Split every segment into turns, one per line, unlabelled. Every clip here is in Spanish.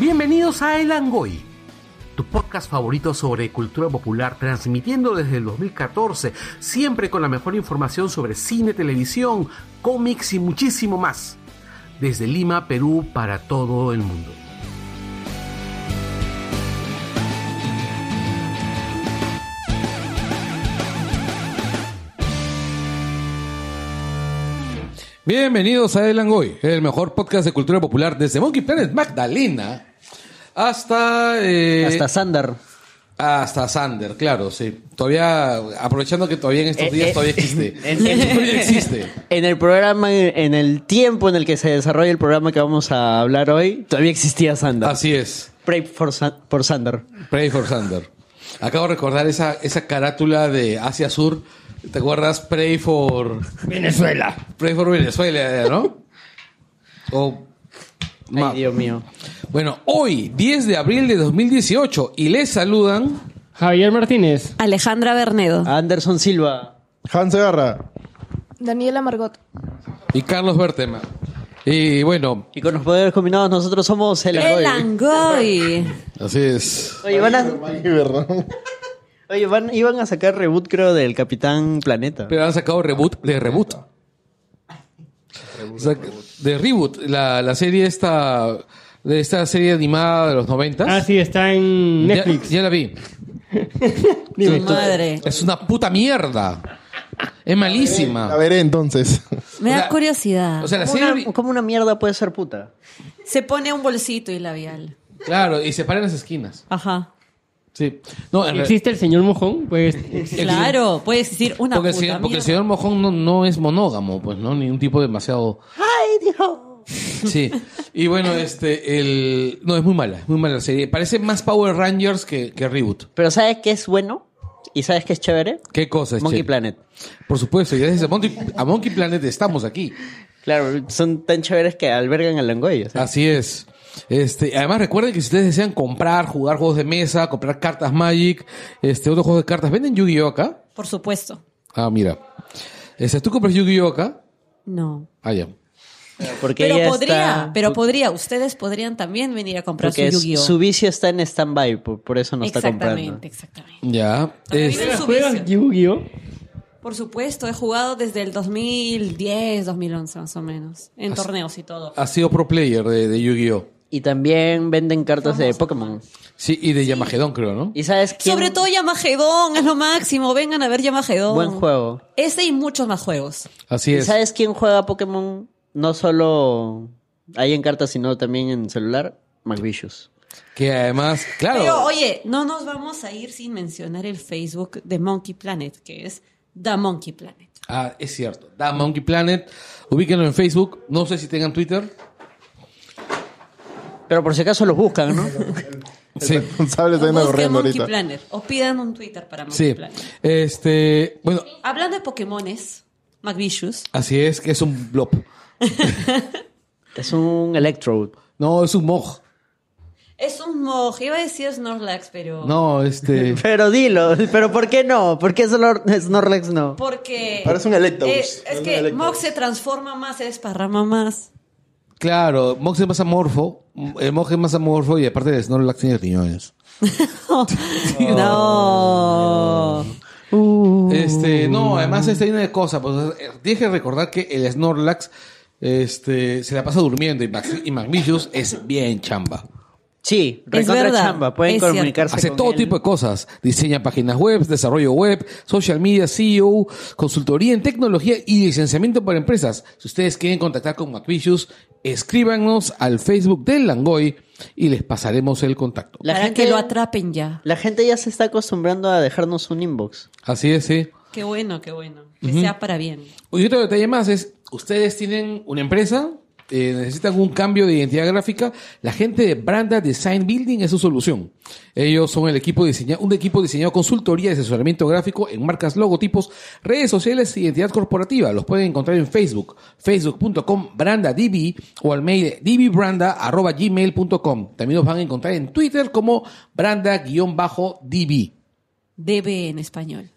Bienvenidos a El Angoy, tu podcast favorito sobre cultura popular, transmitiendo desde el 2014, siempre con la mejor información sobre cine, televisión, cómics y muchísimo más. Desde Lima, Perú, para todo el mundo.
Bienvenidos a El Angoy, el mejor podcast de cultura popular desde Monkey Planet Magdalena hasta... eh,
Hasta Sander.
hasta Sander, claro, sí. Todavía, aprovechando que todavía en estos
Eh,
días
eh,
todavía existe. Este
en- en-
todavía existe.
En el programa, en el tiempo en el que se desarrolla el programa que vamos a hablar hoy, todavía existía Sander.
Así es.
Pray for, San- por Sander.
Pray for Sander. Acabo de recordar esa, esa carátula de Asia Sur. ¿Te acuerdas? Pray for... Venezuela. Pray for Venezuela, eh, ¿no? o...
Ay,
ma-
Dios mío.
Bueno, hoy, 10 de abril de 2018, y les saludan...
Javier Martínez.
Alejandra
Ah,
Bernedo.
Anderson Silva.
Hans Garra.
Daniela Margot.
y Carlos Bertema. Y bueno,
Y con los poderes combinados nosotros somos el
El
Angoy.
Angoy.
así es.
Oye, van a,
¿verdad?
oye, van- iban a sacar reboot, creo, del Capitán Planeta.
Pero han sacado reboot de reboot. O sea, de reboot, la, la serie esta, de esta serie animada de los noventas.
Ah, sí, está en
Ya-
Netflix.
Ya, la vi.
Dime.
Madre.
Es una puta mierda. Es malísima.
La veré entonces.
Me
O
da
sea,
curiosidad.
O sea, la
¿Cómo
serie.
una, cómo una mierda puede ser puta?
Se pone un bolsito y labial.
Claro, y se paran las esquinas.
Ajá.
Sí. No, en realidad.
¿Existe el señor Mojón? Pues ex-
Claro, puede existir una
Porque, el
puta
señor, porque el
mierda.
señor Mojón no, no es monógamo, pues, ¿no? Ni un tipo demasiado.
¡Ay, dijo!
Sí. Y bueno, este, el. No, es muy mala, es muy mala la serie. Parece más Power Rangers que, que Reboot.
Pero ¿sabes qué es bueno? ¿Y sabes qué es chévere?
¿Qué cosa es,
Monkey
che?
Planet.
Por supuesto, y gracias a Monkey, a Monkey Planet estamos aquí.
Claro, son tan chéveres que albergan al Angoy. o sea.
Así es. Este, además recuerden que si ustedes desean comprar, jugar juegos de mesa, comprar cartas Magic, este, otros juegos de cartas, ¿venden Yu-Gi-Oh acá?
Por supuesto.
Ah, mira. Este, ¿tú compras Yu-Gi-Oh acá?
No.
Ah, ya.
Porque
Pero
ella
podría,
está-
pero podría. Ustedes podrían también venir a comprar
Porque
su
es-
Yu-Gi-Oh.
su vicio está en stand-by, por, por eso no está comprando.
exactamente, exactamente.
Ya. Es-
Viven su
¿Juegas
vicio.
Yu-Gi-Oh?
Por supuesto, he jugado desde el 2010, 2011 más o menos. En torneos y todo.
ha sido pro player de, de Yu-Gi-Oh.
Y también venden cartas de Pokémon.
Sí, y de Yamagedón, creo, ¿no?
¿Y sabes quién?
Sobre todo Yamagedón, es lo máximo. Vengan a ver Yamagedón.
Buen juego.
Ese y muchos más juegos.
Así
¿Y
es.
sabes quién juega Pokémon no solo ahí en cartas, sino también en celular? McVicious.
Que además, claro.
Pero oye, no nos vamos a ir sin mencionar el Facebook de Monkey Planet, que es The Monkey Planet.
Ah, es cierto. Da Monkey Planet. Ubíquenlo en Facebook. No sé si tengan Twitter.
Pero por si acaso los buscan, ¿no?
Sí.
Responsables de una
Busquen
corriendo
Monkey
ahorita.
Planet o pidan un Twitter para Monkey
Sí.
Planet.
Este, bueno,
Hablando de Pokémones, McVicious,
así es que es un blob.
es un Electrode.
No, es un moj.
es un moj. Iba a decir Snorlax, pero...
No, este.
Pero dilo, pero ¿por qué no? ¿Por qué solo Snorlax no?
Porque... eh,
Parece un Electabuzz.
Es, es
Parece un
que
Electabuzz.
Mog se transforma más, se desparrama más.
Claro, Mox es más amorfo. El Moj es más amorfo y aparte de Snorlax tiene riñones.
Oh,
No.
Este,
Uh.
no, además este, hay una cosa. Pues, eh, tienes que recordar que el Snorlax este, se la pasa durmiendo y, Max, y Magmicius es bien chamba.
Sí,
Es
recontra
verdad,
chamba. Pueden
es cierto.
comunicarse
Hace
con
todo
él.
tipo de cosas. Diseña páginas web, desarrollo web, social media, CEO, consultoría en tecnología y licenciamiento para empresas. Si ustedes quieren contactar con Macvicious, escríbanos al Facebook del Langoy y les pasaremos el contacto.
La
para
gente-
que lo atrapen ya.
La gente ya se está acostumbrando a dejarnos un inbox.
Así es, sí.
Qué bueno, qué bueno. Que sea para bien.
Y otro detalle más es, ustedes tienen una empresa, eh, necesitan un cambio de identidad gráfica, la gente de Branda Design Building es su solución. Ellos son el equipo diseñado, un equipo diseñado consultoría y asesoramiento gráfico en marcas, logotipos, redes sociales e identidad corporativa. Los pueden encontrar en Facebook, facebook.com brandadb o al mail dbbranda.gmail.com. También los van a encontrar en Twitter como branda-db.
Debe en español.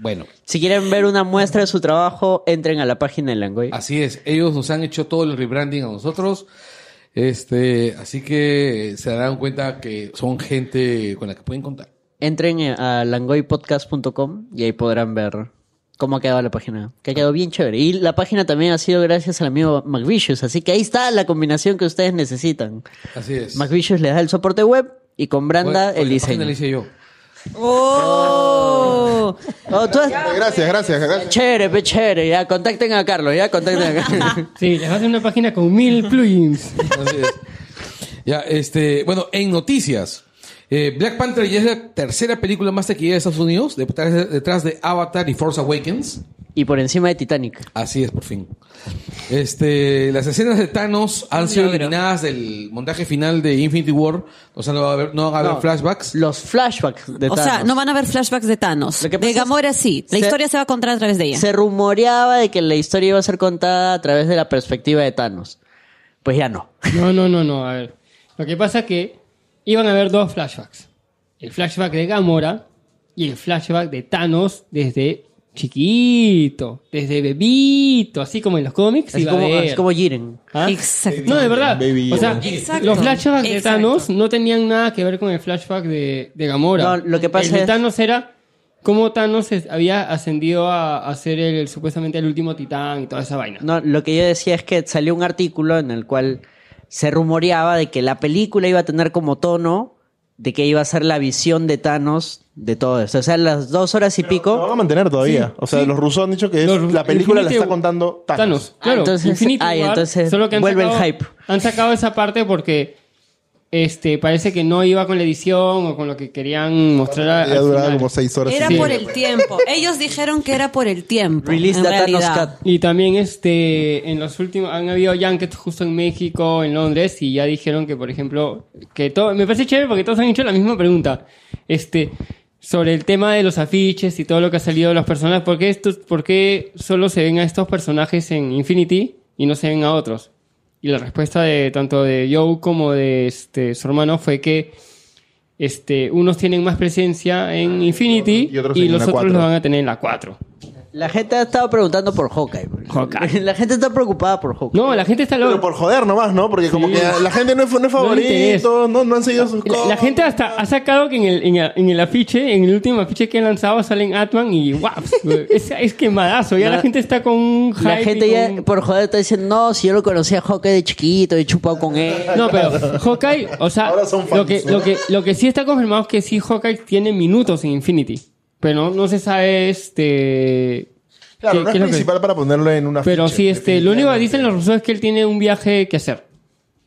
Bueno.
Si quieren ver una muestra de su trabajo, entren a la página de Langoy.
Así es, ellos nos han hecho todo el rebranding a nosotros. Este, así que se darán cuenta que son gente con la que pueden contar.
Entren a langoypodcast.com y ahí podrán ver cómo ha quedado la página. Que ha quedado bien chévere. Y la página también ha sido gracias al amigo McVicious. Así que ahí está la combinación que ustedes necesitan.
Así es.
McVicious les da el soporte web y con Branda
Oye,
el
la página
diseño.
la hice yo.
¡Oh!
Oh, tú has-
Gracias, gracias, gracias.
Chévere, pe, chévere. Ya, contacten a Carlos, ya, contacten a Carlos.
Sí, les hacen una página con mil plugins.
Así es. Ya, este, bueno, en noticias. eh, Black Panther ya es la tercera película más taquillera de Estados Unidos, detrás de, detrás de Avatar y Force Awakens.
y por encima de Titanic.
Así es, por fin. Este, las escenas de Thanos han sido eliminadas del montaje final de Infinity War. O sea, no va a haber, no van a haber
No.
flashbacks.
Los flashbacks de
O sea,
Thanos.
no van a haber flashbacks de Thanos.
Lo que pasa
De
es-
Gamora sí. La
se-
historia se va a contar a través de ella.
Se rumoreaba de que la historia iba a ser contada a través de la perspectiva de Thanos. Pues ya no.
No, no, no, no. A ver. Lo que pasa es que iban a haber dos flashbacks. El flashback de Gamora y el flashback de Thanos desde chiquito, desde bebito, así como en los cómics.
Así
iba
como,
a haber.
así como Jiren.
¿Ah?
Exacto.
No, de verdad.
Baby
o sea,
Yoda.
Exacto.
los flashbacks de
Exacto.
Thanos no tenían nada que ver con el flashback de, de Gamora.
No, lo que pasa
el de
es-
Thanos era cómo Thanos es- había ascendido a, a ser el, supuestamente el último titán y toda esa vaina.
No, lo que yo decía es que salió un artículo en el cual se rumoreaba de que la película iba a tener como tono de que iba a ser la visión de Thanos de todo esto. O sea, las dos horas y pico.
Lo van a mantener todavía. o sea, los rusos han dicho que es-
Los-
la película la
Infinity-
está contando Thanos.
Thanos, claro.
entonces-
Infinity
ah,
War,
entonces
solo que han
vuelve el
sacado-
hype.
Han sacado esa parte porque este parece que no iba con la edición o con lo que querían mostrar. a-
Ya
al
duraba
final.
como seis horas.
Era
y
por
media.
el tiempo. Ellos dijeron que era por el tiempo.
Release
en
the Thanos
realidad.
Cut.
Y también este en los últimos han habido junkets justo en México, en Londres y ya dijeron que por ejemplo que todo me parece chévere porque todos han hecho la misma pregunta. Este sobre el tema de los afiches y todo lo que ha salido de los personajes, ¿por qué estos por qué solo se ven a estos personajes en Infinity y no se ven a otros? Y la respuesta de tanto de Joe como de este su hermano fue que este unos tienen más presencia en Infinity y,
Ah, y otros en
los
la
otros
cuatro.
los van a tener en la 4.
La gente ha estado preguntando por Hawkeye.
Hawkeye.
La gente está preocupada por Hawkeye.
No, la gente está loca.
Pero por joder nomás, ¿no? Porque como
Sí.
que la gente no es, no es
No le
favorito,
interesa.
no, no han seguido sus
La,
cosas.
la gente hasta ha sacado que en el, en, el, en el afiche, en el último afiche que han lanzado, salen Atman y guaps. güey. es, es quemadazo. Ya
La-
la, gente está con un
La
hype
gente
y
ya,
con-
por joder, está diciendo, no, si yo lo conocía a Hawkeye de chiquito, he chupado con él.
No, pero Hawkeye, o sea,
Ahora son fans,
lo, que,
¿no?
lo, que, lo que sí está confirmado es que sí Hawkeye tiene minutos en Infinity. Pero no, no se sabe este... qué-
Claro, no
qué
es
lo que-
principal para ponerlo en una
Pero
ficha,
sí, este, lo único que
definitivamente.
dicen los rusos es que él tiene un viaje que hacer.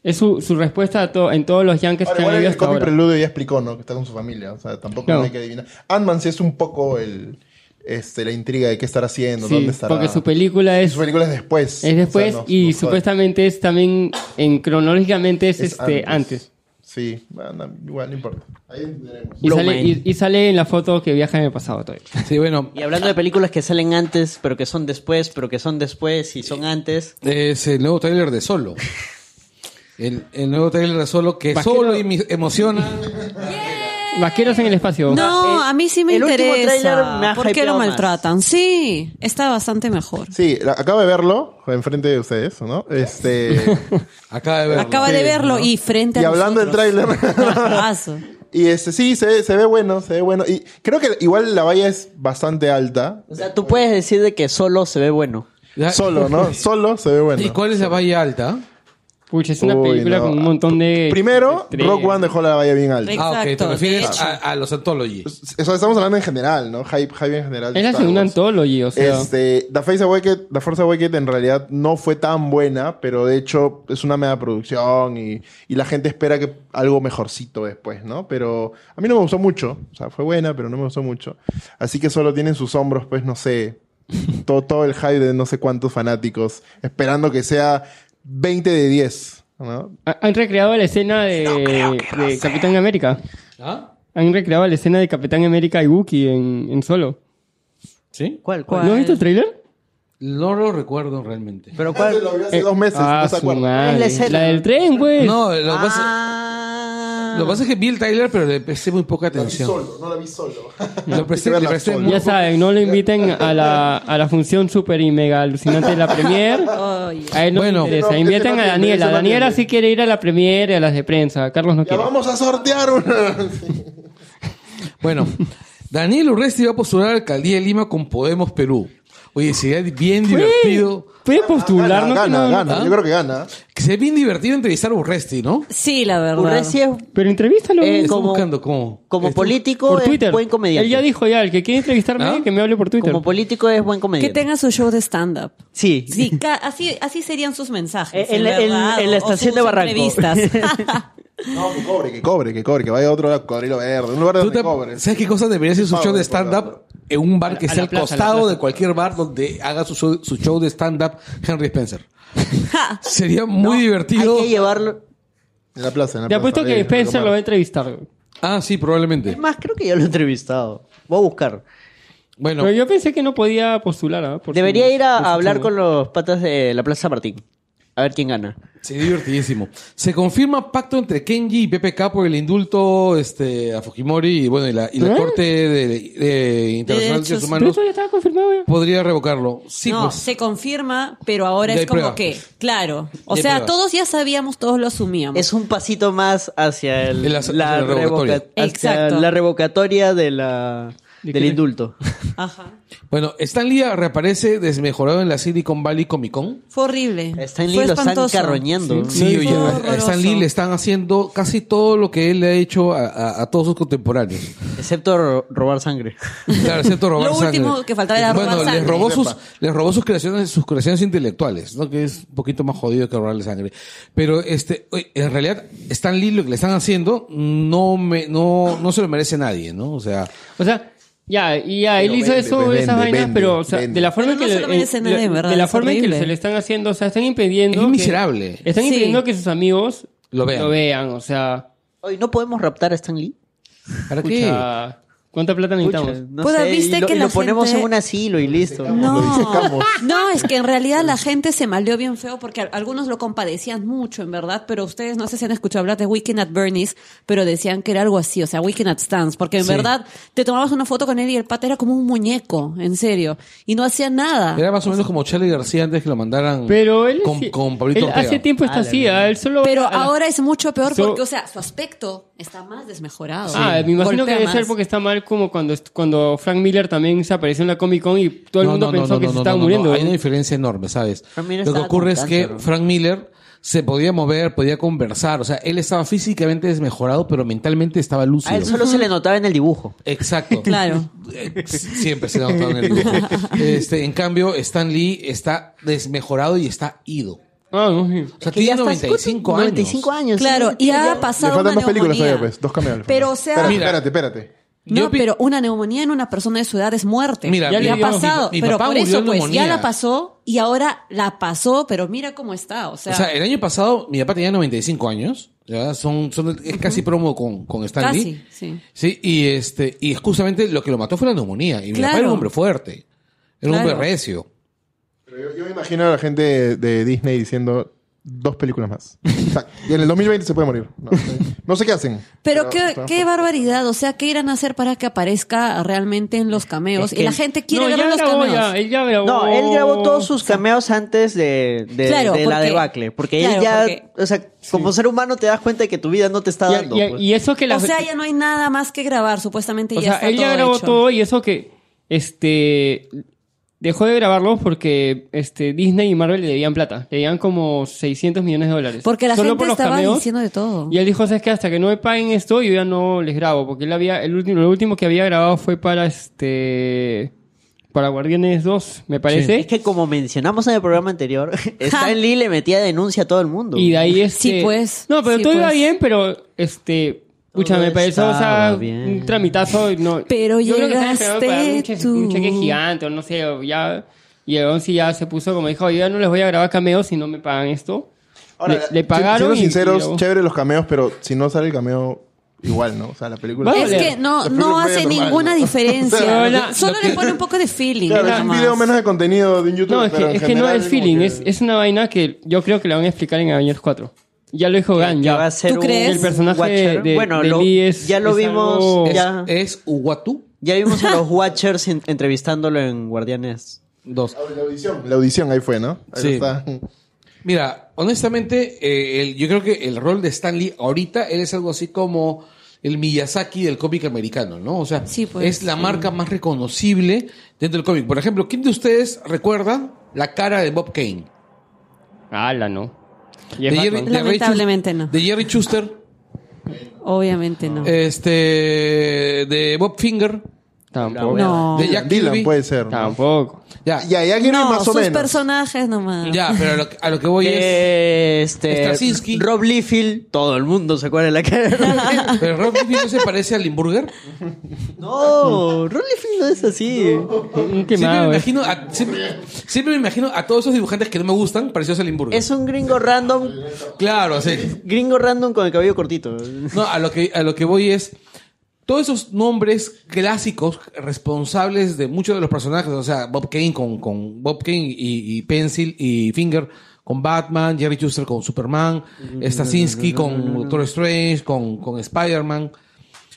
Es su, su respuesta a to- en todos los Yankees
Ahora,
que han
igual
habido
el
hasta
cómic
ahora.
preludio ya explicó, ¿no? Que está con su familia. O sea, tampoco
Claro.
no hay que adivinar. Ant-Man sí es un poco el, este, la intriga de qué estará haciendo,
Sí,
dónde estará.
porque su película
Y
es
su película es después.
Es después
O sea, no,
y
no joder.
supuestamente es también en cronológicamente es, este antes.
Sí, bueno, no, igual, no importa. Ahí entenderemos.
Y
Blue
sale,
Man.
y, y sale en la foto que viaja en el pasado todavía.
Sí, bueno,
Y hablando de películas que salen antes, pero que son después, pero que son después y son antes.
es el nuevo tráiler de Solo. El, el nuevo tráiler de Solo que
¿Para qué
solo
no?
y me emociona.
Vaqueros en el espacio.
No, a mí sí me
El último tráiler
interesa.
me ha
¿Por qué lo
hypeado más.
maltratan? Sí, está bastante mejor.
Sí, la- acabo de verlo enfrente de ustedes, ¿no? Este.
Acaba de verlo.
Acaba de verlo y frente a
y hablando del
nosotros.
tráiler.
Brazo.
y este, sí, se, ve- se ve bueno, se ve bueno. Y creo que igual la valla es bastante alta.
O sea, tú puedes decir de que solo se ve bueno.
Ya-
Solo, ¿no? Solo se ve bueno.
¿Y cuál es la valla alta? Ah,
Pucha, es una
Uy,
película
no.
con un montón de.
Primero,
de
Rock One dejó la valla bien alta.
Exacto,
ah, ok, te
de
refieres
hecho.
a, a los Anthology.
Eso estamos hablando en general, ¿no? Hype, hype en general.
Es la
Star
segunda
Wars.
anthology, o sea.
Este, The Face Awakened, The Force Awakened en realidad no fue tan buena, pero de hecho es una mega producción y, y la gente espera que algo mejorcito después, ¿no? Pero a mí no me gustó mucho, o sea, fue buena, pero no me gustó mucho. Así que solo tienen sus hombros, pues no sé, todo, todo el hype de no sé cuántos fanáticos, esperando que sea 20 de 10, ¿no?
ha- Han recreado la escena de, de Capitán América.
¿Ah?
Han recreado la escena de Capitán América y Wookiee en, en solo.
¿Sí?
¿Cuál? cuál?
¿No has visto el trailer?
No lo recuerdo realmente.
¿Pero cuál?
Lo vi hace dos meses,
Ah,
no se
su
acuerdan.
madre.
Es la escena.
la del tren, pues.
No, lo que pasa-
Ah,
Ah.
Lo que pasa es que vi el trailer, pero le presté muy poca atención.
no la vi solo.
Lo presté, le presté muy
Ya
poca-
saben, no lo inviten a la, a la función super y mega alucinante de la premier.
Oye.
A él no
Bueno.
le interesa.
No, ese
Inviten
no
a
tiene,
Daniela.
ese no
Daniela
tiene.
sí quiere ir a la premier y a las de prensa. Carlos no
Ya
quiere.
vamos a sortear una.
Bueno, Daniel Urresti va a postular a la alcaldía de Lima con Podemos Perú. Oye, sería bien divertido.
Puede postular,
gana,
¿no?
gana,
No, no.
gana. Yo creo que gana.
Que sería bien divertido entrevistar a Urresti, ¿no?
Sí, la verdad.
Urresti es
Pero entrevístalo.
Eh,
Estoy
como-
buscando cómo.
como
Estoy-
político
por
es
Twitter.
buen comediante.
Él ya dijo ya, el que quiere entrevistarme,
¿Ah?
que me hable por Twitter.
Como político es buen
Que
comediante.
tenga su show de stand-up.
Sí.
Sí, ca- así, así serían sus
Eh,
mensajes.
En
En,
la- en-
verdad,
en la
o- o
estación de
sus
Barranco.
entrevistas.
No, que cobre, que cobre, que cobre, que vaya a otro lado, cocodrilo verde, un lugar
¿Tú
donde
te-
cobre.
¿Sabes qué cosa debería ser su
Pago,
show de
por
stand-up?
favor.
En un bar que
A
esté
la- a
al
la plaza, a la
costado
plaza.
de cualquier bar donde haga su show, su show de stand-up Henry Spencer. Sería muy divertido.
Hay que llevarlo.
En la plaza, en la
Te
plaza.
apuesto que
ahí,
Spencer lo va a
comer.
entrevistar.
Ah, sí,
Es
probablemente.
más, creo que yo lo he entrevistado. Voy a buscar.
Bueno,
Pero yo pensé que no podía postular. ¿ah? Por
Debería
su-
ir a,
por su
a hablar
chamba.
con los patas de la Plaza Martín. A ver quién gana.
sería divertidísimo. Se confirma pacto entre Kenji y PPK por el indulto este, a Fujimori y bueno, y la, y la
¿Eh?
Corte de, de Internacional de
Derechos.
Derechos
Pero
Humanos
eso ya estaba confirmado ya.
podría revocarlo. Sí,
no,
pues.
se confirma, pero ahora
Ya hay
es como
pruebas.
que, claro. O
Ya hay
sea,
pruebas.
todos ya sabíamos, todos lo asumíamos.
Es un pasito más hacia el-
El
la,
as- hacia la revocatoria.
revoca- hacia
Exacto.
la revocatoria de la,
¿De
del
qué?
indulto.
Ajá.
Bueno, Stan Lee reaparece desmejorado en la Silicon Valley Comic Con.
Fue horrible.
Está en
Fue
Lee, lo están
espantoso.
carroñando.
Sí,
No,
oye,
fue
a- a
horroroso.
Stan Lee le están haciendo casi todo lo que él le ha hecho a, a- a todos sus contemporáneos.
Excepto ro- robar sangre.
Claro, excepto robar
Lo último
sangre.
que faltaba era
bueno,
robar
les
sangre.
robó sus, les robó sus creaciones, sus creaciones intelectuales, ¿no? Que es un poquito más jodido que robarle sangre. Pero este, oye, en realidad, Stan Lee lo que le están haciendo no me, no, no se lo merece nadie, ¿no? O sea,
O sea, ya, y ya, él
Pero
hizo
vende,
eso,
pues,
esas
vende,
vainas,
vende,
pero, o sea,
vende.
de la forma
Pero no
que
se lo merece nadie,
de-
¿verdad?
de la
Es
forma en que
horrible.
se le están haciendo, o sea, están impidiendo.
Es
que-
miserable.
están
Sí.
impidiendo que sus amigos
Lo vean.
o sea.
Hoy no podemos raptar a Stan Lee.
¿para qué?
pucha, ¿Cuánta plata
Pucha,
necesitamos?
no
Puta,
sé,
¿viste
y lo,
que
y
la
lo ponemos
gente-
en un asilo y listo.
No.
Lo disecamos.
No, es que en realidad la gente se maleó bien feo porque a- algunos lo compadecían mucho, en verdad, pero ustedes no sé si han escuchado hablar de Weekend at Bernie's, pero decían que era algo así, o sea, Weekend at Stans, porque en
Sí.
verdad te tomabas una foto con él y el pata era como un muñeco, en serio, y no hacía nada.
Era más o menos como Charlie García antes que lo mandaran
Pero él,
con,
sí-
con Pablito
él
Ortega.
hace tiempo está
A la
así, ah, él solo.
Pero
a la-
ahora es mucho peor
So-
porque, o sea, su aspecto está más desmejorado.
Ah, me imagino
Golpea
que debe
más.
ser porque está mal como cuando, est- cuando Frank Miller también se apareció en la Comic Con y todo el
No,
mundo
no, no,
pensó
no,
que
no,
se
no,
estaba
no, no.
muriendo. ¿eh?
Hay una diferencia enorme, ¿sabes?
Frank Miller
Lo que
estaba
ocurre es
con
que
cáncer.
Frank Miller se podía mover, podía conversar. O sea, él estaba físicamente desmejorado, pero mentalmente estaba
A
lúcido.
él solo se le notaba en el dibujo.
Exacto.
Claro.
Eh, Siempre se le ha notado en el dibujo. Este, en cambio, Stan Lee está desmejorado y está ido.
Ah, no, sí.
O sea,
Que
tiene
ya está-
95 años.
95 años.
Claro,
sí.
y ha
Le
pasado
faltan
una
dos películas
neumonía.
todavía, pues. Dos cameos.
Pero, o sea-
Espérate,
Mira.
espérate, espérate.
Yo
No,
pi-
pero una neumonía en una persona de su edad es muerte.
Mira,
ya
mi-
le ha
mi-
pasado.
mi
pero
papá
por
murió
eso,
de
pues, ya
neumonía.
la pasó y ahora la pasó, pero mira cómo está. O sea,
O sea, el año pasado mi papá tenía 95 años. ¿ya? Son, son, es casi promo con, con Stan Lee.
casi, sí.
Sí, y este, y justamente lo que lo mató fue la neumonía. Y mi
Claro.
papá era un hombre fuerte. Era un
Claro.
hombre recio.
Pero yo, yo me imagino a la gente de, de Disney diciendo dos películas más. O sea, y en el 2020 se puede morir. No, no sé qué hacen.
Pero, qué,
pero-
qué barbaridad. O sea, ¿qué irán a hacer para que aparezca realmente en los cameos?
Es que-
y la gente quiere
No,
ver
ya
los
grabó,
cameos.
ya, él ya grabó.
No, él grabó todos sus cameos antes de, de-
Claro,
de la
porque-
debacle. Porque él
claro,
ya,
porque-
o sea, como ser humano te das cuenta de que tu vida no te está
Y-
dando.
y,
pues.
y eso que la
O sea, ya no hay nada más que grabar. Supuestamente
O
ya
sea,
está
él ya
todo
grabó
hecho.
todo y eso que este dejó de grabarlos porque este Disney y Marvel le debían plata, le debían como 600 millones de dólares.
Porque la
Solo por
gente
los
estaba
cameos.
diciendo de todo.
Y él dijo, "Sabes que hasta que no me paguen esto yo ya no les grabo", porque él había el último lo último que había grabado fue para este para Guardianes 2, me parece.
Es que como mencionamos en el programa anterior, Stan Lee le metía denuncia a todo el mundo.
Y de ahí este...
Sí, pues.
No, pero
Sí,
todo iba
pues.
bien, pero este... Escucha,
Todo
me pareció, o sea,
estaba bien.
un tramitazo. y No,
Pero
yo creo que estaban esperando
llegaste
pagar un cheque, un
tú.
cheque gigante, o no sé, o ya... Y el Onsi ya se puso como dijo, yo ya no les voy a grabar cameos si no me pagan esto. le, le
si-
pagaron
siendo
y- y
sinceros,
luego-
chévere los cameos, pero si no sale el cameo, igual, ¿no? O sea, la película...
Va a
Es
doler.
que no, no
La película
hace
fue normal,
ninguna
¿no?
diferencia.
Pero la-
Solo
lo
le
que-
pone un poco de feeling.
Claro, es
nada
un
más.
video menos de contenido de YouTube.
No, es
pero
que,
en
es que no
general
es feeling,
como que-
es, es una vaina que yo creo que la van a explicar en Avengers 4. Ya lo dijo Gan,
que
ya.
va a ser
¿Tú
un
crees?
El personaje
Watcher.
de-
bueno,
de
lo-
Lee es-
ya lo
es
vimos. Eh,
algo-
Es,
Ya,
es Uguatú
ya vimos a los Watchers en- entrevistándolo en Guardianes.
2.
Ah, La audición. La audición ahí fue, ¿no? Ahí
Sí.
está.
Mira, honestamente, eh, el- yo creo que el rol de Stan Lee ahorita, él es algo así como el Miyazaki del cómic americano, ¿no? O sea,
Sí, pues,
es la marca más reconocible dentro del cómic. Por ejemplo, ¿quién de ustedes recuerda la cara de Bob Kane?
Ala, no. Y
De
es
Jerry-
Batman.
de Ray
Lamentablemente
Chus-
no.
De Jerry Schuster,
Obviamente no.
este, de Bob Finger,
Tampoco.
No.
de Jack
Dylan
Kirby.
puede ser. ¿no?
Tampoco.
Ya,
Y ahí alguien
no,
más o
sus
menos.
personajes nomás.
ya, pero a lo, que- a lo que voy es...
Eh, este,
Straczynski.
Rob Liefeld, todo el mundo se acuerda de la cara. de Rob Liefeld.
¿Pero Rob Liefeld no se parece a Limburger?
no, Rob Liefeld no es así.
Un
Siempre me,
quemado, eh.
imagino a, siempre, siempre me imagino a todos esos dibujantes que no me gustan parecidos a Limburger.
Es un gringo random,
Claro, sí.
gringo random con el cabello cortito.
No, a lo que, a lo que voy es. Todos esos nombres clásicos responsables de muchos de los personajes, o sea, Bob Kane con, con Bob Kane y, y Pencil y Finger con Batman, Jerry Schuster con Superman, Stasinski con Doctor Strange, con, con Spider-Man,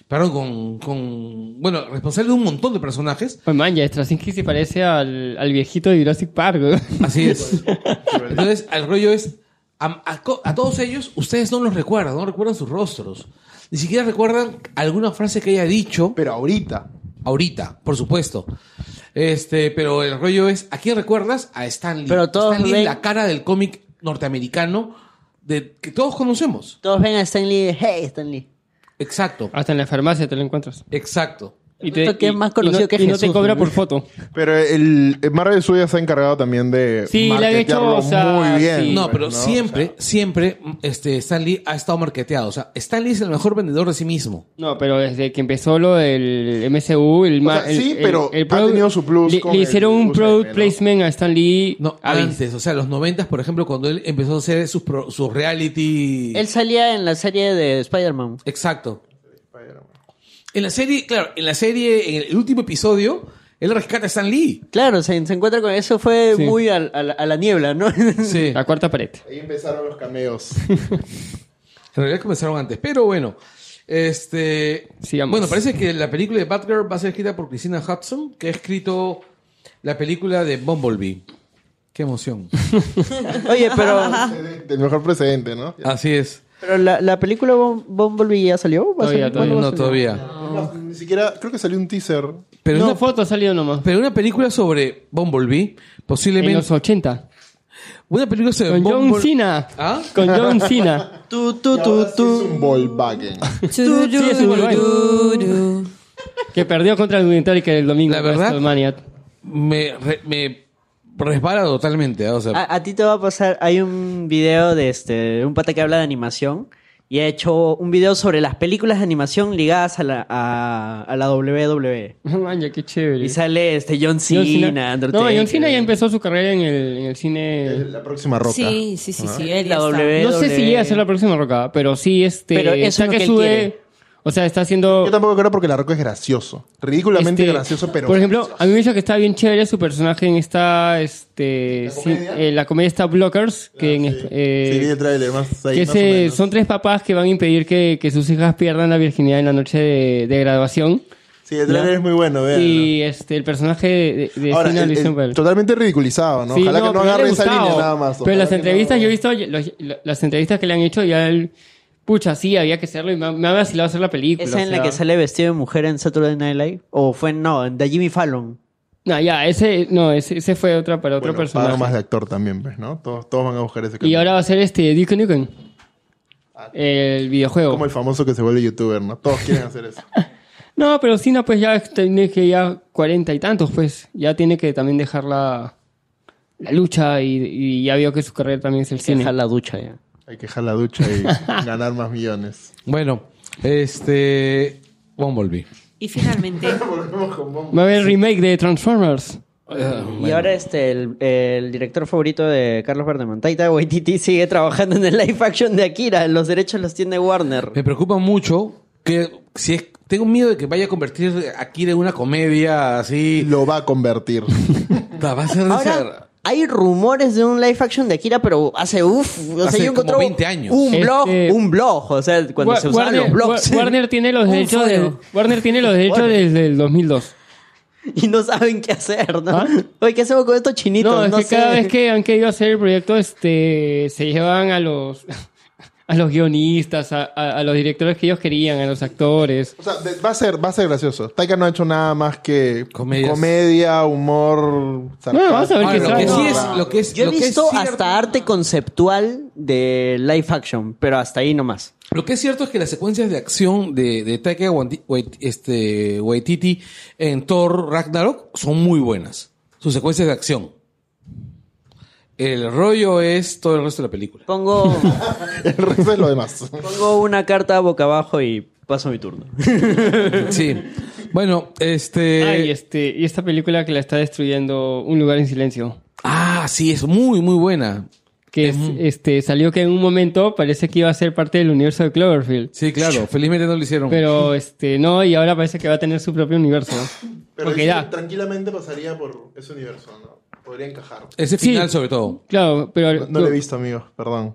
perdón, con, con, bueno, responsable de un montón de personajes.
Pues man, ya Straczynski se parece al, al viejito de Jurassic Park, güey.
Así es. Entonces, el rollo es, a, a co- a todos ellos, ustedes no los recuerdan, no recuerdan sus rostros. Ni siquiera recuerdan alguna frase que haya dicho
Pero ahorita.
ahorita, por supuesto. Este, pero el rollo es, ¿a quién recuerdas? A Stanley.
Pero todos
Stanley,
ven-
la cara del cómic norteamericano de que todos conocemos.
Todos ven a Stanley, hey Stanley.
Exacto,
Hasta en la farmacia te lo encuentras.
exacto.
Esto que es más conocido
y no,
que
y no te
Jesús,
cobra
¿no?
por foto.
Pero el, el Marvel Studios se ha encargado también de.
Sí, le han
marketearlo
hecho, o sea,
muy bien.
sí.
pues,
No, pero
O sea,
siempre, siempre, este, Stanley ha estado marketeado. O sea, Stanley es el mejor vendedor de sí mismo.
No, pero desde que empezó lo del MCU, el
sea,
ma- el-
sí,
el-
pero
el
ha
product-
tenido su plus
Le,
con
le
el
hicieron un
UCM,
product
¿no?
placement a Stan Lee.
No,
a Vince.
antes, o sea, los noventas, por ejemplo, cuando él empezó a hacer sus, pro- sus reality...
Él salía en la serie de Spider-Man.
Exacto. En la serie, claro, en la serie, en el último episodio, él rescata a Stan Lee.
Claro, se, se encuentra con eso, fue
Sí.
muy al- a, la, a la niebla, ¿no?
Sí.
La cuarta pared.
Ahí empezaron los cameos.
En realidad comenzaron antes, pero bueno. Este,
Sigamos.
Bueno, parece que la película de Batgirl va a ser escrita por Christina Hudson, que ha escrito la película de Bumblebee. Qué emoción.
Oye, pero,
el mejor precedente, ¿no?
Así es.
pero la, la película Bum- Bumblebee ya salió. ¿Va a
Todavía,
salir?
todavía.
¿Cuándo va
No,
a
todavía.
Ni siquiera. Creo que salió un teaser.
Pero,
no,
una,
foto ha salido nomás.
pero una película sobre Bumblebee,
En
posiblemente.
los 80.
Una película sobre
Con John
Bumblebee.
Cena.
¿Ah?
Con John Cena.
Tú, tú,
Y
tú,
ahora sí
tú.
Es un Volkswagen.
Sí,
Churu,
es un
churu,
Volkswagen.
churu.
que perdió contra el Unitary que el domingo.
La
fue
verdad-
WrestleMania.
Me, re- me resbala totalmente. ¿ah? O sea,
A, a ti te va a pasar, hay un video de este, un pata que habla de animación y ha hecho un video sobre las películas de animación ligadas a la, a, a la WWE.
Man, ya qué chévere.
Y sale este John Cena,
John Cena.
Undertaker.
No, John Cena ya empezó su carrera en el, en el cine.
La próxima roca.
Sí, sí, sí, sí. él
La
ya está.
W.
No sé si llega a ser la próxima roca, pero sí, este.
Pero eso es
está
lo que él
sube-
quiere.
O sea, está haciendo.
Yo tampoco creo porque la roca es gracioso. Ridículamente
Este,
gracioso, pero.
Por ejemplo, a mí me dijo que está bien chévere su personaje en esta. Este, sí, eh, la comedia está Blockers. Que, en, eh,
Ah, Sí, vi el tráiler más ahí,
que
más o
se-
menos.
son tres papás que van a impedir que, que sus hijas pierdan la virginidad en la noche de, de graduación.
Sí, el tráiler
Ya.
es muy bueno, véanlo.
Y este, el personaje de, de, de
Ahora,
Cena
el-
lo
el-
hicieron para él.
totalmente ridiculizado, ¿no?
Sí,
Ojalá que no
pero le ha
agarre esa
gustado.
línea nada más.
Pero
Ojalá
las
que
entrevistas,
no-
yo he visto los- las entrevistas que le han hecho y él, pucha, sí, había que hacerlo y me, ha- me ha vacilado hacer la película.
¿Esa
o
en la
sea.
que sale vestido de mujer en Saturday Night Live? ¿O fue, no, en de Jimmy Fallon?
No, ya, ese, no, ese, ese fue otra para otro
Bueno,
personaje.
pagan más de actor también, pues, ¿no? Todos, todos van a buscar ese
Y
cambio.
ahora va a ser este Duke Nukem. El videojuego.
Como el famoso que se vuelve youtuber, ¿no? Todos quieren hacer eso.
No, pero Sina pues ya tiene que ya cuarenta y tantos, pues. Ya tiene que también dejar la, la lucha y, y ya vio que su carrera también es el cine.
Deja la ducha ya.
Hay que dejar la ducha y ganar más millones.
bueno, este. Bumblebee.
Y finalmente,
Va a haber remake de Transformers. Ah,
Y ahora este, el, el director favorito de Carlos Berteman, Taika Waititi, sigue trabajando en el live action de Akira. Los derechos los tiene Warner.
Me preocupa mucho que si es, tengo miedo de que vaya a convertir aquí en una comedia así.
Lo va a convertir.
Va a ser de
Ahora,
esa-
Hay rumores de un live action de Akira, pero hace uff. O
Hace
sea, yo
como
encontré
20 años.
Un blog,
Este-
un blog. O sea, cuando
Wa-
se usaban los blogs.
Wa- Warner tiene los
Un
derechos
folio.
de- Warner tiene los derechos
Warner.
desde el 2002.
Y no saben qué hacer, ¿no?
¿Ah?
Oye, ¿qué hacemos con estos chinitos?
No,
No,
es que
sé.
cada vez que han querido hacer el proyecto, este, se llevan a los a los guionistas, a, a- a los directores que ellos querían, a los actores.
O sea, de- va, a ser, va a ser gracioso. Taika no ha hecho nada más que
Comedias.
comedia, humor, sarcasmo.
vamos a ver
Ahora,
qué
lo
sale.
que sí
No,
es,
no.
lo que es,
Yo he
lo que es
visto
cierto-
hasta arte conceptual de live action, pero hasta ahí nomás.
Lo que es cierto es que las secuencias de acción de, de Taika Waiti- Wait- este, Waititi en Thor Ragnarok son muy buenas. Sus secuencias de acción. El rollo es todo el resto de la película.
Pongo,
El resto es lo demás.
pongo una carta boca abajo y paso mi turno.
Sí. Bueno,
Ay,
Eh,
este...
este, y esta película que la está destruyendo Un lugar en silencio.
Ah, sí, es muy, muy buena.
Que es- este, salió que en un momento parece que iba a ser parte del universo de Cloverfield.
Sí, claro. Felizmente no lo hicieron.
Pero este, no, y ahora parece que va a tener su propio universo. Porque ya.
tranquilamente pasaría por ese universo, ¿no? Podría encajar.
Ese
Sí.
final sobre todo.
Claro, pero.
No, no lo he visto, amigos, perdón.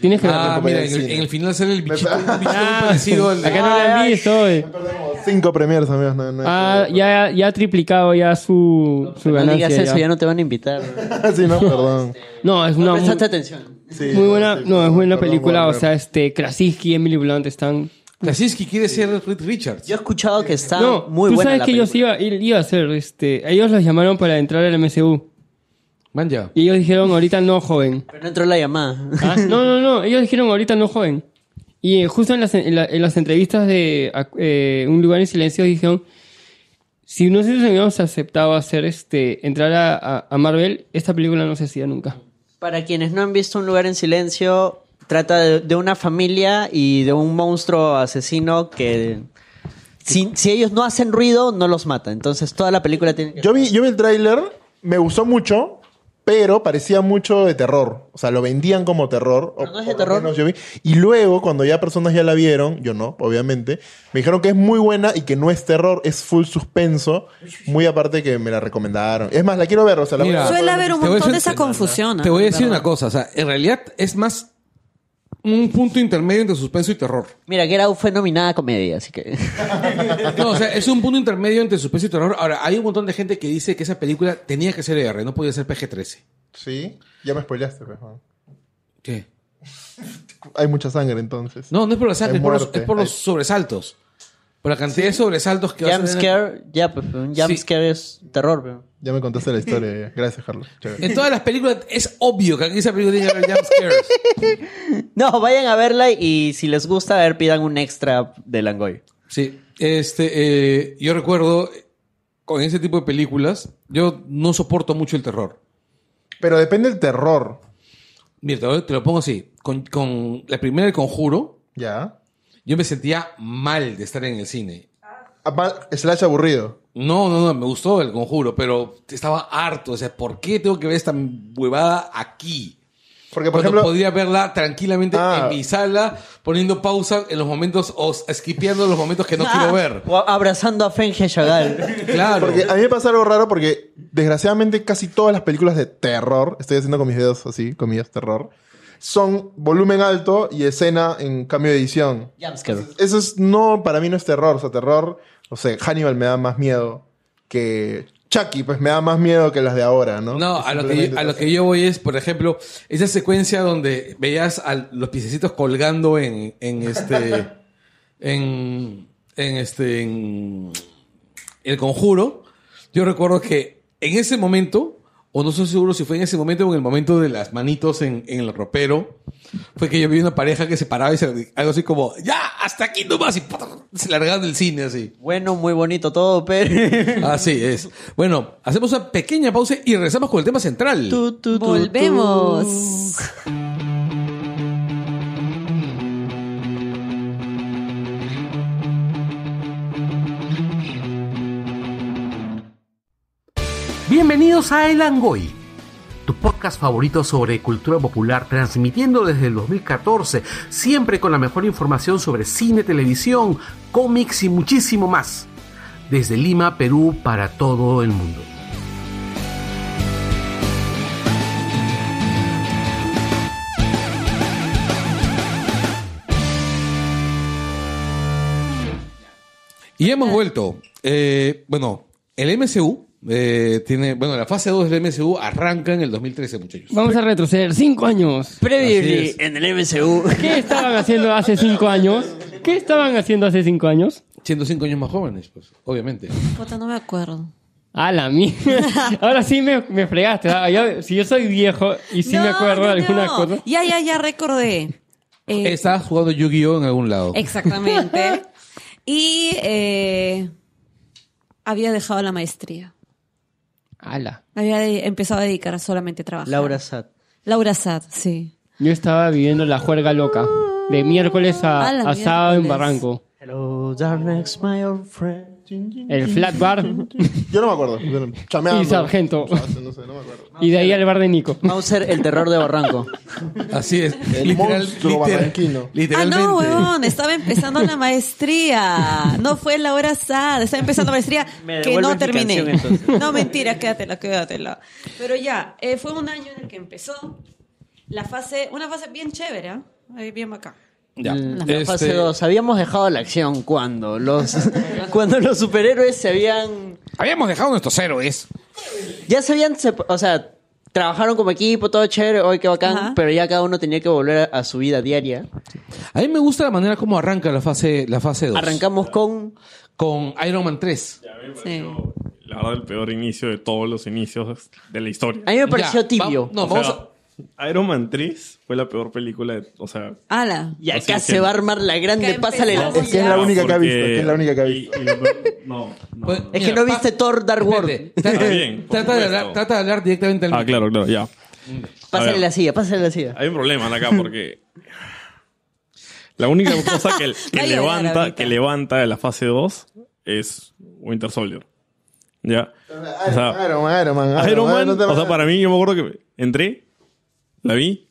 Tienes que
Ah,
Claro,
mira,
en
en el,
cine.
en el final sale el bichito, un bichito muy
Ah,
parecido al de-
acá no la han visto. eh.
Cinco premiers, amigos. No, no he
Ah,
podido.
ya, ya ha triplicado ya su, su
No
ganancia.
digas eso,
ya.
ya no te van a invitar.
sí, no, perdón.
No, es
No,
una muy,
prestaste atención.
Sí,
muy buena,
sí,
no, es
perdón,
buena
perdón,
película. O
Warner.
sea, este, Krasinski y Emily Blunt están.
Krasinski quiere ser Reed Richards.
Yo he escuchado que está
no,
muy
tú
buena
sabes
la
que ellos
película.
iba, iba a ser, este, ellos los llamaron para entrar al MCU
Man, ya.
y ellos dijeron ahorita no, joven.
Pero no entró la llamada.
Ah, No, no, no, ellos dijeron ahorita no, joven. Y eh, justo en las, en la- en las entrevistas de a- eh, Un lugar en silencio dijeron, si nosotros hubiéramos aceptado hacer este, entrar a, a- a Marvel, esta película no se hacía nunca.
Para quienes no han visto Un lugar en silencio, trata de, de una familia y de un monstruo asesino que si, si ellos no hacen ruido, no los mata. Entonces toda la película tiene que...
Yo vi, yo vi el tráiler, me gustó mucho, pero parecía mucho de terror. O sea, lo vendían como terror. o
Pero no es de
por lo
terror.
menos yo vi. Y luego, cuando ya personas ya la vieron, yo no, obviamente, me dijeron que es muy buena y que no es terror, es full suspenso. Muy aparte que me la recomendaron. Es más, la quiero ver, o sea, la voy a
Mira.
ver.
Suele haber un
Te voy a
montón de
decir-
esa confusión.
Te voy a decir
¿verdad?
una cosa, o sea, en realidad es más un punto intermedio entre suspenso y terror.
Mira, Get Out fue nominada a comedia, así que...
No, o sea, es un punto intermedio entre suspenso y terror. Ahora, hay un montón de gente que dice que esa película tenía que ser R, no podía ser PG-13.
Sí, ya me spoileaste, pues, Juan.
¿Qué?
Hay mucha sangre entonces.
No, no es por la sangre,
Hay
es por los,
muerte,
es por los
hay-
sobresaltos. Por la cantidad de sobresaltos que va a
Jump
ser en-
scare, ya, pues, un
Sí.
jump scare es terror. pero-
Ya me contaste la historia. ya. Gracias, Carlos.
Eh,
Chévere.
En todas las películas es obvio que aquí esa película tiene que haber jump scares.
No, vayan a verla y si les gusta, a ver, pidan un extra de Langoy.
Sí, este, eh, yo recuerdo eh, con ese tipo de películas, yo no soporto mucho el terror.
Pero depende del terror.
Mira, te lo, te lo pongo así. Con, con la primera, El Conjuro,
Ya.
yo me sentía mal de estar en el cine.
Apa- Ah, Slash aburrido.
No, no, no, me gustó El Conjuro, pero estaba harto. O sea, ¿por qué tengo que ver esta huevada aquí?
Porque, por
Cuando
ejemplo,
podía verla tranquilamente
Ah.
en mi sala, poniendo pausa en los momentos o esquipeando los momentos que no quiero ver.
Ah. O abrazando a Fenge Chagall.
Claro.
Ah. Porque a mí me pasa algo raro porque, desgraciadamente, casi todas las películas de terror, estoy haciendo con mis dedos así, comillas, terror, son volumen alto y escena en cambio de edición.
Jump scare.
Eso es, no, para mí no es terror, o sea, terror, no sé, Hannibal me da más miedo que Chucky, pues me da más miedo que las de ahora, ¿no?
No, a lo, que, a lo que yo voy es, por ejemplo, esa secuencia donde veías a los piececitos colgando en, en este. en. en este. en. El conjuro. Yo recuerdo que en ese momento, o no estoy seguro si fue en ese momento o en el momento de las manitos en, en el ropero, fue que yo vi una pareja que se paraba y se, algo así como, ¡ya! ¡Hasta aquí nomás! Y ¡pum! se largaban del cine así.
Bueno, muy bonito todo, pero...
Así es. Bueno, hacemos una pequeña pausa y regresamos con el tema central.
Tu, tu, tu, tu.
Volvemos.
Bienvenidos a El Angoy, tu podcast favorito sobre cultura popular, transmitiendo desde el 2014, siempre con la mejor información sobre cine, televisión, cómics y muchísimo más. Desde Lima, Perú, para todo el mundo.
Y hemos vuelto. Eh, bueno, el MCU eh, tiene. Bueno, la fase 2 del MCU arranca en el 2013, muchachos.
Vamos a retroceder cinco años.
Previously
Previously en el MCU.
¿Qué estaban haciendo hace cinco años? ¿Qué estaban haciendo hace cinco años?
Siendo cinco años más jóvenes, pues, obviamente.
Puta, no me acuerdo.
A la mierda. Ahora sí me, me fregaste. ¿ah? Yo- si yo soy viejo y sí me
No,
acuerdo
no,
de alguna
no.
cosa.
Ya, ya, ya recordé. Eh,
Estabas jugando Yu-Gi-Oh! en algún lado.
eh,
Exactamente. y eh, había dejado la maestría.
Ala.
Había de- empezado a dedicar solamente a trabajar.
Laura Sad.
Laura Sad, sí.
Yo estaba viviendo la juerga loca. De miércoles a,
A la
a sábado en
miércoles.
Barranco.
Hello, darkness, my old friend.
El flat bar.
Yo no me acuerdo. Yo no- Chameando.
Y sargento.
No sé, no sé, no me acuerdo.
Y de ahí al bar de Nico.
Mauser, el terror de Barranco.
Así es.
El monstruo barranquino.
Ah,
literalmente.
no, huevón, estaba empezando la maestría. No fue Laura Sad, estaba empezando maestría
Me
que no
devuelves mi
terminé.
canción, entonces.
no, mentira, quédatela, quédatela. Pero ya, eh, fue un año en el que empezó la fase, una fase bien chévere, ¿ah? Ahí bien acá.
Ya.
La
Este,
fase 2. Habíamos dejado la acción cuando los, cuando los superhéroes se habían.
Habíamos dejado nuestros héroes.
Ya se habían. sep- O sea, trabajaron como equipo, todo chévere, hoy qué bacán.
Ajá.
Pero ya cada uno tenía que volver a, a su vida diaria.
A mí me gusta la manera como arranca la fase la fase 2.
Arrancamos con.
con Iron Man 3.
A mí me
Sí.
pareció, la verdad, el peor inicio de todos los inicios de la historia.
A mí me pareció
Ya,
tibio.
va- no,
O
vamos
sea,
a-
Iron Man 3 fue la peor película de. O sea.
Ala.
Y acá
Así que-
se va a armar la grande.
Acá
Pásale la.
empezamos
Es que es la
ya.
única que ha
porque-
visto. Es que es la única que ha
y-
visto.
y lo- no, no.
Pues,
Es que
mira,
no viste
pa-
Thor Dark World.
Espérate, Trata,
Ah, bien, por
trata de
supuesto.
hablar, trata de hablar directamente al
Ah, claro, claro, ya. A
Pásale
ver.
la silla, pásale la silla.
Hay un problema acá porque. La única cosa que, que
Va a llorar
levanta,
ahorita.
que levanta de la fase 2 es Winter Soldier. ¿Ya? O sea,
Iron Man, Iron Man.
Iron Man,
no te
o sea,
vayas.
para mí, yo me acuerdo que entré, la vi,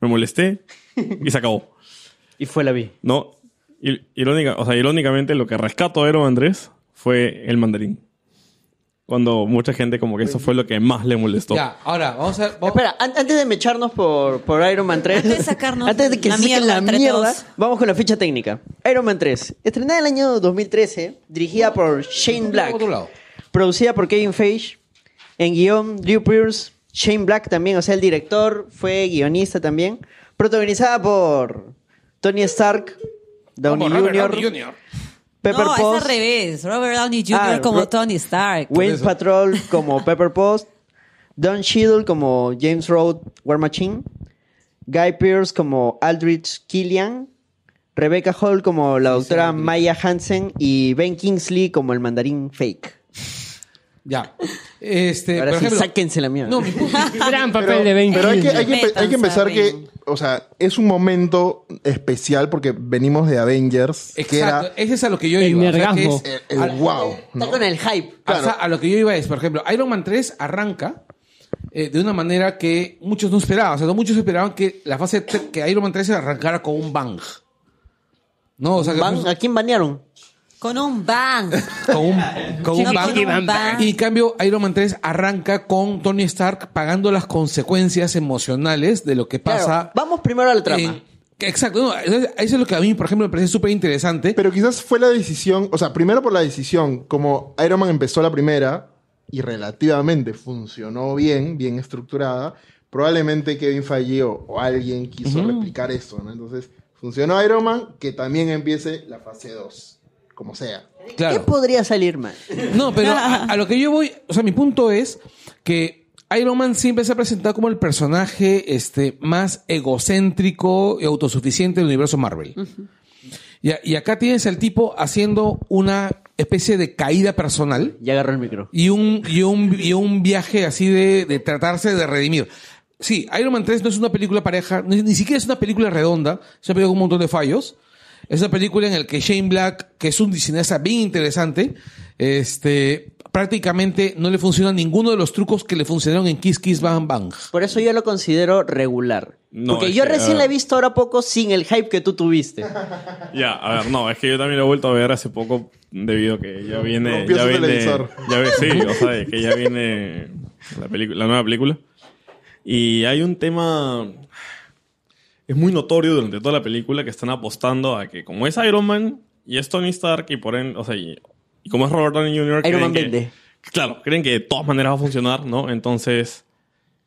me molesté y se acabó.
Y fue la vi.
No, il- irónica, o sea, irónicamente lo que rescato de Iron Man 3 fue el mandarín. Cuando mucha gente como que eso fue lo que más le molestó.
Ya, ahora, vamos a... vamos-
Espera, an- antes de mecharnos por, por Iron Man 3.
Antes de sacarnos
antes de que
la
se saquen
mierda
la
entre
mierda,
todos.
vamos con la ficha técnica. Iron Man 3, estrenada en el año 2013, dirigida por Shane Black,
Otro lado.
producida por Kevin Feige, en guión Drew Pierce, Shane Black también, o sea, el director, fue guionista también, protagonizada por Tony Stark, Downey
Vamos, Robert
Jr.,
Downey Jr.
Pepper
no, es
Potts,
al revés. Robert Downey Jr.
Ah,
como
Ro-
Tony Stark.
Wayne
eso.
Patrol como Pepper Post, Don Cheadle como James Road War Machine, Guy Pearce como Aldrich Killian, Rebecca Hall como la doctora Maya Hansen y Ben Kingsley como el mandarín fake.
Ya. Este,
Ahora
por
sí,
ejemplo-
sáquense la mierda.
No, mi punto
Gran papel
Pero,
de 20
pero hay que, hay que empe- hay
Métanse
que empezar que,
adentro.
o sea, es un momento especial porque venimos de Avengers, que
Exacto,
era
ese es a lo que yo
El
iba. o sea, que
nergazgo.
es-
Eh,
el, el wow.
Está con el hype.
O sea, a lo que yo iba es, por ejemplo, Iron Man 3 arranca eh, de una manera que muchos no esperaban. O sea, no muchos esperaban que la fase tre- que Iron Man 3 arrancara con un bang. No, o sea, que
Ban-
fue-
¿A quién banearon?
Con un bang.
con un, con
No,
un bang.
con un bang.
Y en cambio, Iron Man 3 arranca con Tony Stark pagando las consecuencias emocionales de lo que
Claro,
pasa.
vamos primero a la trama.
en- Eh, que- Exacto, no, eso es lo que a mí, por ejemplo, me parece súper interesante.
Pero quizás fue la decisión, o sea, primero por la decisión, como Iron Man empezó la primera y relativamente funcionó bien, bien estructurada, probablemente Kevin Feige o, o alguien quiso replicar eso, ¿no? Entonces, funcionó Iron Man, que también empiece la fase 2, como sea.
Claro.
¿Qué podría salir mal?
No, pero a, a lo que yo voy, o sea, mi punto es que Iron Man siempre se ha presentado como el personaje este, más egocéntrico y autosuficiente del universo Marvel. y, a- y acá tienes al tipo haciendo una especie de caída personal
Ya agarró el micro.
y un, y un, y un viaje así de, de tratarse de redimir. Sí, Iron Man 3 no es una película pareja, ni, ni siquiera es una película redonda, es una película con un montón de fallos. Es una película en la que Shane Black, que es un diseñista bien interesante, este, prácticamente no le funciona ninguno de los trucos que le funcionaron en Kiss Kiss Bang Bang.
Por eso yo lo considero regular.
No,
Porque
es
yo
que,
recién
a ver.
la he visto ahora poco sin el hype que tú tuviste.
Ya, a ver, no, es que yo también lo he vuelto a ver hace poco debido a que ya viene...
Rompió
ya
su
viene,
televisor.
Ya ve, sí, o sea, es que ya viene la, pelicu- la nueva película. Y hay un tema... Es muy notorio durante toda la película que están apostando a que como es Iron Man, y es Tony Stark y por él, o sea, y, y como es Robert Downey Jr.
Iron
creen
Man
que-
vende.
Claro, creen que de todas maneras va a funcionar, ¿no? Entonces,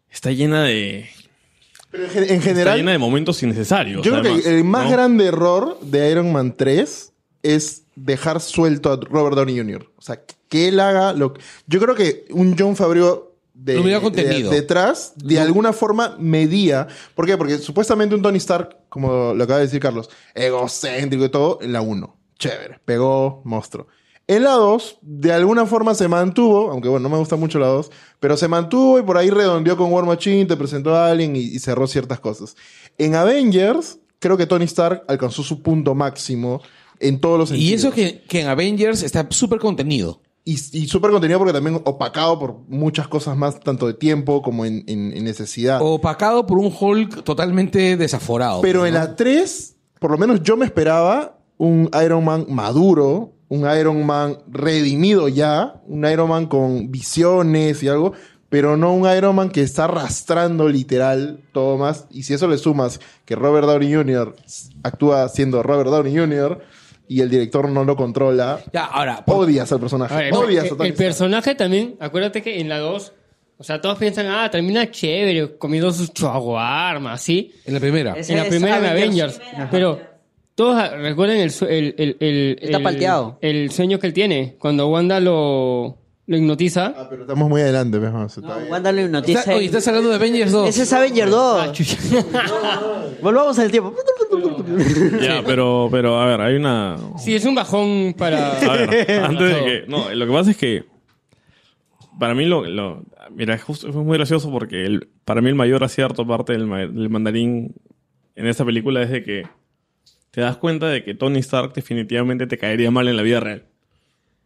está llena de...
Pero en, gen- en
Está
general,
llena de momentos innecesarios.
yo creo
además,
que el más
¿no?
grande error de Iron Man 3 es dejar suelto a Robert Downey Jr. O sea, que él haga lo que... Yo creo que un John Favreau de,
Lo hubiera contenido.
de- detrás, de alguna forma, medía. ¿Por qué? Porque supuestamente un Tony Stark, como lo acaba de decir Carlos, egocéntrico y todo, en la 1. Chévere, pegó, monstruo. En la 2, de alguna forma se mantuvo, aunque bueno, no me gusta mucho la 2, pero se mantuvo y por ahí redondeó con War Machine, te presentó a alguien y, y cerró ciertas cosas. En Avengers, creo que Tony Stark alcanzó su punto máximo en todos los sentidos.
Y eso que, que en Avengers está súper contenido.
Y, y súper contenido porque también opacado por muchas cosas más, tanto de tiempo como en, en- en necesidad.
Opacado por un Hulk totalmente desaforado.
Ah. Pero
¿no?
en la 3, por lo menos yo me esperaba un Iron Man maduro, un Iron Man redimido ya, un Iron Man con visiones y algo, pero no un Iron Man que está arrastrando literal todo más. Y si eso le sumas que Robert Downey Jr. actúa siendo Robert Downey Jr. y el director no lo controla,
Ya, ahora, por-
odias
A
al
ver,
personaje.
el,
odias a
el-
Tony
el
Stark.
personaje también, acuérdate que en la 2, o sea, todos piensan, ah, termina chévere, comiendo su chaguarma, ¿sí?
en la primera.
Es-
En la
Ese
primera en
Avengers.
Avengers. Pero todos ah, recuerden el, sue- el, el, el-
Está
el-
palteado.
el sueño que él tiene. Cuando Wanda lo, lo hipnotiza.
Ah, pero estamos muy adelante, pues, no, se
No,
está bien.
Wanda lo hipnotiza.
Está- oye, estás hablando de Avengers 2.
Ese es Avenger 2.
Ah, chucha.
Volvamos al tiempo.
Ya, pero, pero, a ver, hay una...
sí, es un bajón para.
A ver, antes de que... No, lo que pasa es que... Para mí lo... lo- mira, justo fue muy gracioso porque el- para mí el mayor acierto parte del, ma- del mandarín en esta película es de que te das cuenta de que Tony Stark definitivamente te caería mal en la vida real.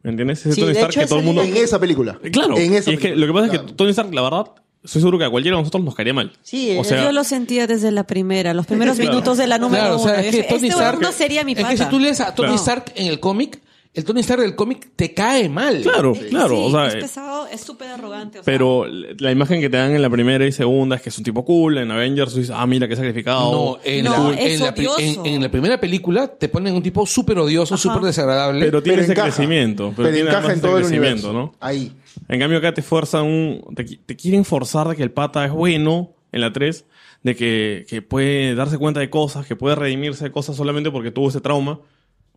¿Me entiendes? Ese
Sí,
Tony
de
Stark
hecho,
que todo el
ese
mundo...
En esa película.
Claro.
En esa
y es que
película.
lo que pasa es que
Claro.
Tony Stark, la verdad, estoy seguro que a cualquiera de nosotros nos caería mal.
Sí, eh,
o sea,
yo lo sentía desde la primera, los primeros
Claro.
minutos de la número
Claro, o
uno.
sea,
Yo
es que
decía,
Tony
este
Stark.
no sería mi
es
pata.
que si tú lees a Tony
Claro.
Stark en el cómic, el Tony Stark del cómic te cae mal.
Claro, claro.
Sí,
o sea, eh,
es pesado, es súper arrogante. o sea.
Pero la imagen que te dan en la primera y segunda es que es un tipo cool. En Avengers tú dices, ah, mira, qué sacrificado.
No, en,
No,
la,
es
en la pri-
odioso.
en- en la primera película te ponen un tipo súper odioso, súper desagradable.
Pero tiene ese
encaja.
crecimiento. Pero,
Pero,
tiene
encaja
además
en
ese
todo el
crecimiento,
universo.
¿no?
Ahí.
En cambio acá te fuerzan un... Te, qui- te quieren forzar de que el pata es bueno en la 3. De que, que puede darse cuenta de cosas, que puede redimirse de cosas solamente porque tuvo ese trauma.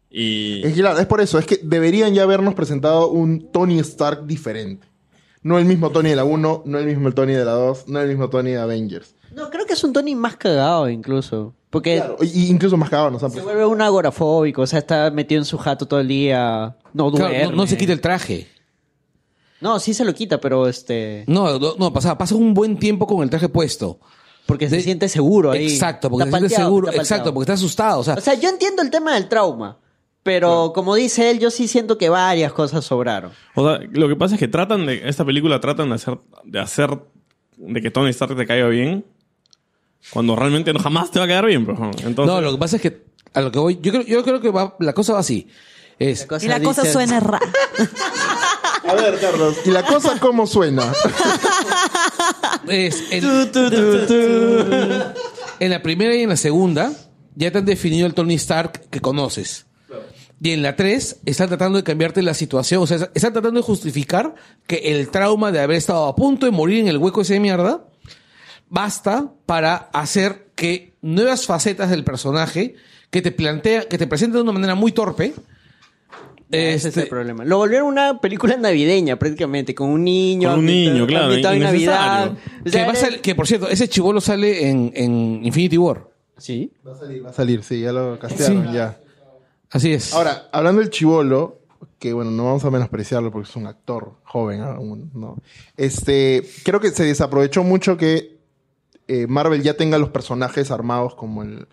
Y...
Es, que, claro, es por eso, es que deberían ya habernos presentado un Tony Stark diferente. No el mismo Tony de la 1, no el mismo Tony de la 2, no el mismo Tony de Avengers.
No, creo que es un Tony más cagado incluso. Porque
Claro, y- y incluso más cagado nos han
se
presentado.
vuelve un agorafóbico, o sea, está metido en su jato todo el día. No
Claro,
duerme.
no, no se quita el traje.
No, sí se lo quita, pero este...
No, no, no, pasa, pasa un buen tiempo con el traje puesto.
Porque se
De-
siente seguro ahí.
Exacto, porque
Está
se siente
palteado,
seguro.
está
Exacto,
palteado.
porque está asustado. O sea,
O sea, yo entiendo el tema del trauma, pero como dice él, yo sí siento que varias cosas sobraron.
O sea, lo que pasa es que tratan de. Esta película tratan de hacer. de hacer. de que Tony Stark te caiga bien. Cuando realmente no, jamás te va a quedar bien, pero. Entonces.
no, lo que pasa es que a lo que voy, yo creo, yo creo que va- la cosa va así. Es,
y la cosa
dice-
suena rara.
A ver, Carlos. ¿Y la cosa cómo suena?
es el- Pues, en la primera y en la segunda ya te han definido el Tony Stark que conoces. Y en la 3 están tratando de cambiarte la situación, o sea, están tratando de justificar que el trauma de haber estado a punto de morir en el hueco ese de mierda basta para hacer que nuevas facetas del personaje que te plantea, que te presenta de una manera muy torpe.
Ese es el
este,
problema. Lo volvieron una película navideña prácticamente, con un niño.
Con un
ambientado-
niño, claro,
ambientado en
innecesario.
Navidad. O sea,
que, va a
era-
sal- que, por cierto, ese chivolo sale en, en Infinity War.
Sí.
Va a salir, va a salir, sí, ya lo castearon, ya.
Así es.
Ahora, hablando del chivolo, que bueno, no vamos a menospreciarlo porque es un actor joven aún, ¿no? Este, creo que se desaprovechó mucho que eh, Marvel ya tenga los personajes armados como el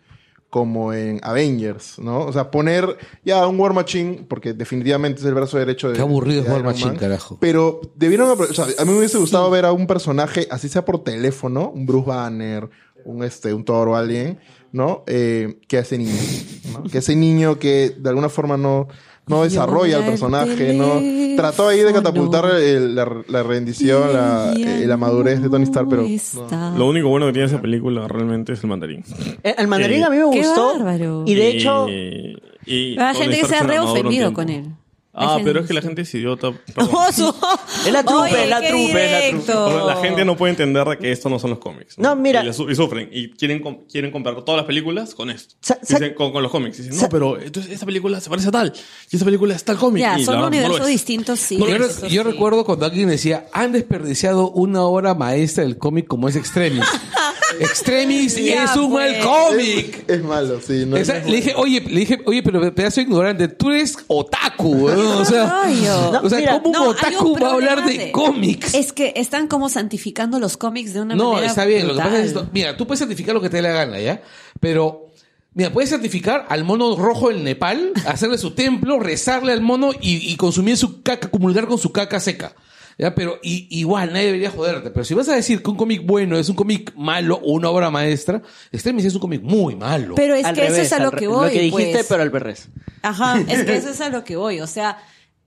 como en Avengers, ¿no? O sea, poner ya un War Machine, porque definitivamente es el brazo derecho de...
Qué aburrido es
de
War
Iron
Machine,
Man,
carajo.
Pero debieron... apro- o sea, a mí me hubiese gustado ver a un personaje, así sea por teléfono, un Bruce Banner, un, este, un Thor o alguien, ¿no? Eh, que a ese niño, ¿no? Que ese niño que de alguna forma no, no desarrolla el
Llora el
personaje, ¿no? Trató ahí de catapultar el- la, la rendición, la, eh, la madurez de Tony Stark, pero...
Está.
Lo único bueno que tiene esa película realmente es el mandarín.
Eh, El mandarín
Eh,
a mí me
Qué
gustó.
bárbaro.
Y de hecho,
Y- Y
Pero hay
Tony
gente que
Stark
se ha
una
re
armadura un
ofendido
tiempo.
con él. Hay
Ah,
gente-
pero es que la gente es idiota. perdón.
¡Oh, su-
Es la trupe,
Oye,
es la
qué
trupe, es la trupe.
directo.
O sea, La gente no puede entender de que esto no son los cómics.
No, mira.
Y, le su- y sufren. Y quieren, com- quieren comprar todas las películas con esto.
Sa- sa-
Dicen, con, con los cómics. Dicen,
sa-
no, pero entonces esta película se parece a tal. Y esta película es tal cómic.
Ya,
Y
son
la verdad, no lo
universos
es.
distintos, sí.
No lo
yo,
es.
re- yo recuerdo cuando alguien decía, han desperdiciado una obra maestra del cómic como es Extremis. Extremis
Ya,
es un mal
pues.
cómic.
Es malo, sí. No es-
Esa- le dije, oye, le dije, oye, pero pedazo de ignorante, tú eres otaku, weón. O sea,
rollo.
o sea,
No,
¿cómo un
No, hay
otaku
un
va a hablar de,
problema
cómics?
Es que están como santificando los cómics de una
No,
manera.
está bien, lo que pasa es esto.
brutal.
Mira, tú puedes certificar lo que te dé la gana, ¿ya? Pero, mira, puedes certificar al mono rojo del Nepal, hacerle su templo, rezarle al mono y, y consumir su caca, comulgar con su caca seca. ¿Ya? Pero y- igual, nadie debería joderte. Pero si vas a decir que un cómic bueno es un cómic malo o una obra maestra, Extremis es un cómic muy malo.
Pero es
Al
que
revés,
eso es a
al
lo
re-
que voy.
Lo que dijiste,
pues.
pero al perrés.
Ajá, es que eso es a lo que voy. O sea,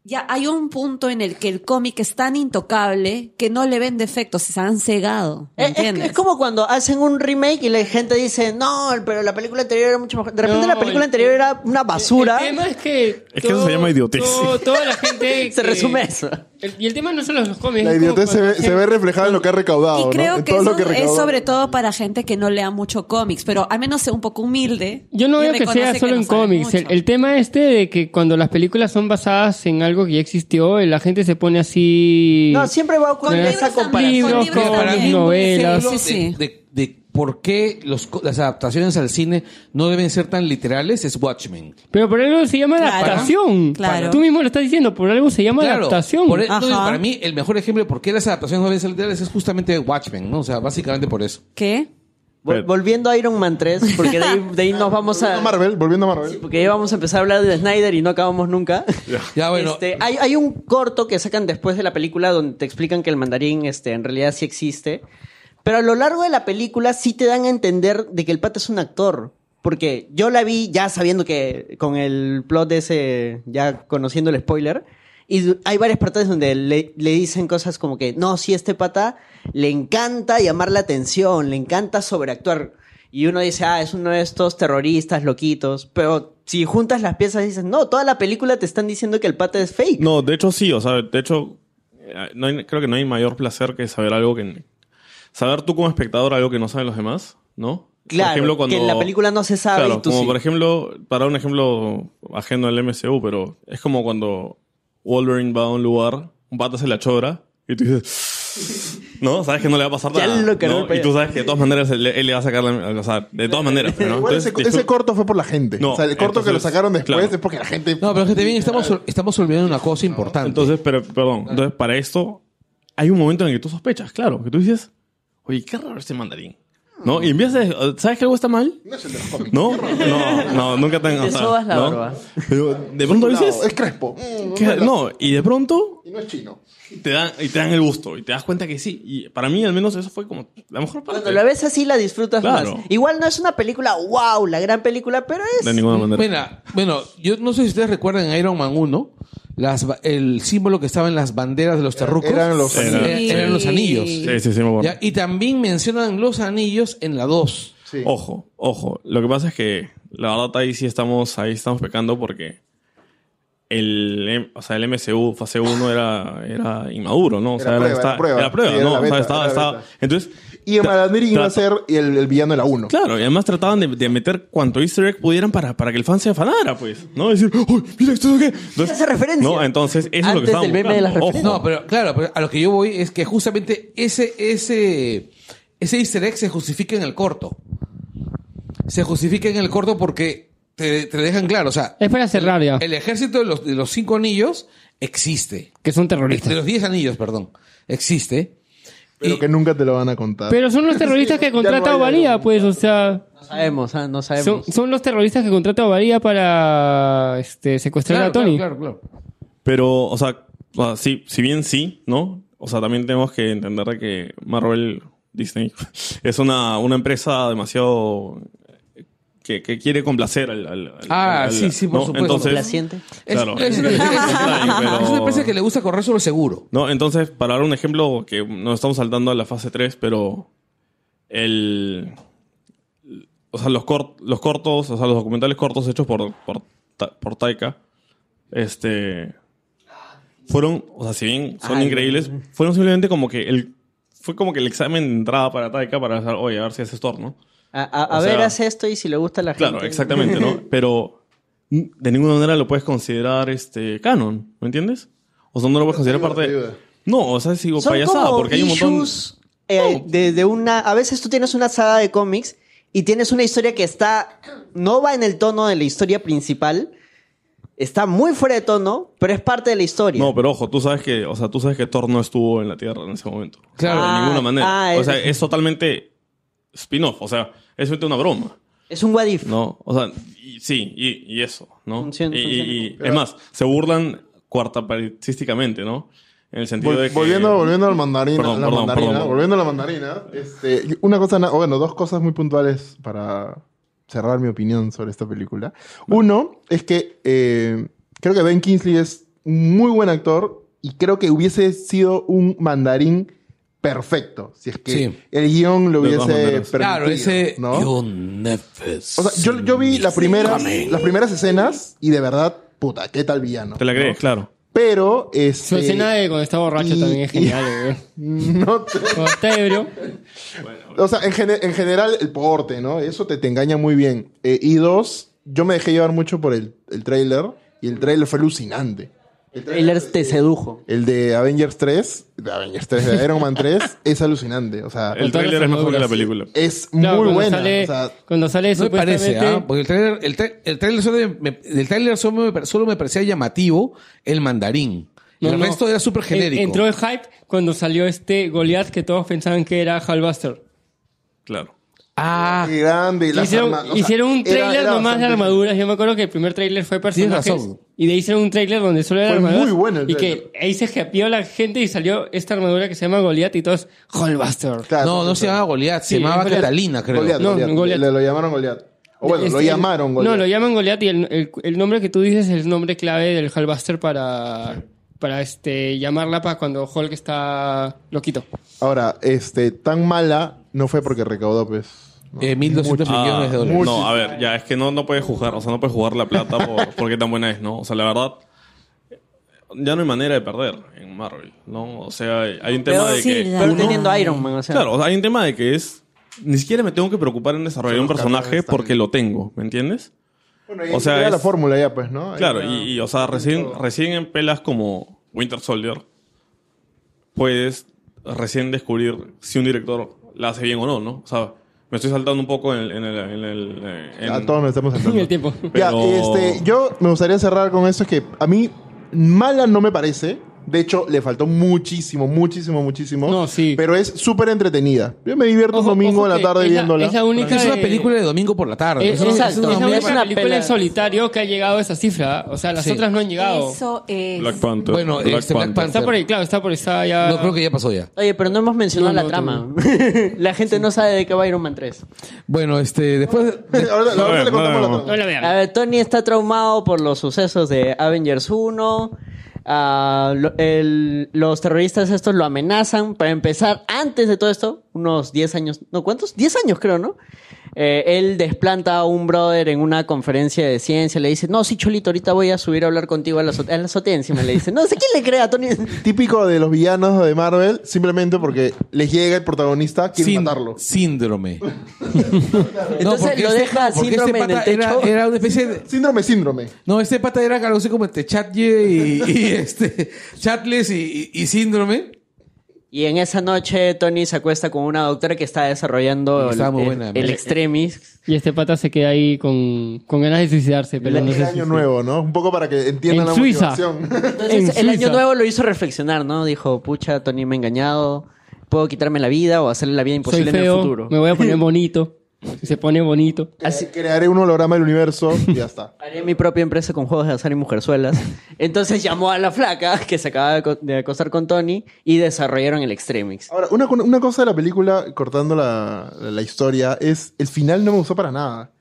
ya hay un punto en el que el cómic es tan intocable que no le ven defectos, se han cegado.
Eh, Es,
Eh,
¿me
es-
¿Entiendes?
es como cuando hacen un remake y la gente dice, no, pero la película anterior era mucho mejor. De repente
No,
la película
el-
anterior era una basura.
El tema es que.
Es que eso se llama idiotez.
todo- toda la gente.
Se
que-
resume eso.
El- y el tema no solo es los cómics.
La
es como
idiotez se
cuando
ve, se ve reflejada en lo que ha recaudado.
Y
¿no?
creo
En
que
todo
eso
lo que
es
recaudó.
sobre todo para gente que no lea mucho cómics, pero al menos sea un poco humilde.
Yo no
y
veo que
reconoce
sea solo
no
en
sabe
cómics. El,
mucho.
el tema este de que cuando las películas son basadas en algo que ya existió, eh, la gente se pone así.
No, siempre va
Con
con esa
libros también,
comparación.
Libros,
libros
con
también.
novelas.
Sí, sí, sí.
de, de- de por qué los co- las adaptaciones al cine no deben ser tan literales es Watchmen.
Pero por algo se llama
Claro.
adaptación.
Claro.
Tú mismo lo estás diciendo, por algo se llama adaptación.
por e- no,
Ajá.
y para mí, el mejor ejemplo de por qué las adaptaciones no deben ser literales es justamente Watchmen, ¿no? O sea, básicamente por eso.
¿Qué?
Vol- Volviendo a Iron Man 3, porque de ahí, de ahí nos vamos
Volviendo
a...
a Marvel, volviendo a Marvel.
Porque ahí vamos a empezar a hablar de Snyder y no acabamos nunca.
Ya, bueno.
Este, hay, hay un corto que sacan después de la película donde te explican que el mandarín este, en realidad sí existe. Pero a lo largo de la película sí te dan a entender de que el pata es un actor. Porque yo la vi ya sabiendo que con el plot de ese, ya conociendo el spoiler. Y du- hay varias partes donde le, le dicen cosas como que, no, sí, este pata le encanta llamar la atención, le encanta sobreactuar. Y uno dice, ah, es uno de estos terroristas loquitos. Pero si juntas las piezas dices, no, toda la película te están diciendo que el pata es fake.
No, de hecho sí, o sea, de hecho, eh, no hay- creo que no hay mayor placer que saber algo que. Saber tú como espectador algo que no saben los demás, ¿no? Por
Claro,
ejemplo, cuando-
que en la película no se sabe
Claro,
y tú
como
sí.
por ejemplo, para un ejemplo ajeno al MCU, pero es como cuando Wolverine va a un lugar, un pato se la chora y tú dices. No, sabes que no le va a pasar
Ya
nada.
lo que no
¿no?
le pasa.
Y tú sabes que de todas maneras él, él le va a sacar la. O sea, de todas maneras. ¿no?
Igual
Entonces,
ese, ese
disfruta-
corto fue por la gente.
No,
o sea, el corto que lo
entonces,
sacaron después
claro.
es porque la gente.
No, pero gente, bien, estamos, estamos olvidando una cosa importante.
Entonces, pero, perdón, entonces para esto hay un momento en el que tú sospechas, claro, que tú dices, oye, qué raro este mandarín. ¿No? Y empiezas, a- ¿sabes que algo está mal?
No es el de los cómics.
No, no, no, nunca te han
Te sobas la
¿no?
barba.
Pero de pronto
No,
dices,
es Crespo. Mm,
¿qué? no, y de pronto
Y no es chino.
te dan, y te dan el gusto y te das cuenta que sí. Y para mí, al menos, eso fue como la mejor parte.
Cuando la ves así la disfrutas
Claro.
más. Igual no es una película, wow, la gran película, pero es...
De ninguna manera.
Mira, bueno, yo no sé si ustedes recuerdan en Iron Man 1, las, ba- el símbolo que estaba en las banderas de los terrucos.
eran los
Era-
anillos.
eran los anillos.
sí, sí, sí, me acuerdo.
Ya, Y también mencionan los anillos en la 2.
Sí.
Ojo, ojo. Lo que pasa es que la verdad ahí sí estamos, ahí estamos pecando porque el, M- o sea, el MCU fase 1 era, era inmaduro, ¿no? O sea,
Era prueba,
esta-
era prueba.
era prueba,
Sí, era
¿no?
la
O sea,
beta,
estaba-
era la
estaba-
beta.
Entonces,
Y el
tra-
Mandarín iba a
tra-
ser el, el villano de la 1.
Claro, y además trataban de, de meter cuanto easter egg pudieran para, para que el fan se afanara, pues. ¿No? Decir, ¡Uy, mira esto es qué! Entonces,
Esa referencia.
No, entonces, eso es lo que
Antes
estaban
del meme de las
buscando.
No,
Ojo.
pero claro, pero a lo que yo voy es que justamente ese, ese, ese easter egg se justifica en el corto. Se justifica en el corto porque te, te dejan claro, o sea,
Es para cerrar ya.
el ejército de los, de los cinco anillos existe. Este,
que son
De
terroristas.
los diez anillos, perdón. Existe.
Pero
Y-
que nunca te lo van a contar.
Pero son los terroristas que
Ya no hay
contrata Ovalía,
algo.
pues, o sea.
No sabemos, ah, no
Son,
sabemos.
son los terroristas que contrata Ovalía para este, secuestrar
Claro,
a Tony.
claro, claro, claro.
Pero, o sea, o sea, sí, si bien sí, ¿no? O sea, también tenemos que entender de que Marvel Disney es una, una empresa demasiado que, que quiere complacer al... al- al-
Ah,
al-
sí, sí, por supuesto.
Entonces,
Complaciente.
Es,
Claro.
es una,
Pero-
es una empresa que le gusta correr sobre seguro.
no, entonces, para dar un ejemplo, que nos estamos saltando a la fase 3, pero el... O sea, los, cor- los cortos, o sea, los documentales cortos hechos por, por Ta- por Taika, este, fueron, o sea, si bien son
Ay.
increíbles, fueron simplemente como que el, fue como que el examen de entrada para Taika para saber, oye, a ver si haces torno.
A, a- a
O
ver,
sea-
haz esto y si le gusta a la gente.
Claro, exactamente, ¿no? Pero n- de ninguna manera lo puedes considerar este canon, ¿me entiendes? O sea, no lo puedes considerar
ayuda,
parte
te
de...
ayuda.
No, o sea, sigo
Son
payasada,
como
porque hay un montón...
issues, eh, de, de una... A veces tú tienes una saga de cómics y tienes una historia que está... No va en el tono de la historia principal. Está muy fuera de tono, pero es parte de la historia.
No, pero ojo, tú sabes que, o sea, tú sabes que Thor no estuvo en la Tierra en ese momento.
Claro.
De
Ah,
ninguna manera.
ah,
o sea,
es-
es totalmente spin-off, o sea, es simplemente una broma.
Es un what if.
No, o sea, y- sí, y, y eso, ¿no?
Funciona,
y, y-
funciona.
y- es más, se burlan cuartapartísticamente, ¿no? En el sentido
Vol-
de que...
volviendo, volviendo al mandarina,
Perdón,
a la
perdón,
mandarina,
perdón.
volviendo a la mandarina, este, y una cosa, na- o bueno, dos cosas muy puntuales para cerrar mi opinión sobre esta película. Uno es que eh, creo que Ben Kingsley es un muy buen actor y creo que hubiese sido un mandarín perfecto si es que
Sí.
el guión lo
De todas
hubiese
maneras.
permitido.
Claro, ese.
¿no?
"You never
O sea, yo, yo vi las primeras, las primeras escenas y de verdad, puta, qué tal villano.
Te la crees, claro.
Pero,
Su
este...
escena de cuando está borracho
y-
también es genial, güey.
No te-
Cuando está ebrio.
O sea, en, gene- en general, el porte, ¿no? Eso te, te engaña muy bien. Eh, y dos, yo me dejé llevar mucho por el, el trailer. Y el trailer fue alucinante. El
Trailer te sedujo.
el de Avengers 3, de Avengers 3, de Iron Man 3 es alucinante. O sea,
El
todas las
tráiler es mejor que la
armaduras.
película.
es
Claro, cuando
muy buena.
Sale,
o sea,
cuando sale
No me
supuestamente...
parece, ¿ah? Porque el trailer, el tra- el trailer solo, me, el trailer solo, me, pare- solo me parecía llamativo el mandarín.
No,
el
no.
resto era súper genérico.
En- Entró el hype cuando salió este Goliath que todos pensaban que era Hulkbuster.
Claro.
Ah,
qué grande. las
Hicieron,
arma- o sea,
hicieron un
era-
trailer
era
nomás de
bastante-
armaduras. Yo me acuerdo que el primer trailer fue personajes.
razón.
Y de ahí hicieron un trailer donde solo era
Fue
armaduras.
muy bueno el
Y que
tráiler.
ahí se japeó la gente y salió esta armadura que se llama Goliath y todos Hulkbuster.
Claro,
no, no se llamaba Goliath, se
Sí,
llamaba
Goliath.
Catalina, creo.
Goliath,
No,
Goliath.
Goliath.
Le, lo llamaron Goliath. O bueno, lo
Este,
llamaron Goliath.
No, lo llaman Goliath y el, el- el nombre que tú dices es el nombre clave del Hulkbuster para, para este, llamarla para cuando Hulk está loquito.
Ahora, este, tan mala no fue porque recaudó, pues. ¿no?
Eh, 1.200
Ah.
millones de dólares.
No, a ver, ya, es que no, no puedes jugar, o sea, no puedes jugar la plata por, por qué tan buena es, ¿no? O sea, la verdad, ya no hay manera de perder en Marvel, ¿no? O sea, hay hay un tema
Pero
de
sí,
que...
la-
tú
Pero
no-
teniendo a Iron Man, o sea...
Claro, o sea, hay un tema de que es... Ni siquiera me tengo que preocupar en desarrollar
Son
un
los
personaje
cartones
porque
también.
lo tengo, ¿me entiendes?
Bueno,
o
o
sea,
sea,
es-
la fórmula ya, pues, ¿no? Ahí
Claro,
ya-
y, y, o sea, recién, recién en pelas como Winter Soldier, puedes recién descubrir si un director la hace bien o no, ¿no? O sea, me estoy saltando un poco en el... En el, en el- eh, en-
A todos nos estamos
En
entrando.
el tiempo.
Ya,
Pero-
este, yo me gustaría cerrar con eso, es que a mí mala no me parece. De hecho, le faltó muchísimo, muchísimo, muchísimo.
No, sí.
Pero es súper entretenida. Yo me divierto
Ojo,
un domingo
ojo
en
que
la tarde
es la-
viéndola.
es la única
Es una
de-
película de domingo por la tarde.
Es,
Eso no-
Eh,
eso
exacto,
no
es
es la
una
única película
pela-
en solitario que ha llegado a esa cifra. O sea, las
Sí.
otras no han llegado.
Eso es.
Black Panther.
Bueno, este, Black
Está por ahí, claro, está por ahí, está ya.
No, creo que ya pasó ya.
Oye, pero no hemos mencionado
No, no,
la trama. la gente no sabe de qué va Iron Man 3.
Bueno, este, después... de-
Ahora- ahora
A ver,
le contamos
no,
la
no.
trama.
No la vean.
A ver, Tony está traumado por los sucesos de Avengers 1. Ah, lo- el- los terroristas estos lo amenazan. Para empezar, antes de todo esto, unos 10 años, ¿no cuántos? 10 años creo, ¿no? Eh, él desplanta a un brother en una conferencia de ciencia. Le dice, no, sí, Cholito, ahorita voy a subir a hablar contigo a la, azote- a la azotea encima. Le dice, no sé quién le crea, Tony.
Típico de los villanos de Marvel, simplemente porque les llega el protagonista, quieren
Sin-
matarlo.
Síndrome.
Entonces lo deja
porque este
síndrome en el
pata era-
techo.
Era, una especie de...
Síndrome, síndrome.
No, este pata era algo así como este Chatye y, y este... Chatless y, y- y síndrome.
Y en esa noche, Tony se acuesta con una doctora que está desarrollando
Y estaba
el,
muy
el-
buena,
el
me-
extremis.
Y este pata se queda ahí con, con ganas de suicidarse, pero no
el
sé
año
si-
nuevo, ¿no? Un poco para que entiendan
En
la
Suiza.
motivación.
En
Entonces, el año
Suiza.
nuevo lo hizo reflexionar, ¿no? Dijo, pucha, Tony me ha engañado. Puedo quitarme la vida o hacerle la vida
Soy
imposible en el
feo,
futuro.
me voy a poner bonito. Se pone bonito.
Así-
Crearé un holograma del universo y ya está.
Haré mi propia empresa con juegos de azar y mujerzuelas. Entonces llamó a la flaca que se acaba de co- de acostar con Tony y desarrollaron el Extremix.
Ahora, una, una cosa de la película, cortando la, la historia, es el final no me gustó para nada.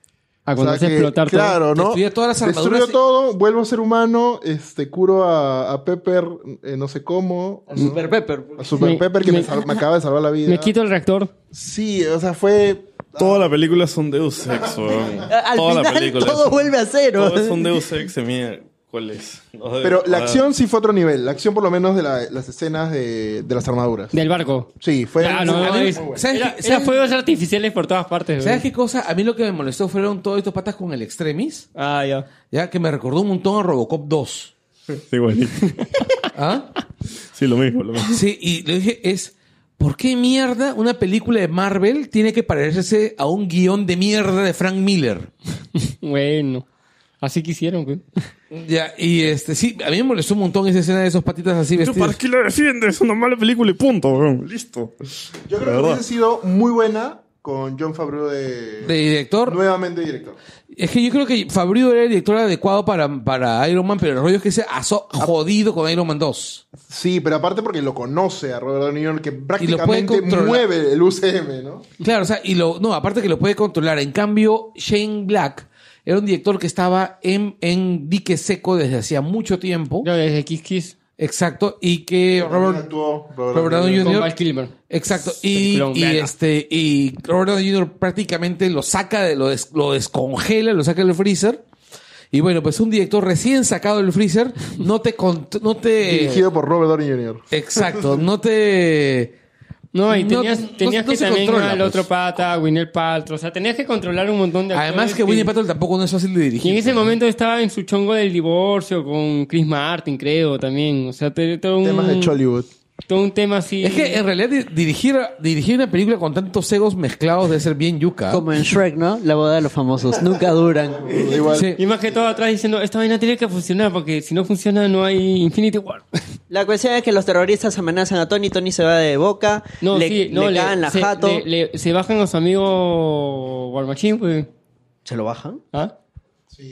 A Ah, cuando
O sea
hace
que,
explotar todo.
claro, ¿no?
Destruyó todas las
Destruyó
armaduras y-
todo, vuelvo a ser humano, este, curo a, a Pepper, eh, no sé cómo. ¿no?
Mm.
Super Pepper.
A Super
Me-
Pepper que me,
me-
sal- me acaba de salvar la vida.
Me quito el reactor.
Sí, o sea, fue... ah,
Toda la película es un Deus Ex, weón.
Al
Toda la
final,
película
todo
es un-
vuelve a cero.
Todo es un Deus Ex, mira, ¿cuál es? Ah, No, de
Pero la
Ah.
verdad.
acción sí fue otro nivel. La acción, por lo menos, de la- las escenas de, de las armaduras.
Del barco.
Sí, fue.
Ah, no,
muy
no,
bueno.
es-
bueno. ¿Sabes
era,
qué?
era
¿Sabes?
fuegos artificiales por todas partes.
¿Sabes
güey.
qué cosa? A mí lo que me molestó fueron todos estos patas con el extremis,
Ah, ya.
ya que me recordó un montón a Robocop 2.
Sí, igualito.
¿Ah?
Sí, lo mismo, lo mismo.
Sí, y le dije, es, ¿por qué mierda una película de Marvel tiene que parecerse a un guión de mierda de Frank Miller?
Bueno. Así quisieron, güey.
Uh. Ya, y este, sí, a mí me molestó un montón esa escena de esos patitas así
¿Tú para
vestidos.
qué lo defiendes? Es una mala película y punto, weón. Listo.
Yo creo que
verdad.
hubiese sido muy buena con John Favreau de,
De director.
nuevamente director.
Es que yo creo que Fabrio era el director adecuado para, para Iron Man, pero el rollo es que se asó jodido con Iron Man 2.
Sí, pero aparte porque lo conoce a Robert Downey Jr., que
puede
prácticamente
controlar.
mueve el UCM, ¿no?
Claro, o sea, y lo, no, aparte que lo puede controlar. En cambio, Shane Black era un director que estaba en, en dique seco desde hacía mucho tiempo.
Claro, desde Kiss Kiss.
Exacto. Y que
También
Robert,
actuó
Robert Downey
Con
Junior.
Val Kilmer.
Exacto. Y,
Peliculón,
y
verga.
este, y Robert Downey Jr. prácticamente lo saca, de, lo, des- lo descongela, lo saca del freezer. Y bueno, pues un director recién sacado del freezer no te, cont- no te,
Dirigido por Robert Downey Jr.
exacto, no te,
No, y
No,
tenías,
no-
tenías
no
que
se
también
controla,
al
pues.
otro pata, a Winner Paltrow. O sea, tenías que controlar un montón de
además
actores
que Winnie Patrol tampoco no es fácil de
Y
dirigir.
en ese momento estaba en su chongo del divorcio con Chris Martin, creo, también. O sea, te- todo un,
Temas de Chollywood.
todo un tema así.
Es que eh, en realidad di- dirigir, dirigir una película con tantos egos mezclados debe ser bien yuca.
Como en Shrek, ¿no? La boda de los famosos. Nunca duran.
Igual.
Sí.
Y más que todo atrás diciendo, esta vaina tiene que funcionar porque si no funciona no hay Infinity War.
La cuestión es que los terroristas amenazan a Tony. Tony se va de boca.
No,
le,
sí, no,
le cagan la
se,
jato.
le- le- se bajan los amigos War Machine, pues.
¿Se lo bajan?
¿Ah?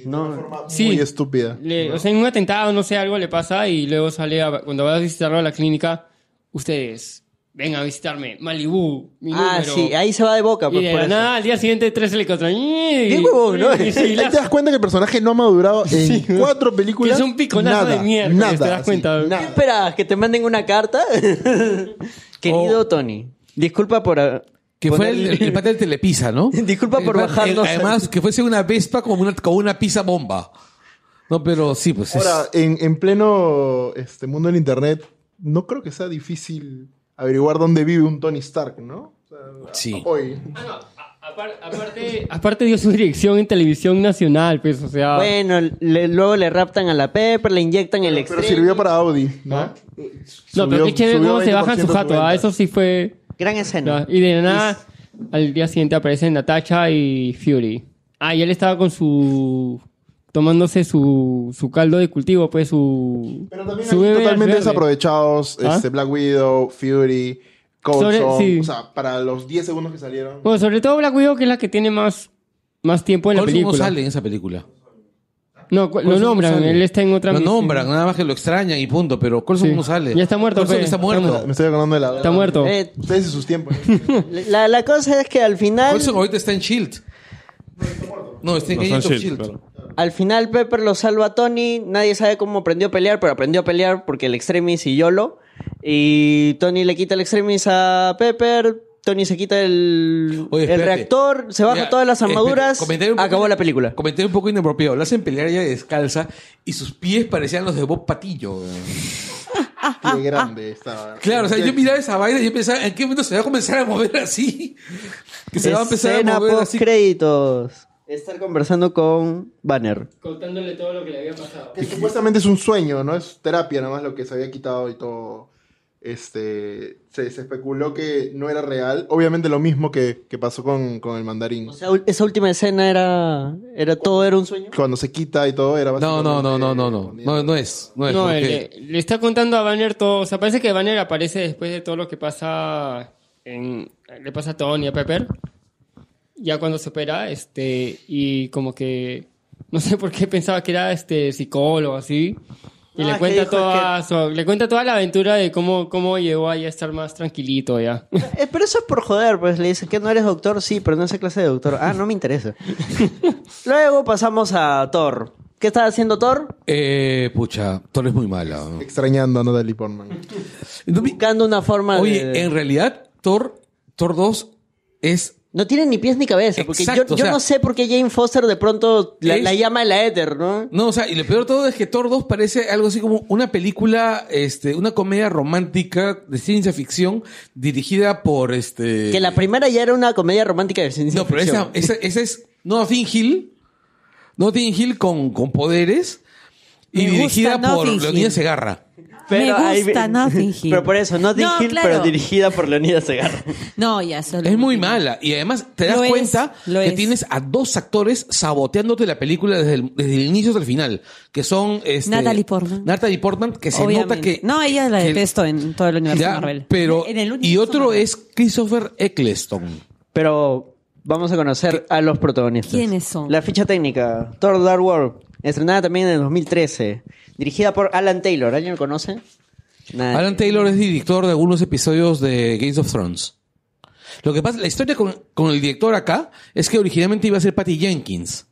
No.
Sí.
Muy estúpida.
Le- O sea, en un atentado, no sé, algo le pasa y luego sale, a- cuando va a visitarlo a la clínica, ustedes, vengan a visitarme, Malibu, mi
Ah,
número.
sí. Ahí se va de boca.
Y
Pues,
de
por
la
eso.
nada, al día siguiente, tres helicópteros.
Qué huevón, ¿no?
Y- y- y-
Ahí te das cuenta que el personaje no ha madurado en cuatro películas.
Que es un piconazo
nada,
de mierda,
Nada,
te das
así,
cuenta.
¿Qué
nada.
esperas? ¿Que te manden una carta? Querido Tony, disculpa por... ah,
Oh. Que fue el,
ponerle-
el, el pata del Telepisa, ¿no?
Disculpa
El
por
pat-
bajarnos
el-
al-
Además, Pues que fuese una Vespa como una, como una pizza bomba. No, pero sí, pues es-
Ahora, en, en pleno este mundo del internet, no creo que sea difícil averiguar dónde vive un Tony Stark, ¿no? O sea,
Sí.
Hoy.
Apar- Aparte, aparte dio su dirección en televisión nacional, pues, o sea...
Bueno, le- luego le raptan a la Pepper, le inyectan el
Pero
extremo.
sirvió para Audi, ¿no?
no, pero
Subió-
qué chévere
subió
cómo se bajan su
20%
jato, ah,
venta.
eso sí fue...
Gran
no,
escena.
y de nada, al día siguiente aparecen Natasha y Fury. Ah, y él estaba con su... tomándose su, su caldo de cultivo, pues, su...
Pero también
su
hay
bebé
totalmente
verde.
desaprovechados.
¿Ah?
Este, Black Widow, Fury,
Sobre-
Coulson.
sí.
O sea, para los 10 segundos que salieron.
Bueno, sobre todo Black Widow, que es la que tiene más, más tiempo en la
Colson no
película.
sale en esa película.
No, cu- lo
Colson no
nombran,
sale.
él está en otra
Lo
misión.
nombran, nada más que lo extrañan y punto, pero Colson
Sí.
no sale.
Ya está muerto,
Colson
pe.
está muerto.
Me estoy acordando de la...
Está muerto.
Eh,
Ustedes y sus tiempos. ¿eh?
la, la cosa es que al final,
Colson ahorita está en Shield. No, está en
No son
Agents of
shit,
Shield.
pero-
al final Pepper lo salva a Tony. Nadie sabe cómo aprendió a pelear, pero aprendió a pelear porque el extremis y Yolo. Y Tony le quita el extremis a Pepper. Tony se quita el,
Oye,
el
espérate.
reactor, se baja
Ya,
todas las
espérate,
armaduras.
comentario un poco-
Acabó la película.
Comentario un poco inapropiado. Lo hacen pelear ella descalza y sus pies parecían los de Bob Patillo.
Qué grande estaba.
Claro, o sea, yo miraba esa vaina y yo pensaba, ¿en qué momento se va a comenzar a mover así? Que se va a empezar
Escena
a mover
post
así.
créditos. Estar conversando con Banner.
Contándole todo lo que le había pasado.
Que supuestamente es un sueño, ¿no? Es terapia nada más lo que se había quitado y todo. Este, se, se especuló que no era real. Obviamente lo mismo que, que pasó con, con el mandarín.
O sea, ul- esa última escena era. era todo era un sueño.
Cuando se quita y todo era
No, no, no, no, no, no.
básicamente-
No, no es. No es.
No,
porque-
le, le está contando a Banner todo. O sea, parece que Banner aparece después de todo lo que pasa. En, le pasa a Tony, a Pepper. Ya cuando se opera, este. Y como que. No sé por qué pensaba que era este psicólogo, así. Y
No, es
le
Ah, que
cuenta
dijo
toda su- le cuenta toda la aventura de cómo, cómo llegó ahí a estar más tranquilito ya.
Eh, pero eso es por joder, pues le dicen que no eres doctor, sí, pero no esa clase de doctor. Ah, no me interesa. Luego pasamos a Thor. ¿Qué estaba haciendo Thor?
Eh, pucha, Thor es muy mala. ¿no?
Extrañando a Natalie Portman.
No, mi-
Buscando una forma
Oye,
de.
en realidad, Thor, Thor 2 es
No tiene ni pies ni cabeza, porque
Exacto,
yo,
o
yo
sea-
no sé por qué Jane Foster de pronto la,
Es-
la llama el éter, ¿no?
No, o sea, y lo peor de todo es que Thor 2 parece algo así como una película, este, una comedia romántica de ciencia ficción dirigida por este.
Que la primera ya era una comedia romántica de ciencia
No, pero esa,
ficción.
esa, esa es Nothing Hill. Nothing Hill con, con poderes. Y
Me gusta
dirigida por
Notting Hill.
Leonidas Segarra.
Me
ahí
gusta
vi-
Notting Hill.
Pero por eso, Notting
No,
Hill,
claro.
pero dirigida por Leonidas Segarra.
No, ya solo.
Es muy mala. Y además te das
Lo es,
cuenta
lo
que
es.
tienes a dos actores saboteándote la película desde el, desde el inicio hasta el final. Que son este,
Natalie Portman.
Natalie Portman, que se
Obviamente.
nota que.
No, ella la
que-
detesto en todo el universo
ya,
Marvel.
Pero,
En el
y
universo
otro
Marvel.
es Christopher Eccleston.
Pero vamos a conocer a los protagonistas.
¿Quiénes son?
La ficha técnica, Thor Dark World, estrenada también en el 2013, dirigida por Alan Taylor. ¿Alguien lo conoce? Nadie.
Alan Taylor es director de algunos episodios de Games of Thrones. Lo que pasa, la historia con, con el director acá es que originalmente iba a ser Patty Jenkins.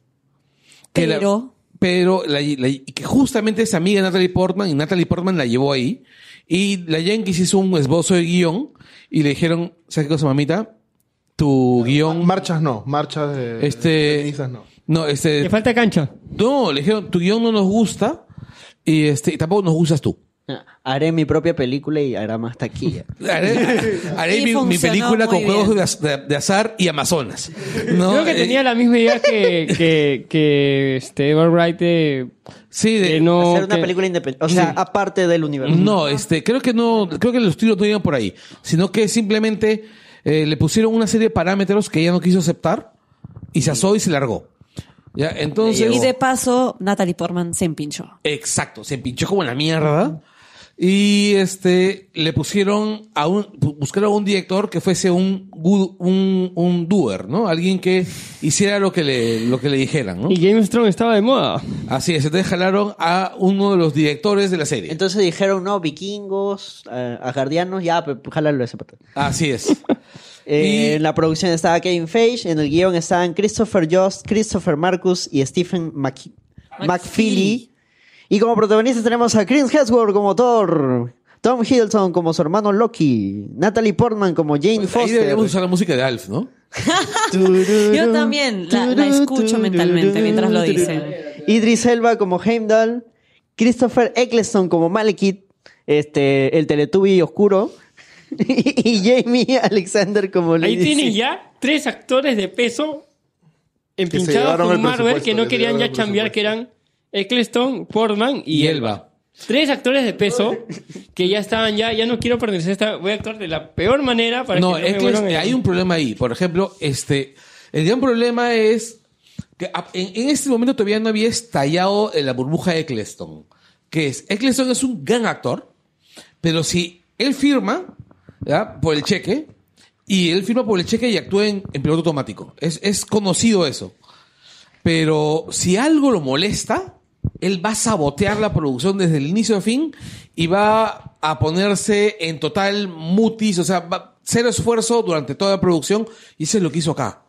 Que la-
Pero-
pero la- la- y que justamente es amiga de Natalie Portman y Natalie Portman la llevó ahí. Y la Jenkins hizo un esbozo de guión y le dijeron, ¿sabes qué cosa, mamita? Tu guión...
Marchas no, marchas de de
este...
cenizas no.
No, este...
Le falta cancha.
No, le dijeron, tu guión no nos gusta y este, y tampoco nos gustas tú.
Ah, Haré mi propia película y hará más taquilla.
Haré, haré
Y
mi- mi,
funcionó
película con
muy
juegos
bien.
de, az- de- de azar y Amazonas. ¿no?
Creo que
Eh,
tenía la misma idea que, que, que este, Edward Wright de,
Sí, de-
que no...
Hacer una
que-
película independiente, o sea, aparte del universo.
No, este, creo que no, creo que los tiros no iban por ahí, sino que simplemente eh, le pusieron una serie de parámetros que ella no quiso aceptar y se asó y se largó. Ya, entonces,
Y de paso, Natalie Portman se empinchó.
exacto, se pinchó como la mierda. Y este, le pusieron a un, bu- buscaron a un director que fuese un, good- un, un doer, ¿no? Alguien que hiciera lo que le, lo que le dijeran, ¿no?
Y James Strong estaba de moda.
Así es, entonces jalaron a uno de los directores de la serie.
Entonces dijeron, no, vikingos, eh, a guardianos, ya, pe- jálalo ese pato.
Así es.
Eh,
Y-
En la producción estaba Kevin Feige, en el guión estaban Christopher Jost, Christopher Marcus y Stephen Mc- McFeely. Y como protagonistas tenemos a Chris Hemsworth como Thor, Tom Hiddleston como su hermano Loki, Natalie Portman como Jane
Ahí
Foster.
deberíamos usar la música de Alf, ¿no?
Yo también la, la escucho mentalmente mientras lo dicen.
Idris Elba como Heimdall, Christopher Eccleston como Malekith, este, el Teletubby oscuro, y Jamie Alexander como
Ahí
Lady
tienen
Sif.
ya tres actores de peso
Que se llevaron
empinchados
el
con Marvel
presupuesto,
que
que
no
se
querían
llevaron
ya
el
chambear, que eran Eccleston, Portman y,
Y
Elba.
Elba.
Tres actores de peso que ya estaban ya, ya no quiero pertenecer a esta, voy a actuar de la peor manera para
No,
que
es
me
que
vuelvan
este,
a-
hay un problema ahí. Por ejemplo, este, el gran problema es que a- en, en este momento todavía no había estallado en la burbuja de Eccleston. Que es, Eccleston es un gran actor, pero si él firma ¿ya? por el cheque, y él firma por el cheque y actúa en, en piloto automático. Es, es conocido eso. Pero si algo lo molesta, él va a sabotear la producción desde el inicio a fin y va a ponerse en total mutis, o sea, va- cero esfuerzo durante toda la producción y eso es lo que hizo acá.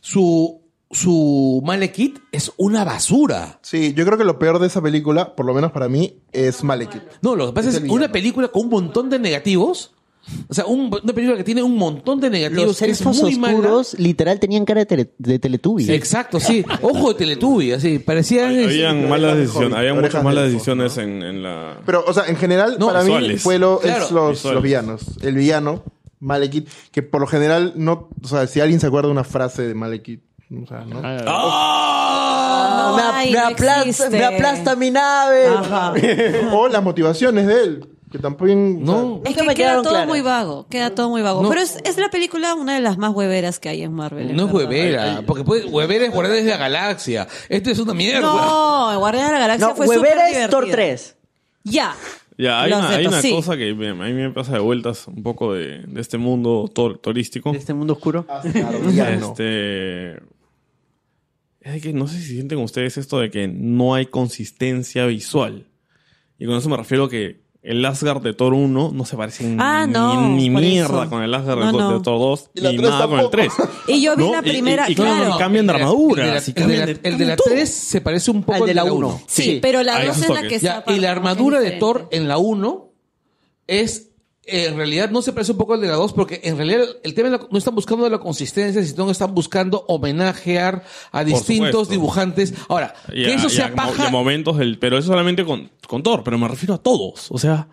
Su, su Malekith es una basura.
Sí, yo creo que lo peor de esa película, por lo menos para mí, es Malekith.
No, lo que pasa
Es
es,
el villano.
una película con un montón de negativos. O sea, un- una película que tiene un montón de negativos.
Los
que es
elfos
muy mala.
oscuros literal tenían cara de, tele- de Teletubby.
Sí, Exacto, sí. Ojo de Teletubby, así. Parecían...
orejas
Habían malas
de
decisiones,
Hobbit,
habían
orejas
muchas
de
malas
elfo,
decisiones en, en la...
Pero, o sea, en general,
No,
para mí
visuales.
fue lo, es
Claro.
los,
Visuales.
los villanos. El villano, Malekith, que por lo general no. O sea, si alguien se acuerda de una frase de Malekith, o sea,
No
¿no?
Ah, me,
hay,
me
no
aplasta,
existe.
me aplasta mi nave.
Ajá.
o las motivaciones de él, que tampoco.
No.
Es
Nunca me
que queda
quedaron
todo
claras.
muy vago, queda todo muy vago.
No.
Pero es, es la película una de las más hueveras que hay en Marvel. en
No es
verdad.
huevera, porque puede, huevera es Guardianes de la Galaxia. Esto es una mierda.
No, Guardián de la Galaxia
no,
fue
Huevera es
superdivertida.
Thor 3.
Ya.
Ya, hay
Los
una, hay
retos,
una
sí.
cosa que me- a mí me pasa de vueltas un poco de, de este mundo tor- turístico.
De este mundo oscuro.
Este. Es que no sé si sienten ustedes esto de que no hay consistencia visual. Y con eso me refiero a que el Asgard de Thor 1 no se parece en-
Ah, no,
ni, ni
por
mierda
eso.
con el Asgard
No,
de, Thor-
no.
de Thor 2
Y la
ni
tres
nada con el 3.
Y yo vi la primera,
y,
claro.
y cambian de armadura.
El de la-
así
El de la,
cambian de-
el de la 3 se parece un poco
Al de la 1.
uno.
Sí, pero la
Ahí
2
esos
es la
toques.
que
Ya,
zapa,
y la
como que es
armadura de
diferente.
Thor en la 1 es eh, en realidad no se parece un poco al de la 2 porque en realidad el tema de la- no están buscando la consistencia, sino están buscando homenajear a distintos
supuesto.
dibujantes. Ahora,
Y
que
a-
eso
y a
sea
mo-
paja...
de momentos del- pero eso solamente con, con Thor, pero me refiero a todos. O sea,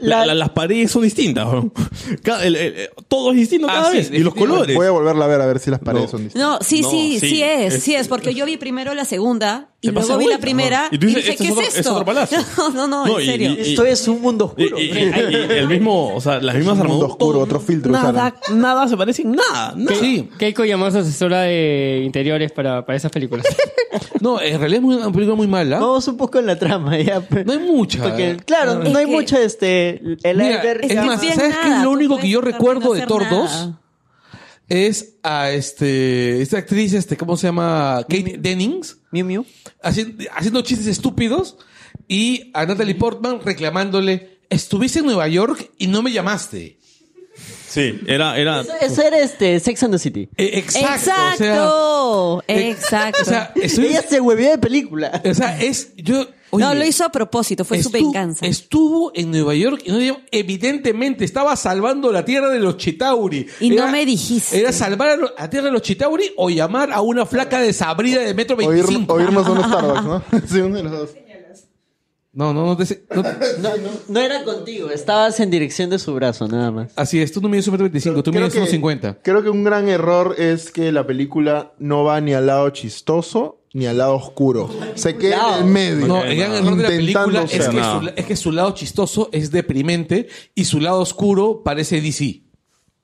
la- la- las paredes son distintas. ¿no? Cada- el- el- todo es distinto
Ah,
cada
sí,
vez. Y los
definitivo.
colores.
Voy a volvolverla a ver a ver si las paredes son distintas.
No, sí,
No,
sí,
sí,
sí, es,
es-
sí es, porque yo vi primero la segunda y
Te pasa
luego vi
vuelta,
la primera
¿no?
y,
Y tú dices,
dije,
"Este
¿qué
es
es,
otro- es
esto?
otro palazo".
No, no, no,
No, y-
en serio.
y-
Esto es un mundo
Y,
oscuro.
y- y- y el mismo, o sea, las mismas
Un mundo
armaduras.
oscuro,
todo-
otro filtro usaron.
Nada, nada se parece en nada. nada.
Sí.
Keiko llamó a su asesora de interiores para, para esas películas.
No, en realidad es muy- una película muy mala. No,
Vamos un poco en la trama ya. pe-
hay mucha.
Porque, claro,
Es
no hay
que-
mucho este. El
Mira,
iceberg
es
que
llama-
más,
bien
¿sabes qué es
nada,
lo
tú
único
puedes
que yo
tratar de
recuerdo de
hacer
Thor 2?
nada.
Es a este, esta actriz, este, ¿cómo se llama? Kate Dennings,
Miu Miu.
haciendo, haciendo chistes estúpidos y a Natalie Portman reclamándole, estuviste en Nueva York y no me llamaste.
Sí, era, era.
Eso, eso era este, Sex and the City.
Eh, Exacto. o sea, eh, e-,
Exacto, exacto.
O sea, estoy-
Ella se huevió de película.
o sea, es, yo,
no,
oye,
lo hizo a propósito, fue su
estu-
venganza.
Estuvo en Nueva York y no llegó. evidentemente estaba salvando la tierra de los Chitauri.
Y no me dijiste.
Era salvar a lo- a la tierra de los Chitauri o llamar a una flaca desabrida de metro
Oír-
25.
oírnos a unos
ah,
Starbucks, ¿no? sí, uno de los dos.
No, no, no, te sé- no te-
No, no era contigo, estabas en dirección de su brazo, nada más.
Así es, tú no mides un metro 25, tú mides unos 50.
Creo que un gran error es que la película no va ni al lado chistoso ni al lado oscuro. Se queda en el medio.
No, el gran error de la película
Intentando
es
ser.
que,
no.
su, la- es que su lado chistoso es deprimente y su lado oscuro parece DC.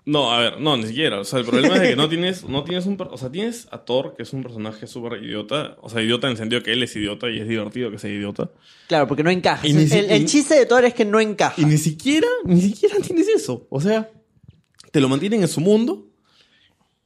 No, a ver, no, ni siquiera. O sea, el problema es de que no tienes, no tienes un. per- O sea, tienes a Thor, que es un personaje súper idiota. O sea, idiota en el sentido que él es idiota y es divertido que sea idiota.
Claro, porque no encaja.
Y ni
El,
si-
el
y-
chiste de Thor es que no encaja.
Y ni siquiera, ni siquiera tienes eso. O sea, te lo mantienen en su mundo.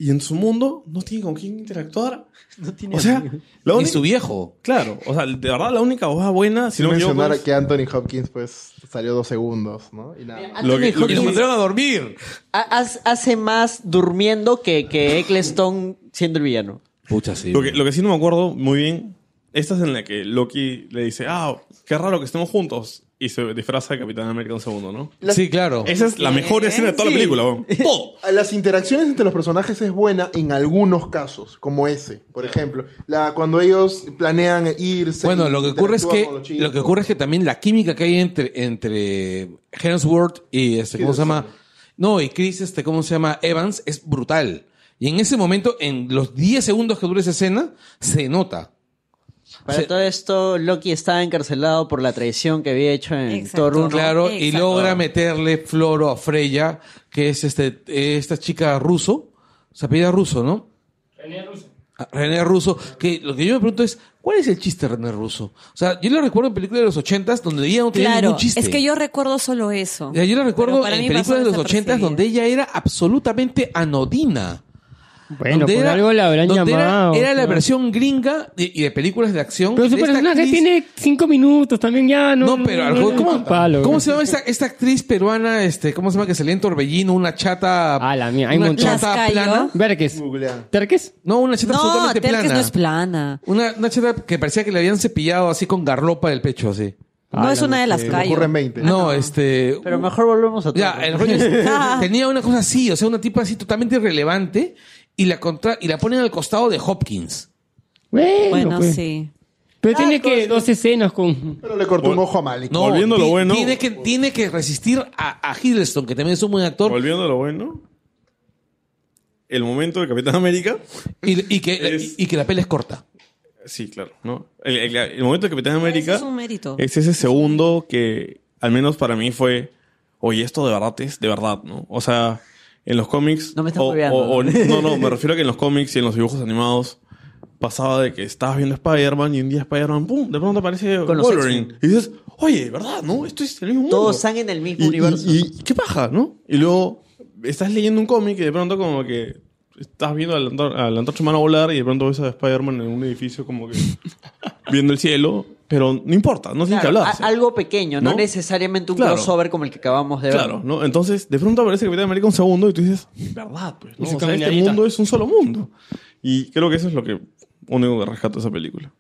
Y en su mundo no tiene con quién interactuar.
No tiene
O sea,
amigos.
la
Y
única.
su viejo.
Claro, o sea, de verdad la única hoja buena, si
Sin
no me equivoco,
mencionar
es-
que Anthony Hopkins pues salió dos segundos, ¿no? Y nada más.
Anthony
lo que- lo
Y lo
Hopkins
mandaron a dormir.
ha- ha- hace más durmiendo que, que Eccleston siendo el villano.
Pucha, sí.
Lo que, lo que sí no me acuerdo muy bien, esta es en la que Loki le dice, ah, qué raro que estemos juntos. Y se disfraza de Capitán América un segundo, ¿no?
Sí, claro.
Esa es la mejor escena de toda la película, weón. Todo.
Las interacciones entre los personajes es buena en algunos casos, como ese, por ejemplo. La, cuando ellos planean irse.
Bueno,
y
lo que ocurre es
interactúan
que
con los chicos.
lo que ocurre es que también la química que hay entre entre Hemsworth y este cómo se llama no y Chris este cómo se llama Evans es brutal y en ese momento en los 10 segundos que dura esa escena se nota
Para
Sí.
todo esto, Loki estaba encarcelado por la traición que había hecho en
Exacto.
Thor 1.
claro y
exacto.
logra meterle floro a Freya que es este eh, esta chica ruso se apellida ruso no A René Russo, que lo que yo me pregunto es, ¿cuál es el chiste de René Russo? O sea, yo lo recuerdo en películas de los ochentas donde ella no tenía
Claro,
ningún chiste.
es que yo recuerdo solo eso.
Ya, yo la
Pero
recuerdo
para
en
mí
películas
pasó
de los ochentas
desapercibida.
donde ella era absolutamente anodina.
Bueno,
Donde
por
era-
algo la habrán
donde era-
llamado.
Era, la
claro.
versión gringa de- y de películas de acción.
Pero su
de esta
personaje
actriz-
tiene cinco minutos también ya, ¿no?
No, pero
no,
algo-
no,
¿cómo,
un palo,
cómo
¿no?
se llama esta, esta actriz peruana? Este, ¿Cómo se llama que salía en Torbellino? Una chata.
Ah, la mía, hay un
una
montón.
chata
Las
plana.
cayó.
Verques.
Googlea.
¿Terques?
No, una chata
No,
absolutamente
Terkes
plana.
no es plana.
Una, una chata que parecía que le habían cepillado así con garropa del pecho, así.
Ah,
No es
la
una de las
Se me
calles.
ocurren 20.
No, este.
Pero mejor volvemos a Thor.
Ya, el rollo es- tenía una cosa así, o sea, una tipa así totalmente irrelevante y la contra y la ponen al costado de Hopkins.
Bueno,
Bueno,
pues.
sí.
Pero tiene que dos escenas con...
Pero le cortó un ojo a Malik.
No,
Volviendo a lo
ti-
bueno.
Tiene que, tiene que resistir a, a Hiddleston, que también es un buen actor,
Volviendo a lo bueno, el momento de Capitán América.
y, y que,
Es-
y que la pela es corta.
Sí, claro, ¿no? El, el- el momento de Capitán América.
Eso es un mérito.
Es ese segundo que, al menos para mí, fue. Oye, esto de verdad es de verdad, ¿no? O sea, en los cómics.
No me estás
o-
hueveando,
o- o-
¿no?
No, no, me refiero a que en los cómics y en los dibujos animados pasaba de que estabas viendo Spider-Man y un día Spider-Man, ¡pum! De pronto aparece
Con los
Wolverine.
X-Men.
Y dices, oye, ¿verdad? ¿No? Esto es el mismo mundo.
Todos están en el mismo
Y- y-
universo.
Y, qué paja, ¿no? Y luego estás leyendo un cómic y de pronto como que estás viendo al antor- a la antorcha humana volar y de pronto ves a Spider-Man en un edificio como que viendo el cielo, pero no importa, no tiene que
Claro,
hablar.
a- algo pequeño, no,
¿No?
necesariamente un
Claro.
crossover como el que acabamos de ver.
Claro, ¿no? Entonces, de pronto aparece Capitán América un segundo y tú dices, verdad, pues, ¿no?
Y su
O sea, este
caminadita.
mundo es un solo mundo. Y creo que eso es lo que único que rescato de esa película.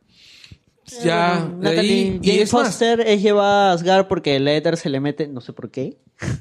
Ya, de ahí,
Natalie
y
Jane
es más,
Foster es llevada a Asgard porque la Ether se le mete, no sé por qué.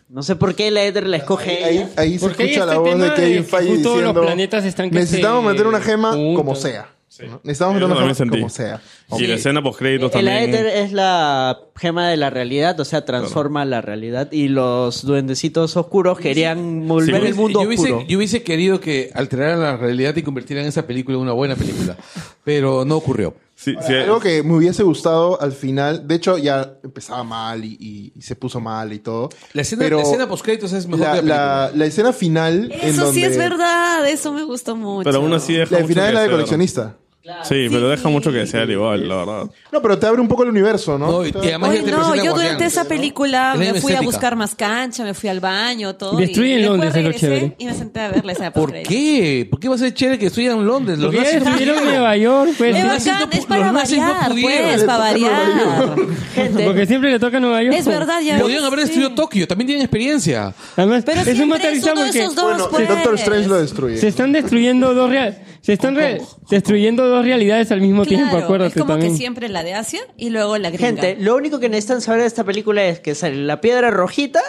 No sé por qué la Ether la escoge ella.
Ahí, ahí se
Porque hay
escucha
este
la voz
tema
de Kevin
de que
Feige
justo los
diciendo...
planetas están que
necesitamos
se
meter una gema
juntan".
como sea. ¿no? Necesitamos
Eso
meter una gema
también sentí.
como sea.
Y la escena post créditos
El Aether
también.
es la gema de la realidad, o sea, transforma la realidad. Y los duendecitos oscuros querían volver
Sí,
el mundo
yo hubiese,
oscuro.
yo hubiese querido que alteraran la realidad y convirtieran esa película en una buena película, pero no ocurrió.
Sí, sí,
Algo que me hubiese gustado al final, de hecho ya empezaba mal y, y- y se puso mal y todo.
La escena,
pero
la escena post créditos es mejor
la-
que la película.
la- la escena final en
Eso sí
donde-
es verdad, eso me gustó mucho.
Pero aún así deja
La
mucho
final
que
es la de
desear.
coleccionista.
Sí, pero deja mucho que desear igual, la verdad.
No, pero te abre un poco el universo, ¿no?
No, y-
Te-
y además
Oye,
ya te
no,
presentan
yo durante
Guardianes,
esa
¿no?
película
Es la
me
misma
fui a
estética.
buscar más cancha, me fui al baño, todo.
Destruye
y después
Londres, es lo
regresé
chévere.
Y me senté a verla esa
¿Por qué? ¿Por qué va a ser chévere que estudien en Londres? Los
Porque ya
nazis no
destruyeron
pudieron.
Nueva York, pues.
Es
Los
¿no?
nazis
bacán,
no
es
pu-
para
los nazis no
variar,
pudieron.
pues,
Les
para variar.
Porque siempre le toca a Nueva York. pues.
Es verdad, ya.
Podrían haber
sí.
estudiado Tokio, también tienen experiencia.
Además,
Pero
es un
siempre es
materialista
uno de
porque
esos dos,
Bueno,
pues.
Doctor Strange lo destruye.
se están destruyendo dos real- se están re- destruyendo dos realidades al mismo
Claro,
tiempo, acuérdate
es como
también.
que siempre la de Asia y luego la gringa.
Gente, lo único que necesitan saber de esta película es que sale la piedra rojita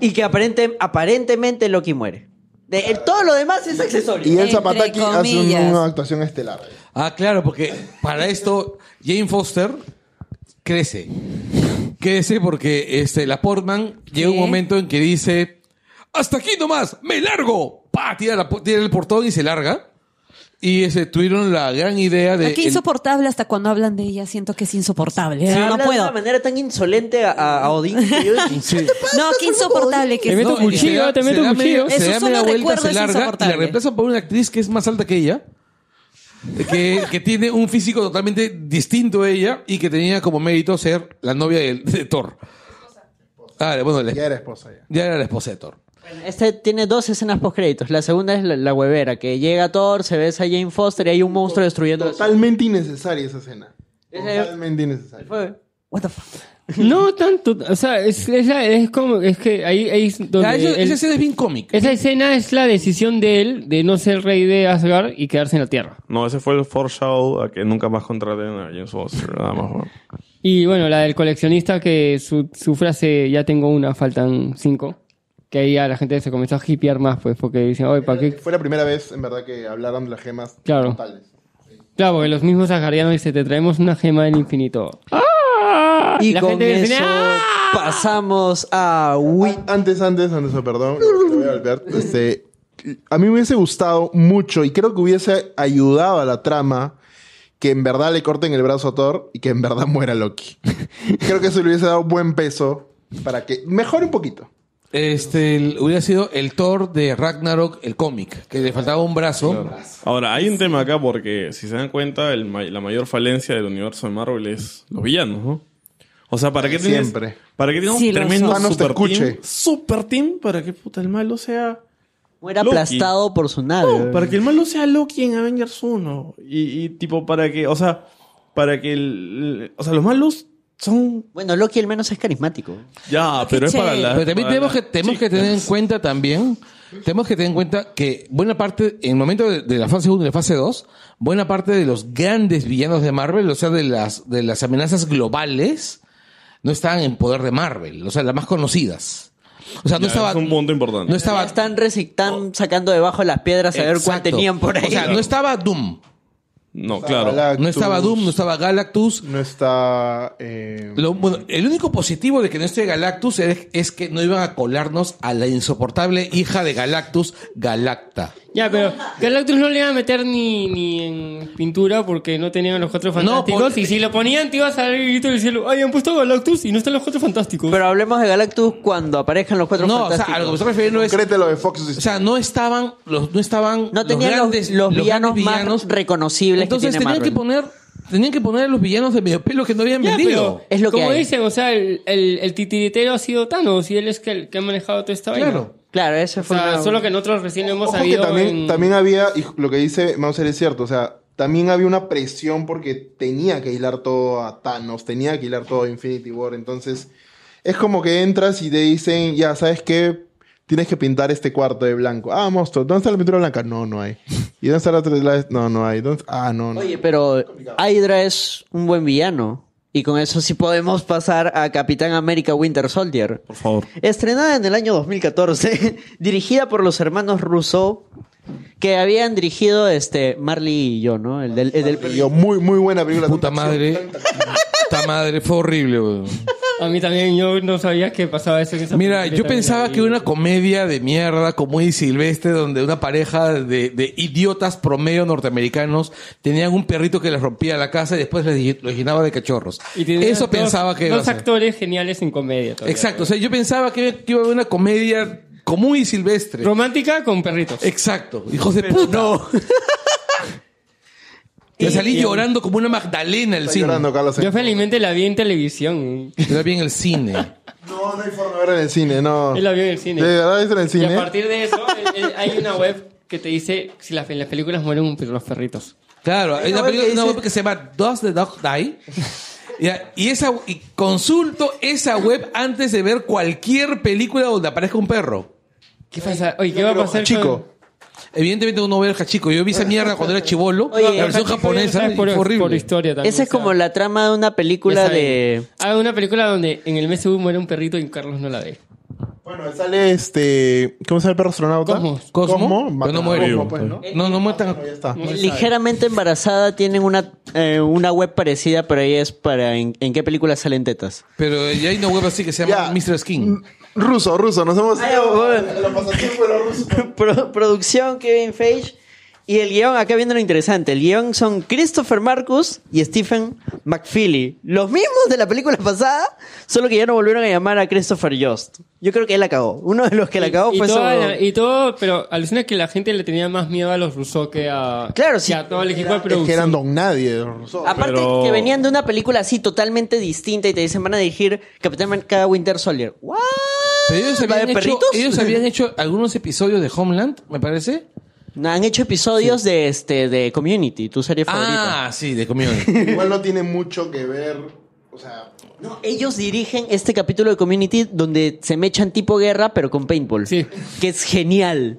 y que aparente, aparentemente Loki muere. De- el- todo lo demás es accesorio.
Y el
Entre
Zapataki hace un-
comillas.
una actuación estelar.
Ah, claro, porque para esto Jane Foster crece. Crece porque este, la Portman llega un
¿Qué?
momento en que dice, hasta aquí nomás, me largo. Pa, tira, la po- tira el portón y se larga. Y este, tuvieron la gran idea de...
Aquí
el-
insoportable hasta cuando hablan de ella, siento que es insoportable.
Se
Ah,
habla
no
de
puedo.
una manera tan insolente a, a- a Odín que yo-
No, qué insoportable que
Te meto
y
es.
se
cuchillo,
da-
te
se
meto
da
cuchillo.
media- Se
Eso
da
solo
media vuelta,
recuerdo
se
es
larga y la
insoportable.
reemplazan por una actriz que es más alta que ella. Que, que tiene un físico totalmente distinto a ella y que tenía como mérito ser la novia de, de Thor. Ah, bueno, le-
Ya era esposa ya.
ya era la esposa de Thor.
Este tiene dos escenas post créditos. La segunda es la, la huevera, que llega Thor, se besa a Jane Foster y hay un monstruo destruyendo.
Totalmente innecesaria esa escena.
Ese-
Totalmente innecesaria.
Fue- What the fuck?
No tanto, o sea, es, es, la- es como es que ahí, ahí es donde
Ah,
Ya, eso-
él-
Ah, esa escena es bien cómica.
esa escena es la decisión de él de no ser rey de Asgard y quedarse en la Tierra.
No, ese fue el foreshadow a que nunca más contraten a James Foster, nada más. ¿no?
Y bueno, la del coleccionista que su, su frase ya tengo una, faltan cinco. Que ahí ya la gente se comenzó a hipear más, pues, porque dicen, oye, ¿para qué?
Fue la primera vez, en verdad, que hablaron de las gemas
Claro.
totales.
Claro, porque los mismos asgardianos dicen, te traemos una gema del infinito. ¡Ah!
Y
la
con
gente dice,
eso
¡ah!
pasamos a Wit.
An- Antes, antes, antes, oh, perdón. lo voy a golpear. Este, a mí me hubiese gustado mucho y creo que hubiese ayudado a la trama que en verdad le corten el brazo a Thor y que en verdad muera Loki. creo que eso le hubiese dado buen peso para que mejore un poquito.
Este, el- hubiera sido el Thor de Ragnarok, el cómic, que le faltaba un brazo.
Ahora, hay un tema acá porque, si se dan cuenta, el ma- la mayor falencia del universo de Marvel es los villanos, ¿no? O sea, ¿para qué tienes,
Siempre.
¿para qué tienes
Sí,
un
lo
tremendo
son. Thanos te
super team?
escuche.
Super team para que puta, el malo sea...
Muere
Loki.
aplastado por su nave.
Eh.
No, para que el malo sea Loki en Avengers 1. Y, y tipo, para que, o sea, para que el... O sea, los malos son...
Bueno, Loki al menos es carismático.
Ya, pero es
chévere.
para la...
Pero también
para
tenemos que,
la
tenemos que
chica.
tener en cuenta también, tenemos que tener en cuenta que buena parte, en el momento de, de la fase 1 y la fase 2, buena parte de los grandes villanos de Marvel, o sea, de las, de las amenazas globales, no estaban en poder de Marvel, o sea, las más conocidas. O sea, no
Ya,
estaba,
Es un punto importante.
no
Ah,
estaba,
Están, resi- están sacando debajo las piedras a ver cuál
Oh. Exacto.
tenían por ahí.
O sea, no estaba Doom,
No, claro.
no estaba Doom, no estaba Galactus,
No está. eh,
Lo- bueno, el único positivo de que no esté Galactus es, es que no iban a colarnos a la insoportable hija de Galactus, Galacta.
Ya, pero Galactus no le iba a meter ni, ni en pintura porque no tenían los cuatro fantásticos.
por-
Y si lo ponían, te ibas a salir el grito del cielo. ¡Ay, han puesto Galactus y no están los cuatro fantásticos!
Pero hablemos de Galactus cuando aparezcan los cuatro
No, o sea,
fantásticos.
a lo que me estoy refiriendo es.
Concrete lo de Fox.
O sea, no estaban los, no estaban
No tenían los- los villanos más reconocibles que
Entonces
tiene
tenían que poner, tenían que poner a los villanos de medio pelo que no habían
Ya,
vendido.
pero
Es lo que
como
hay.
dicen, o sea, el, el, el titiritero ha sido Thanos y él es que el que ha manejado toda esta vaina.
Claro.
Claro, ese
O
fue.
sea,
una-
solo que nosotros recién lo hemos
Ojo que
sabido.
también,
en-
también había, y lo que dice Mauser es cierto, o sea, también había una presión porque tenía que hilar todo a Thanos, tenía que hilar todo a Infinity War, entonces es como que entras y te dicen, ya, ¿sabes qué? tienes que pintar este cuarto de blanco. Ah, monstruo, ¿dónde está la pintura blanca? No, no hay. ¿Y dónde está la otra? la- No, no hay. ¿Dónde- Ah, no, no.
Oye, pero Hydra es un buen villano. Y con eso sí podemos pasar a Capitán América Winter Soldier.
Por favor.
Estrenada en el año 2014, dirigida por los hermanos Russo, que habían dirigido este Marley y yo, ¿no? El del, el del-
Y yo, muy, muy buena película.
Puta
Tanta
madre.
acción,
Puta madre, fue horrible, weón.
A mí también yo no sabía que pasaba eso. en esa
Mira,
película
yo
también la
pensaba
vi.
que una comedia de mierda como Eddie Silvestre, donde una pareja de, de idiotas promedio norteamericanos tenían un perrito que les rompía la casa y después les lle- lo llenaba de cachorros.
Y tenía
Eso
dos-
pensaba que iba a
Dos
ser.
actores geniales en comedia. todavía.
Exacto, o sea, yo pensaba que que iba a haber una comedia común y silvestre.
Romántica con perritos.
Exacto, hijos de puta. Me salí llorando como una Magdalena el
Está
cine.
llorando, Carlos.
Yo felizmente la vi en televisión.
Yo la vi en el cine.
No, no hay forma de ver en el cine, no.
Él la vio en el cine.
De verdad, es en el
Y
cine.
a partir de eso, el- el- hay una web que te dice si las, en las películas mueren los perritos.
Claro, hay una
una web
película
que
una
dice-
web que se llama Does the Dog Die? Ya, Y, esa, y consulto esa web antes de ver cualquier película donde aparezca un perro.
¿Qué pasa? Oye, ¿qué va a pasar? con-
Chico.
Evidentemente uno ve el Hachiko. Yo vi esa mierda cuando era chivolo.
Oye,
la versión
Oye,
japonesa
¿sabes? por,
fue horrible.
por historia también.
Esa es
o sea,
como la trama de una película
ya saben.
de...
Ah, una película donde en el MSU muere un perrito y Carlos no la ve.
Bueno, sale este. ¿Cómo se llama el perro astronauta?
Cosmos.
Cosmo,
Bacán,
pero no muere.
Cosmo, pues, ¿no?
No, no muestran.
Ya está.
Ligeramente embarazada tienen una, eh, una web parecida, pero ahí es para en, en qué película salen tetas.
Pero ya hay una web así que se llama
Ya. Mm,
Mr. Skin.
Mm.
oh,
Ruso, ruso, nos hemos.
Ay, bueno.
Lo pasatiempo de los rusos.
Pro- producción Kevin Feige y el guión, acá viene lo interesante, el guión son Christopher Marcus y Stephen McFeely. Los mismos de la película pasada, solo que ya no volvieron a llamar a Christopher Jost. Yo creo que él la cagó. Uno de los que la cagó
y,
fue
y
su...
toda la- y todo, pero alucina que la gente le tenía más miedo a los Rousseau que a,
Claro,
que
sí.
a todo el equipo de
Es
producción.
que eran don nadie los rusos.
Ah.
Aparte
pero-
que venían de una película así totalmente distinta y te dicen van a dirigir Capitán América Winter Soldier. ¿What?
Pero ellos
¿Va de
habían, hecho,
perritos?
ellos habían hecho algunos episodios de Homeland, me parece.
Han hecho episodios de este de Community, tu serie favorita.
Ah, sí, de Community.
Igual no tiene mucho que ver. O sea.
No, ellos dirigen este capítulo de Community donde se mechan tipo guerra pero con paintball.
Sí.
Que es genial.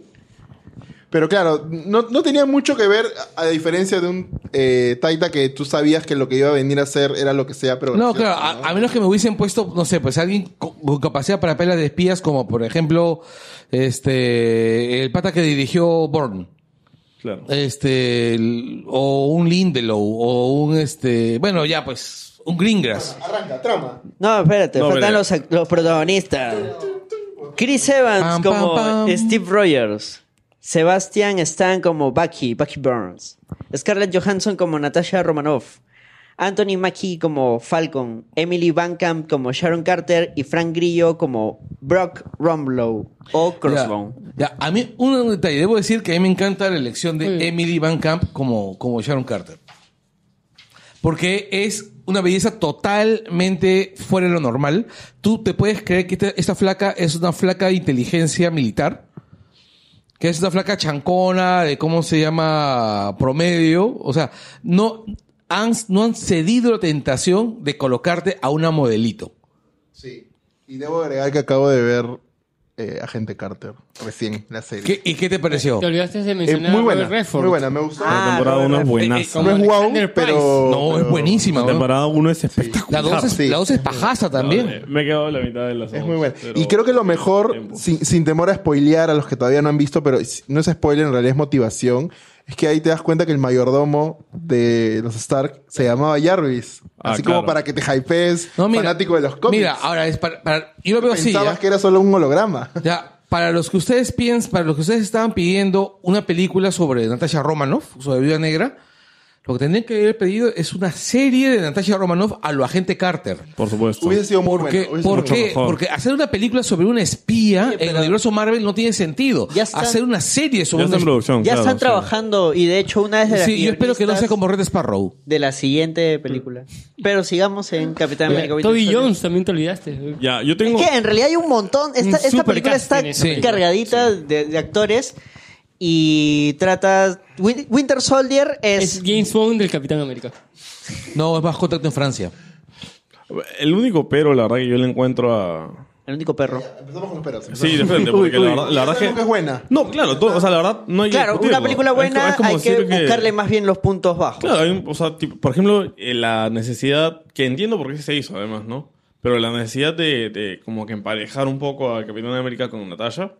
Pero claro, no, no tenía mucho que ver, a a diferencia de un eh, Taita que tú sabías que lo que iba a venir a hacer era lo que sea, pero.
No, claro, a, a menos que me hubiesen puesto, no sé, pues alguien co- con capacidad para pelas de espías, como por ejemplo, este, el pata que dirigió Bourne.
Claro.
Este, el- o un Lindelof, o un este, bueno, ya pues, un Greengrass.
Arranca, trama.
No, espérate,
No,
faltan
pero-
los, ac- los protagonistas. Chris Evans
Pam, pam,
como
pam.
Steve Rogers. Sebastian Stan como Bucky, Bucky Burns. Scarlett Johansson como Natasha Romanoff. Anthony Mackie como Falcon. Emily Van Camp como Sharon Carter. Y Frank Grillo como Brock Rumlow o Crossbone.
Ya, ya, a mí, un detalle, debo decir que a mí me encanta la elección de Emily Van Camp como, como Sharon Carter. Porque es una belleza totalmente fuera de lo normal. Tú te puedes creer que esta, esta flaca es una flaca de inteligencia militar. Que es una flaca chancona, de cómo se llama promedio. O sea, no han, no han cedido la tentación de colocarte a una modelito.
Sí. Y debo agregar que acabo de ver eh, Agente Carter, recién, la serie.
¿Qué- ¿Y qué te pareció?
Te olvidaste de
Eh,
mencionar
muy
a
buena.
Robert Redford.
Muy buena, me gustó.
La
Ah,
temporada
no,
1
eh,
es buenaza.
como
no es wow,
Alexander Price.
pero.
No, es
pero
buenísima.
La
weón.
temporada 1 es espectacular.
La dos es,
Sí.
la dos es pajaza también.
Eh, Me he quedado a la mitad de las
Es
dos,
muy buena.
pero-
Y creo que lo mejor, sin, sin temor a spoilear a los que todavía no han visto, pero si- no es spoiler, en realidad es motivación, es que ahí te das cuenta que el mayordomo de los Stark se llamaba Jarvis.
Ah,
así
claro.
como para que te hypees,
No, mira,
fanático de los cómics.
Mira, ahora es para, para- yo lo veo así. ¿eh?
Pensabas
¿ya?
que era solo un holograma.
Ya, para los que ustedes piensan, para los que ustedes estaban pidiendo una película sobre Natasha Romanoff, sobre Viuda Negra, lo que tendrían que haber pedido es una serie de Natasha Romanoff a lo agente Carter.
Por supuesto.
Hubiese sido muy
Porque,
bueno. hubiese
¿por
sido
qué?
mucho
mejor.
Porque hacer una película sobre una espía en el universo Marvel no tiene sentido.
Ya está.
Hacer una serie
Ya
sobre
está en
una
producción.
Ya
claro,
están
sí.
trabajando y de hecho una es de las
Sí, yo espero que no sea
guionistas
como Red Sparrow.
de la siguiente película. Pero sigamos en Capitán América. Winter
Eh, Toby
Soldier.
Jones también te olvidaste.
Ya,
Ah.
yo
Es
tengo.
que en realidad hay un montón. Esta,
Un
esta
supercast
película está
en esa película.
cargadita de, de actores y trata. Win- Winter Soldier es.
Es James Bond del Capitán América.
No, es más contacto en Francia.
El único pero, la verdad, que yo le encuentro a,
El único perro.
Empezamos con los peros.
Sí, de frente, porque la verdad, la verdad
Sabemos
que...
que es buena.
No, claro, todo- o sea, la verdad no hay que
Claro, una
discutirlo.
película
Es co-
buena
es como
hay que
decir
buscarle más bien los puntos bajos.
Claro, hay un- o sea, tipo, por ejemplo, eh, la necesidad, que entiendo por qué se hizo además, ¿no? Pero la necesidad de, de como que emparejar un poco a Capitán América con Natasha,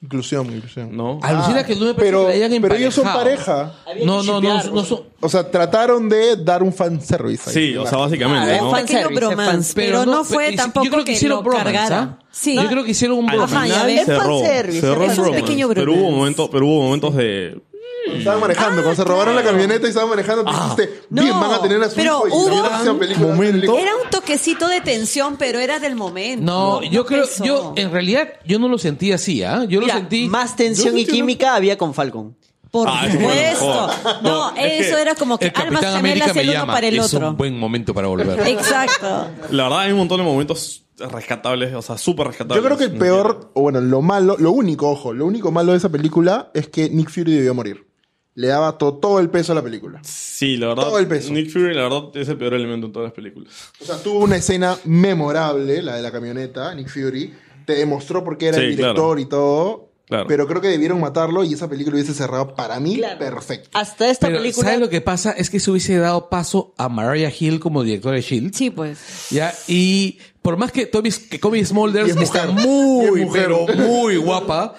Inclusión, inclusión.
¿no?
Alucina que no me parece
pero,
que la hayan
pero ellos son
emparejado.
pareja.
Había
No,
que
no, no,
shippear.
no son.
O sea, trataron de dar un fanservice. ahí.
Sí, o sea, básicamente,
Ah,
¿no?
es fan-
Pequeño
fanservice,
bromance,
es
pero no
pe-
fue
yo
tampoco
creo que, hicieron
lo
bromance,
cargaron.
¿ah?
Sí.
Yo creo que hicieron un
Al
bromance.
Ajá, ya
final
ves.
cerró,
Fanservice,
es
cerró el
un
bromance,
pequeño
pero hubo
bromance.
momentos, pero hubo momentos de
Estaban manejando, cuando se robaron la camioneta y estaban manejando, tú
Ah.
dijiste, bien,
Ah. No,
van a tener a su
pero
hijo y
hubo-
la próxima película va a tener Momento. hijo.
Era un toquecito de tensión, pero era del momento.
No, yo creo,
pensó.
yo eh, en realidad yo no lo sentí así, ¿ah? Yo
Mira,
lo sentí
Más tensión y química había con Falcon.
Por
Ah, eso fue lo
supuesto.
mejor.
No,
No, es
eso
que
era como que
el
almas
Capitán América
gemelas
me
el uno
llama.
para el
es
otro.
un buen momento para volver.
Exacto.
La verdad, hay un montón de momentos rescatables, o sea, súper rescatables.
Yo creo que el peor, o bueno, lo malo, lo único, ojo, lo único malo de esa película es que Nick Fury debió morir. Le daba to- todo el peso a la película.
Sí, la verdad.
Todo el peso.
Nick Fury, la verdad, es el peor elemento en todas las películas.
O sea, tuvo una escena memorable, la de la camioneta, Nick Fury. Te demostró por qué era el
Sí,
director
claro.
y todo.
Claro.
Pero creo que debieron matarlo y esa película hubiese cerrado para mí perfecto.
Hasta esta
Pero
película.
¿sabes lo que pasa? Es que se hubiese dado paso a Mariah Hill como directora de S.H.I.E.L.D.
Sí, pues.
¿ya? Y por más que Tommy, que Tommy
Y
Smulders
es
está
mujer. Y
muy,
es mujer.
pero muy guapa,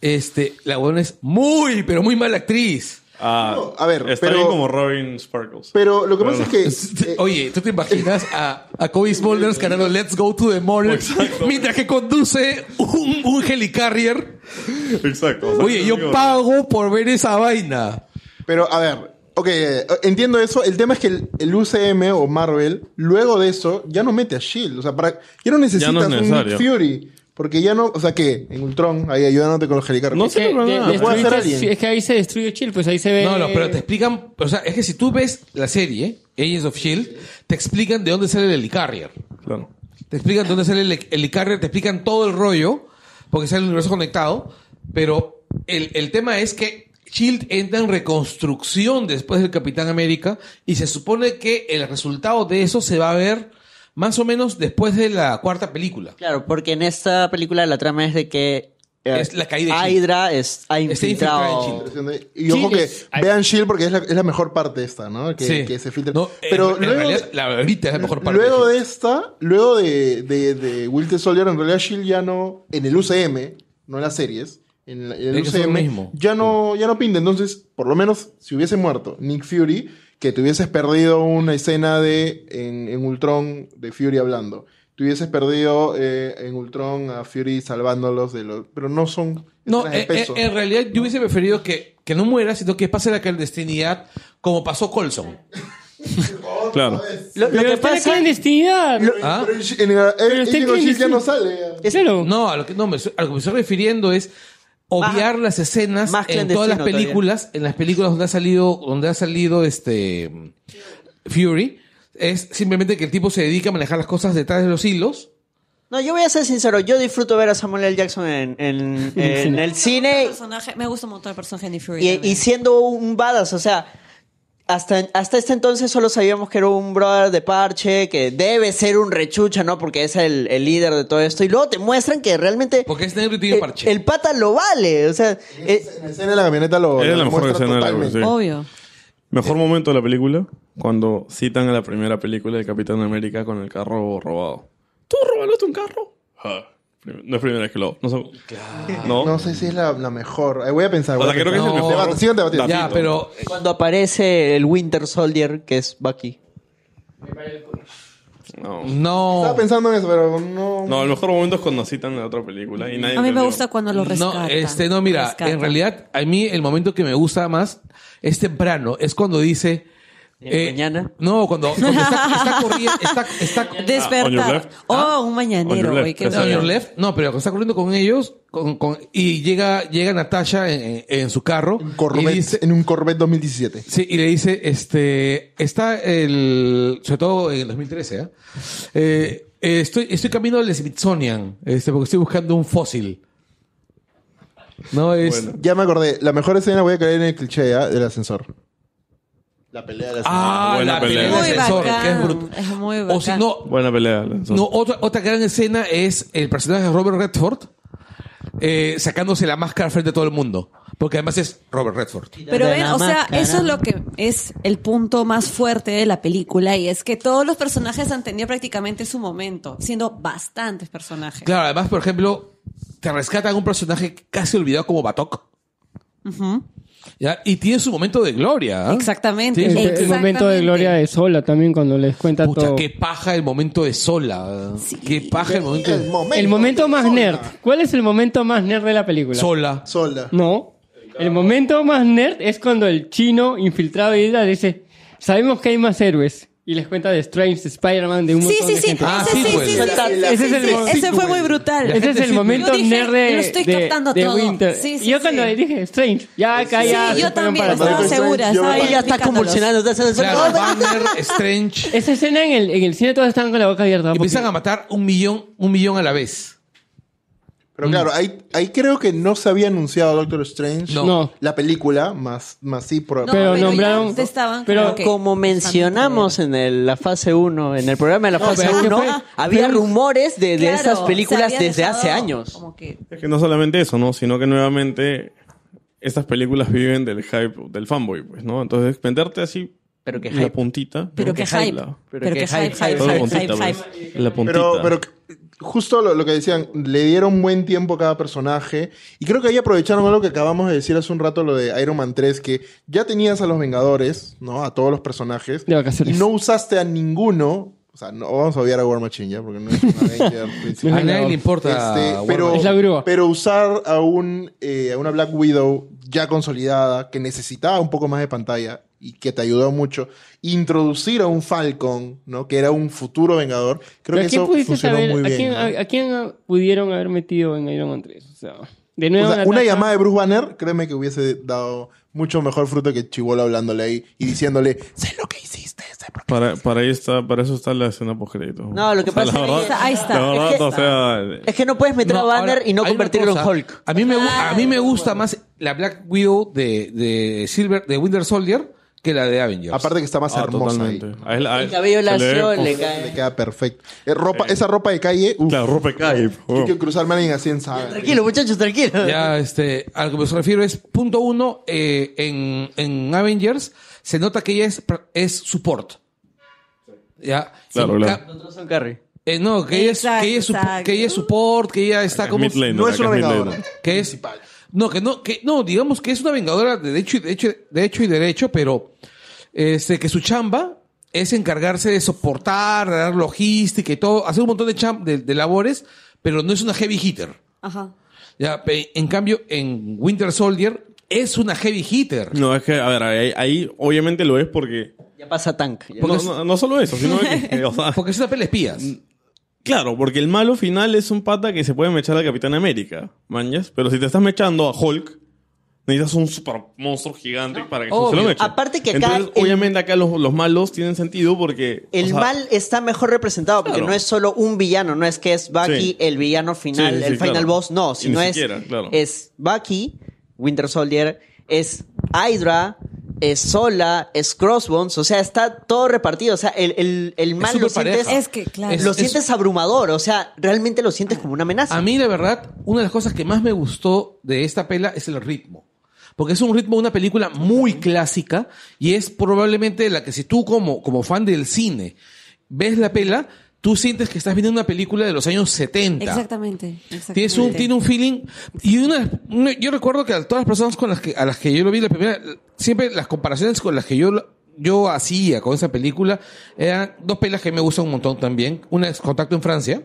este, la buena es muy, pero muy mala actriz.
Ah,
No, a ver,
Está
pero-
bien como Robin Sparkles.
Pero lo que pasa es que. eh,
Oye, ¿tú te imaginas a, a Kobe Smulders cantando Let's Go to the Mall
Exacto.
mientras que conduce un, un helicarrier?
Exacto. o sea,
Oye,
es
yo
como-
pago por ver esa vaina.
Pero, a ver, ok, eh, entiendo eso. El tema es que el, el UCM o Marvel, luego de eso, ya no mete a Shield. E O sea, para, ya no necesitas
es
un Nick
necesario.
Fury. Porque ya no, o sea, que en Ultron, ahí ayudándote con los helicarros.
No
Es que,
sé, no,
de-
no, no.
Puede hacer
destruiste-
alguien.
es que ahí se destruye Chill, pues ahí se ve.
No, no, pero te explican, o sea, es que si tú ves la serie, Agents of Shield, E te explican de dónde sale el helicarrier.
Claro.
Te explican dónde sale el helicarrier, te explican todo el rollo, porque sale el universo conectado, pero el, el tema es que Shield entra en reconstrucción después del Capitán América y se supone que el resultado de eso se va a ver más o menos después de la cuarta película.
Claro, porque en esta película la trama es de que. eh,
Es la caída de Shield.
Hydra es, ha
Está infiltrada en
infiltrado.
Shield.
Oh, Y ojo
Shield
que
es- ay.
vean Shield E porque es la, es la mejor parte esta, ¿no? Que,
Sí.
que se filtra.
No,
Pero
en- en,
luego,
realidad, la ahorita es la mejor parte.
luego
de
de esta, luego de, de, de Winter Soldier, en realidad Shield ya no, en el UCM, no en las series, en, la- en el
De hecho, son
UCM,
lo mismo.
ya no, ya no pinta. Entonces, por lo menos, si hubiese muerto Nick Fury, que te hubieses perdido una escena de en, en Ultron de Fury hablando. Te hubieses perdido eh, en Ultron a Fury salvándolos de los. Pero no son.
No,
escenas de
eh,
peso.
eh, en realidad yo hubiese preferido que, que no muera, sino que pase la clandestinidad como pasó Colson.
Claro.
Lo, lo
Pero
que
está en la
pasa.
clandestinidad.
¿Ah?
Pero en, en- en- en
está en
Shield ya
Shield.
no sale.
Eh,
Claro.
No, a lo que, no, me, a lo que me estoy refiriendo es obviar las escenas
más
en todas las
clandestino
películas, en las películas donde ha salido, donde ha salido este Fury, es simplemente que el tipo se dedica a manejar las cosas detrás de los hilos.
No, yo voy a ser sincero. Yo disfruto ver a Samuel L. Jackson en, en- en el
El
cine
personaje- me gusta un montón el personaje de Nick Fury.
y,
también.
y siendo un badass. O sea, hasta, hasta este entonces solo sabíamos que era un brother de parche, que debe ser un rechucha, ¿no? Porque es el, el líder de todo esto. Y luego te muestran que realmente.
Porque es negro y tiene
el,
parche.
el pata lo vale. O sea, eh,
En la escena de la camioneta lo.
Era
lo
la mejor
muestra
escena de la
totalmente.
película,
Obvio.
Mejor momento de la película, cuando citan a la primera película de Capitán América con el carro robado. ¿Tú robaste un carro? Ah, prim- no es primera vez que lo hago. No, sé- no.
No sé si es la, la mejor. Eh, voy a pensar.
O
voy a
sea, creo que es el
pensar.
No.
mejor.
Debate, sigan debatiendo.
datito.
Ya, pero eh,
Cuando aparece el Winter Soldier, que es Bucky.
No.
no.
Estaba pensando en eso, pero no.
No, el mejor momento es cuando citan la otra película y nadie
A mí me
entendió.
gusta cuando lo rescata.
No, este, no, mira,
Rescata.
en realidad, a mí el momento que me gusta más es temprano, es cuando dice. eh,
¿En mañana?
No, cuando, cuando está, está corriendo. Está, está, Ah,
on your
Despertar.
left.
Oh, un
On your
mañanero,
left.
güey. qué
Está
No,
bueno.
your left. No, pero cuando está corriendo con ellos con- con- y llega, llega Natasha en, en- en su carro.
Un
y
Corvette,
dice-
En un Corvette 2017.
Sí, y le dice, este, está el, sobre todo en el 2013, ¿ah? Eh, eh, estoy, estoy camino al Smithsonian, este, porque estoy buscando un fósil. No es,
Bueno.
Ya me acordé. La mejor escena voy a caer en el cliché ¿ah? del ascensor.
La pelea de las
Ah,
Buena
la
pelea.
pelea
Muy
del ascensor,
bacán,
que es brutal.
es muy
O si
bacán.
no,
Buena pelea. Lanzón.
No, otra, otra gran escena es el personaje de Robert Redford eh, sacándose la máscara frente a todo el mundo. Porque además es Robert Redford.
Pero
De
ven,
la
o sea,
máscara.
eso es lo que es el punto más fuerte de la película y es que todos los personajes han tenido prácticamente su momento, siendo bastantes personajes.
Claro, además, por ejemplo, te rescatan un personaje casi olvidado como Batok. ¿Ya? Y tiene su momento de gloria. ¿ah?
Exactamente.
Sí,
El, el
Exactamente.
momento de gloria de Sola también cuando les cuenta
Pucha,
todo.
qué paja el momento de Sola. Qué paja el momento de
momento.
El momento más nerd. Mm. ¿Cuál es el momento más nerd de la película?
Sola.
Solda.
No. El momento más nerd es cuando el chino infiltrado de Hydra dice, sabemos que hay más héroes. Y les cuenta de Strange, de Spider-Man, de un
Sí,
montón
sí,
de
sí.
gente.
Ah,
ese
sí,
sí, sí,
pues.
sí, sí,
Ese es
sí,
el pues.
sí.
momento.
Ese fue muy brutal.
Ese es el momento
Yo dije,
nerd de,
lo estoy
de-
captando
de
todo.
Winter.
Sí, sí,
y yo
sí.
cuando le dije Strange, ya acá
Sí,
ya. se
yo
fueron
también
para
estaba
atrás.
Strange,
segura.
yo me
estaba
paré.
Ella está
explicándolos.
convulsionando. está haciendo-
Claro, Banner, Strange.
Esa escena en el, en el cine todos estaban con la boca abierta.
Y
pues
empiezan a
porque-
matar un millón, un millón a la vez.
Pero claro, ahí, ahí creo que no se había anunciado Doctor Strange.
No.
No.
La película, más, más sí, por-
No,
Pero
ya
nombraron-
se estaban-
pero
claro que-
Como mencionamos en el- la fase 1, en el programa de la fase
pero es que
1,
fue-
había
fue-
rumores de, de
Claro,
esas
se
películas
había
desde
dejado
hace años.
como que-
Es que no solamente eso, ¿no? Sino que nuevamente estas películas viven del hype del fanboy, pues, ¿no? Entonces, venderte así
Pero que
la
hype.
puntita.
Pero
¿no?
que hype.
la-
Pero que hype, hype,
Todo
hype,
puntita,
hype,
pues.
hype.
La puntita.
Pero, pero justo lo, lo que decían, le dieron buen tiempo a cada personaje. Y creo que ahí aprovecharon algo que acabamos de decir hace un rato, lo de Iron Man 3, que ya tenías a los Vengadores, ¿no? A todos los personajes.
De vacaciones.
Y no usaste a ninguno. O sea, no vamos a obviar a War Machine ya, porque no es una Avenger principal.
A nadie le importa.
Este,
Warner.
pero,
Es la grúa.
pero usar a, un, eh, a una Black Widow ya consolidada, que necesitaba un poco más de pantalla y que te ayudó mucho, introducir a un Falcon, ¿no? que era un futuro Vengador, creo que
¿Pero a quién
eso
pudiste
funcionó
saber?
muy
¿A quién,
bien. ¿no?
a- a quién, ah, pudieron haber metido en Iron Man 3? O sea, de nuevo.
O sea,
en la
una
taza.
llamada de Bruce Banner, créeme que hubiese dado mucho mejor fruto que Chibolo hablándole ahí y diciéndole, sé lo que hiciste, sé por qué".
Para, para, ahí está, para eso está la escena postcrédito.
No, lo que
O sea, la
pasa es que
verdad-
ahí está,
La
ahí
verdad,
está.
o sea,
Es que no puedes meter a Banner
ahora,
y no
hay una
convertirlo en
cosa.
Hulk.
A mí me, gu- a mí me gusta más la Black Widow de, de Silver, de Winter Soldier que la de Avengers.
Aparte que está más
ah,
hermosa ahí.
totalmente. A él- a
El
él
cabello
se le ve
lacio
post-
le
Le
cae.
queda perfecto. Eh, ropa, esa ropa de calle, uf,
Claro, ropa cae.
hay que cruzarme a alguien así en saga.
Tranquilo, muchachos, tranquilo.
ya, este, a lo que me refiero es, punto uno, eh, en, en Avengers se nota que ella es, pra- es support. Ya.
Claro,
En
claro.
ca-
Nosotros son Carrie.
eh, no, que ella, es, que, ella es supo-
Exacto.
que ella es support, que ella está como...
Mid lane,
No es
acá
una
mid lane.
vengadora.
que es no que no que no digamos que es una vengadora de hecho y de hecho de hecho y derecho pero este que su chamba es encargarse de soportar de dar logística y todo hacer un montón de cham- de, de labores pero no es una heavy hitter
Ajá.
ya pe- en cambio en Winter Soldier es una heavy hitter
No, es que, a ver, ahí, ahí obviamente lo es porque.
Ya pasa Tank. ya.
no, no- no solo eso, sino que. o sea,
porque es una pelea de espías
Claro, porque el malo final es un pata que se puede mechar al Capitán América, mañas. Pero si te estás mechando a Hulk, necesitas un super monstruo gigante para que se
Obvio.
lo meche.
Aparte que acá
Entonces,
el-
obviamente acá los, los malos tienen sentido porque...
El
o sea,
mal está mejor representado porque
Claro.
no es solo un villano, no es que es Bucky
Sí.
el villano final,
Sí, sí,
el final
claro.
boss, no,
Y
sino
ni
es,
siquiera, claro.
es Bucky, Winter Soldier, es Hydra, es Sola, es Crossbones, o sea, está todo repartido, o sea, el, el, el mal lo sientes,
superpareja.
Es que, claro.
Es-
lo
es-
sientes abrumador, o sea, realmente lo sientes como una amenaza.
A mí, la verdad, una de las cosas que más me gustó de esta pela es el ritmo. Porque es un ritmo de una película muy clásica y es probablemente la que si tú como, como fan del cine ves la pela, tú sientes que estás viendo una película de los años 70.
Exactamente. exactamente.
Tienes un, tiene un feeling. Y una, una- yo recuerdo que a todas las personas con las que, a las que yo lo vi la primera, siempre las comparaciones con las que yo, lo- yo hacía con esa película eran dos pelas que me gustan un montón también. Una es Contacto en Francia.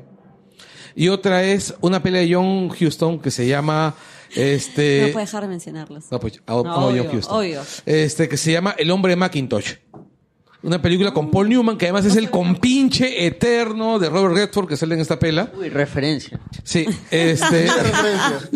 Y otra es una pelea de John Houston que se llama, este.
No puedo dejar de mencionarlos.
No, pues, amo- amo
No,
a
obvio,
John Huston.
obvio.
Este, que se llama El hombre de Macintosh. Una película con Paul Newman, que además es el compinche eterno de Robert Redford que sale en esta pela.
Uy, referencia.
Sí, este.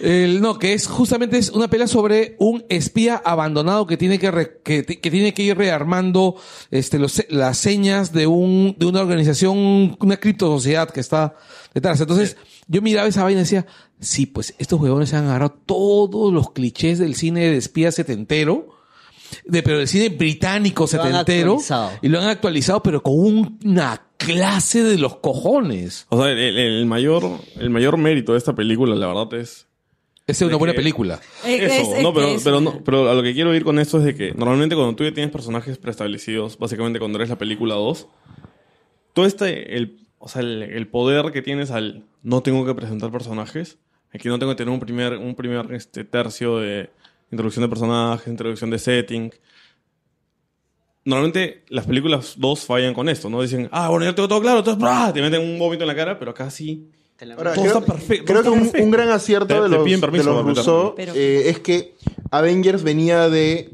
El- no, que es justamente es una pelea sobre un espía abandonado que tiene que, re- que, ti- que tiene que ir rearmando este, los se- las señas de, un, de una organización, una criptosociedad que está detrás. Entonces, yo miraba esa vaina y decía, sí, pues estos huevones se han agarrado todos los clichés del cine de espía setentero de, pero del cine británico
Lo han
setentero.
actualizado.
Y lo han actualizado, pero con un- una clase de los cojones.
O sea, el, el- el mayor, el mayor mérito de esta película, la verdad, es
Esa es una
De
buena
que-
película.
Eh,
Eso,
es-
no,
es-
pero,
es-
pero, no, pero a lo que quiero ir con esto es de que normalmente cuando tú ya tienes personajes preestablecidos, básicamente cuando eres la película 2, todo este, el, o sea, el, el poder que tienes al no tengo que presentar personajes, aquí no tengo que tener un primer, un primer este, tercio de introducción de personajes, introducción de setting. Normalmente las películas 2 fallan con esto, ¿no? Dicen, ah, bueno, yo tengo todo claro, entonces, ¡bra! te meten un vómito en la cara, pero acá sí.
Ahora,
Todo
creo,
está perfecto,
creo
todo
que un,
está perfecto.
un gran acierto
Te-
de
te
los,
piden permiso
de los
para meterlo.
Rousseau
Pero-
eh, es que Avengers venía de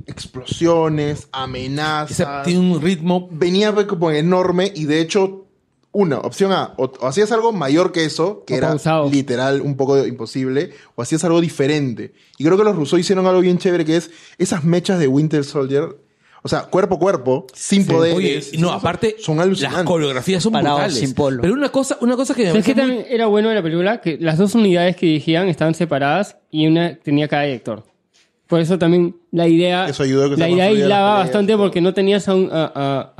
explosiones,
Esa
amenazas.
tiene un ritmo
Venía pues, como enorme y de hecho, una, opción A, o, o hacías algo mayor que eso, que
O
era
pausado.
literal un poco imposible, o hacías algo diferente. Y creo que los Rousseau hicieron algo bien chévere que es esas mechas de Winter Soldier. O sea, cuerpo a cuerpo, sin poderes.
Oye,
sin-
no, aparte,
son
las
alucinantes.
coreografías son
Parados,
brutales.
sin polo.
Pero una cosa, una cosa que me
¿Sabes qué
parece muy-
también era bueno de la película? Que las dos unidades que dirigían estaban separadas y una tenía cada director. Por eso también la idea,
Eso ayudó a que
la
se
idea
construyeran las
hilaba
peleas,
bastante
todo.
porque no tenías a, un- a-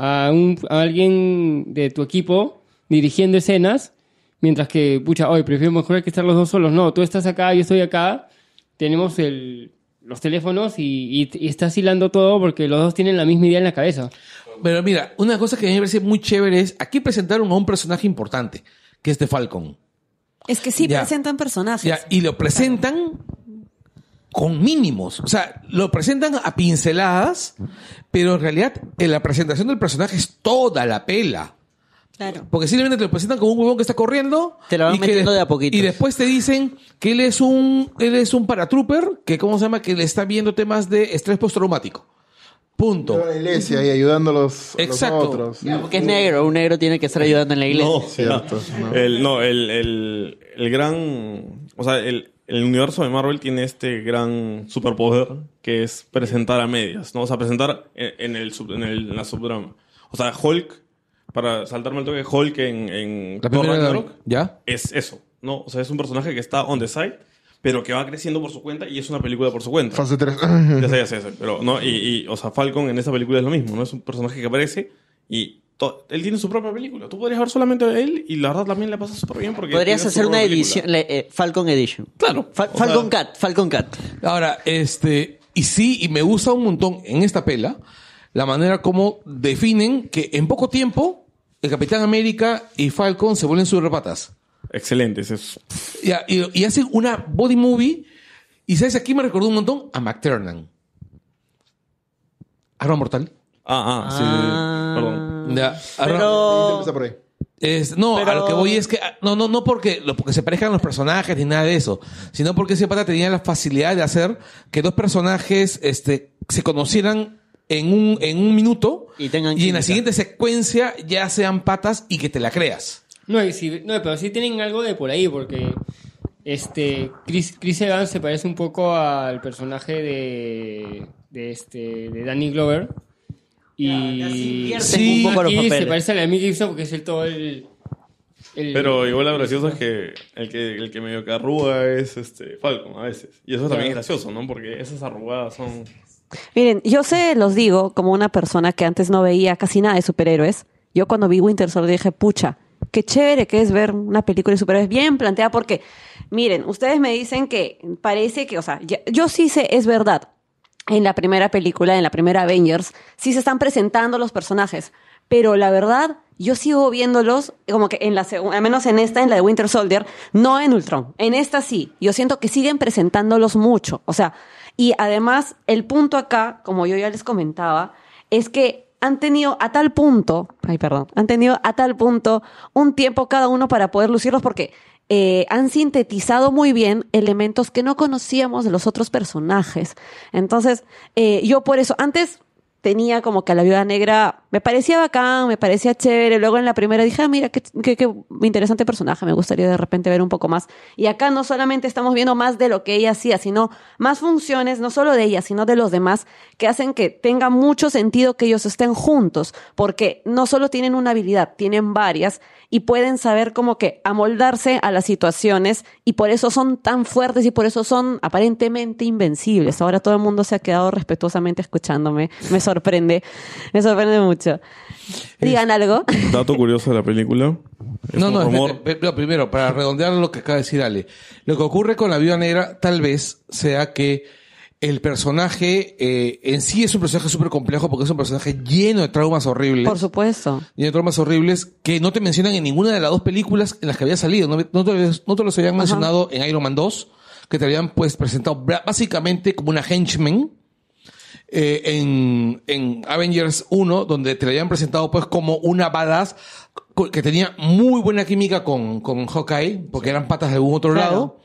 a- a un- a alguien de tu equipo dirigiendo escenas, mientras que, pucha, hoy prefiero mejor que estar los dos solos. No, tú estás acá, yo estoy acá, tenemos el, los teléfonos y, y- y estás hilando todo porque los dos tienen la misma idea en la cabeza.
Pero mira, una cosa que a mí me parece muy chévere es aquí presentaron a un personaje importante, que es de Falcon.
es que sí
Ya.
presentan personajes.
Ya, y lo presentan con mínimos. O sea, lo presentan a pinceladas, pero en realidad eh, la presentación del personaje es toda la pela.
Claro.
Porque simplemente te lo presentan como un huevón que está corriendo.
Te lo van
y que
metiendo
des-
de a poquitos.
Y después te dicen que él es un, él es un paratrooper, que cómo se llama, que le está viendo temas de estrés postraumático. Punto.
Estaba en la iglesia y ayudando a los, a los
Exacto.
otros.
Porque es negro, un negro tiene que estar ayudando en la iglesia.
Cierto, ¿no?
El, no, el, el, el gran. O sea, el, el universo de Marvel tiene este gran superpoder que es presentar a medias, ¿no? O sea, presentar en, en el, sub- en, el- en la subdrama. O sea, Hulk, para saltarme el toque, Hulk en, en
La
Thor
primera-
Ragnarok
¿Ya?
es eso, ¿no? O sea, es un personaje que está on the side, pero que va creciendo por su cuenta y es una película por su cuenta.
Fase 3.
Ya sé, ya sé, ya sé, Pero, ¿no? Y, y, o sea, Falcon en esa película es lo mismo, ¿no? Es un personaje que aparece y to- él tiene su propia película. Tú podrías ver solamente a él y la verdad también la pasas súper bien porque...
Podrías
tiene su
hacer una
propia película.
edición, la- eh, Falcon Edition.
Claro.
Fa-
O sea-
Falcon Cat, Falcon Cat.
Ahora, este, y sí, y me gusta un montón en esta pela la manera como definen que en poco tiempo el Capitán América y Falcon se vuelven superpatas.
Excelente, ese es...
Y, y, y hacen una body movie. Y sabes, aquí me recordó un montón a McTernan. Arma Mortal.
Ah, ah, sí, sí,
Ah.
sí. Perdón.
Ya, Arma-
Pero...
por ahí.
Es- no, a
Pero-
lo que voy es que ah, no, no, no porque, lo- porque se parezcan los personajes ni nada de eso, sino porque ese pata tenía la facilidad de hacer que dos personajes este, se conocieran en un, en un minuto
Y tengan
en la
química.
siguiente secuencia ya sean patas y que te la creas.
No, y sí- no, pero sí tienen algo de por ahí, porque este Chris, Chris Evans se parece un poco al personaje de, de, este, de Danny Glover. Y
invierten Sí, un poco los
y se
papeles.
parece a la de Mel Gibson porque es el todo el... el-
Pero igual lo gracioso es que el que, el que medio que arruga es este Falcon a veces. Y eso también es gracioso, ¿no? Porque esas arrugadas son...
Miren, yo se los digo como una persona que antes no veía casi nada de superhéroes. Yo cuando vi Winter Soldier dije, pucha, qué chévere que es ver una película de superhéroes bien planteada porque, miren, ustedes me dicen que parece que, o sea, ya- yo sí sé, es verdad, en la primera película, en la primera Avengers, sí se están presentando los personajes, pero la verdad, yo sigo viéndolos como que en la segu- al menos en esta, en la de Winter Soldier, no en Ultron, en esta sí, yo siento que siguen presentándolos mucho, o sea, y además el punto acá, como yo ya les comentaba, es que han tenido a tal punto, ay perdón, han tenido a tal punto un tiempo cada uno para poder lucirlos porque eh, han sintetizado muy bien elementos que no conocíamos de los otros personajes. Entonces, eh, yo por eso, antes tenía como que a la viuda negra me parecía bacán, me parecía chévere. Luego en la primera dije, ah, mira, qué, qué- qué interesante personaje, me gustaría de repente ver un poco más. Y acá no solamente estamos viendo más de lo que ella hacía, sino más funciones, no solo de ella, sino de los demás, que hacen que tenga mucho sentido que ellos estén juntos, porque no solo tienen una habilidad, tienen varias y pueden saber como que amoldarse a las situaciones y por eso son tan fuertes y por eso son aparentemente invencibles. Ahora todo el mundo se ha quedado respetuosamente escuchándome. Me sorprende, me sorprende mucho. Digan algo.
Dato curioso de la película. Es
No,
un
no,
rumor.
espérate, pe- pero primero, para redondear lo que acaba de decir Ale, lo que ocurre con la viuda negra tal vez sea que el personaje eh, en sí es un personaje súper complejo porque es un personaje lleno de traumas horribles.
Por supuesto.
Lleno de traumas horribles que no te mencionan en ninguna de las dos películas en las que había salido. No, no te, no te los habían mencionado en Iron Man 2, que te habían pues presentado bra- básicamente como una henchman. eh, en, en Avengers 1, donde te la habían presentado pues como una badass co- que tenía muy buena química con, con Hawkeye, porque eran patas de algún otro
Claro.
lado.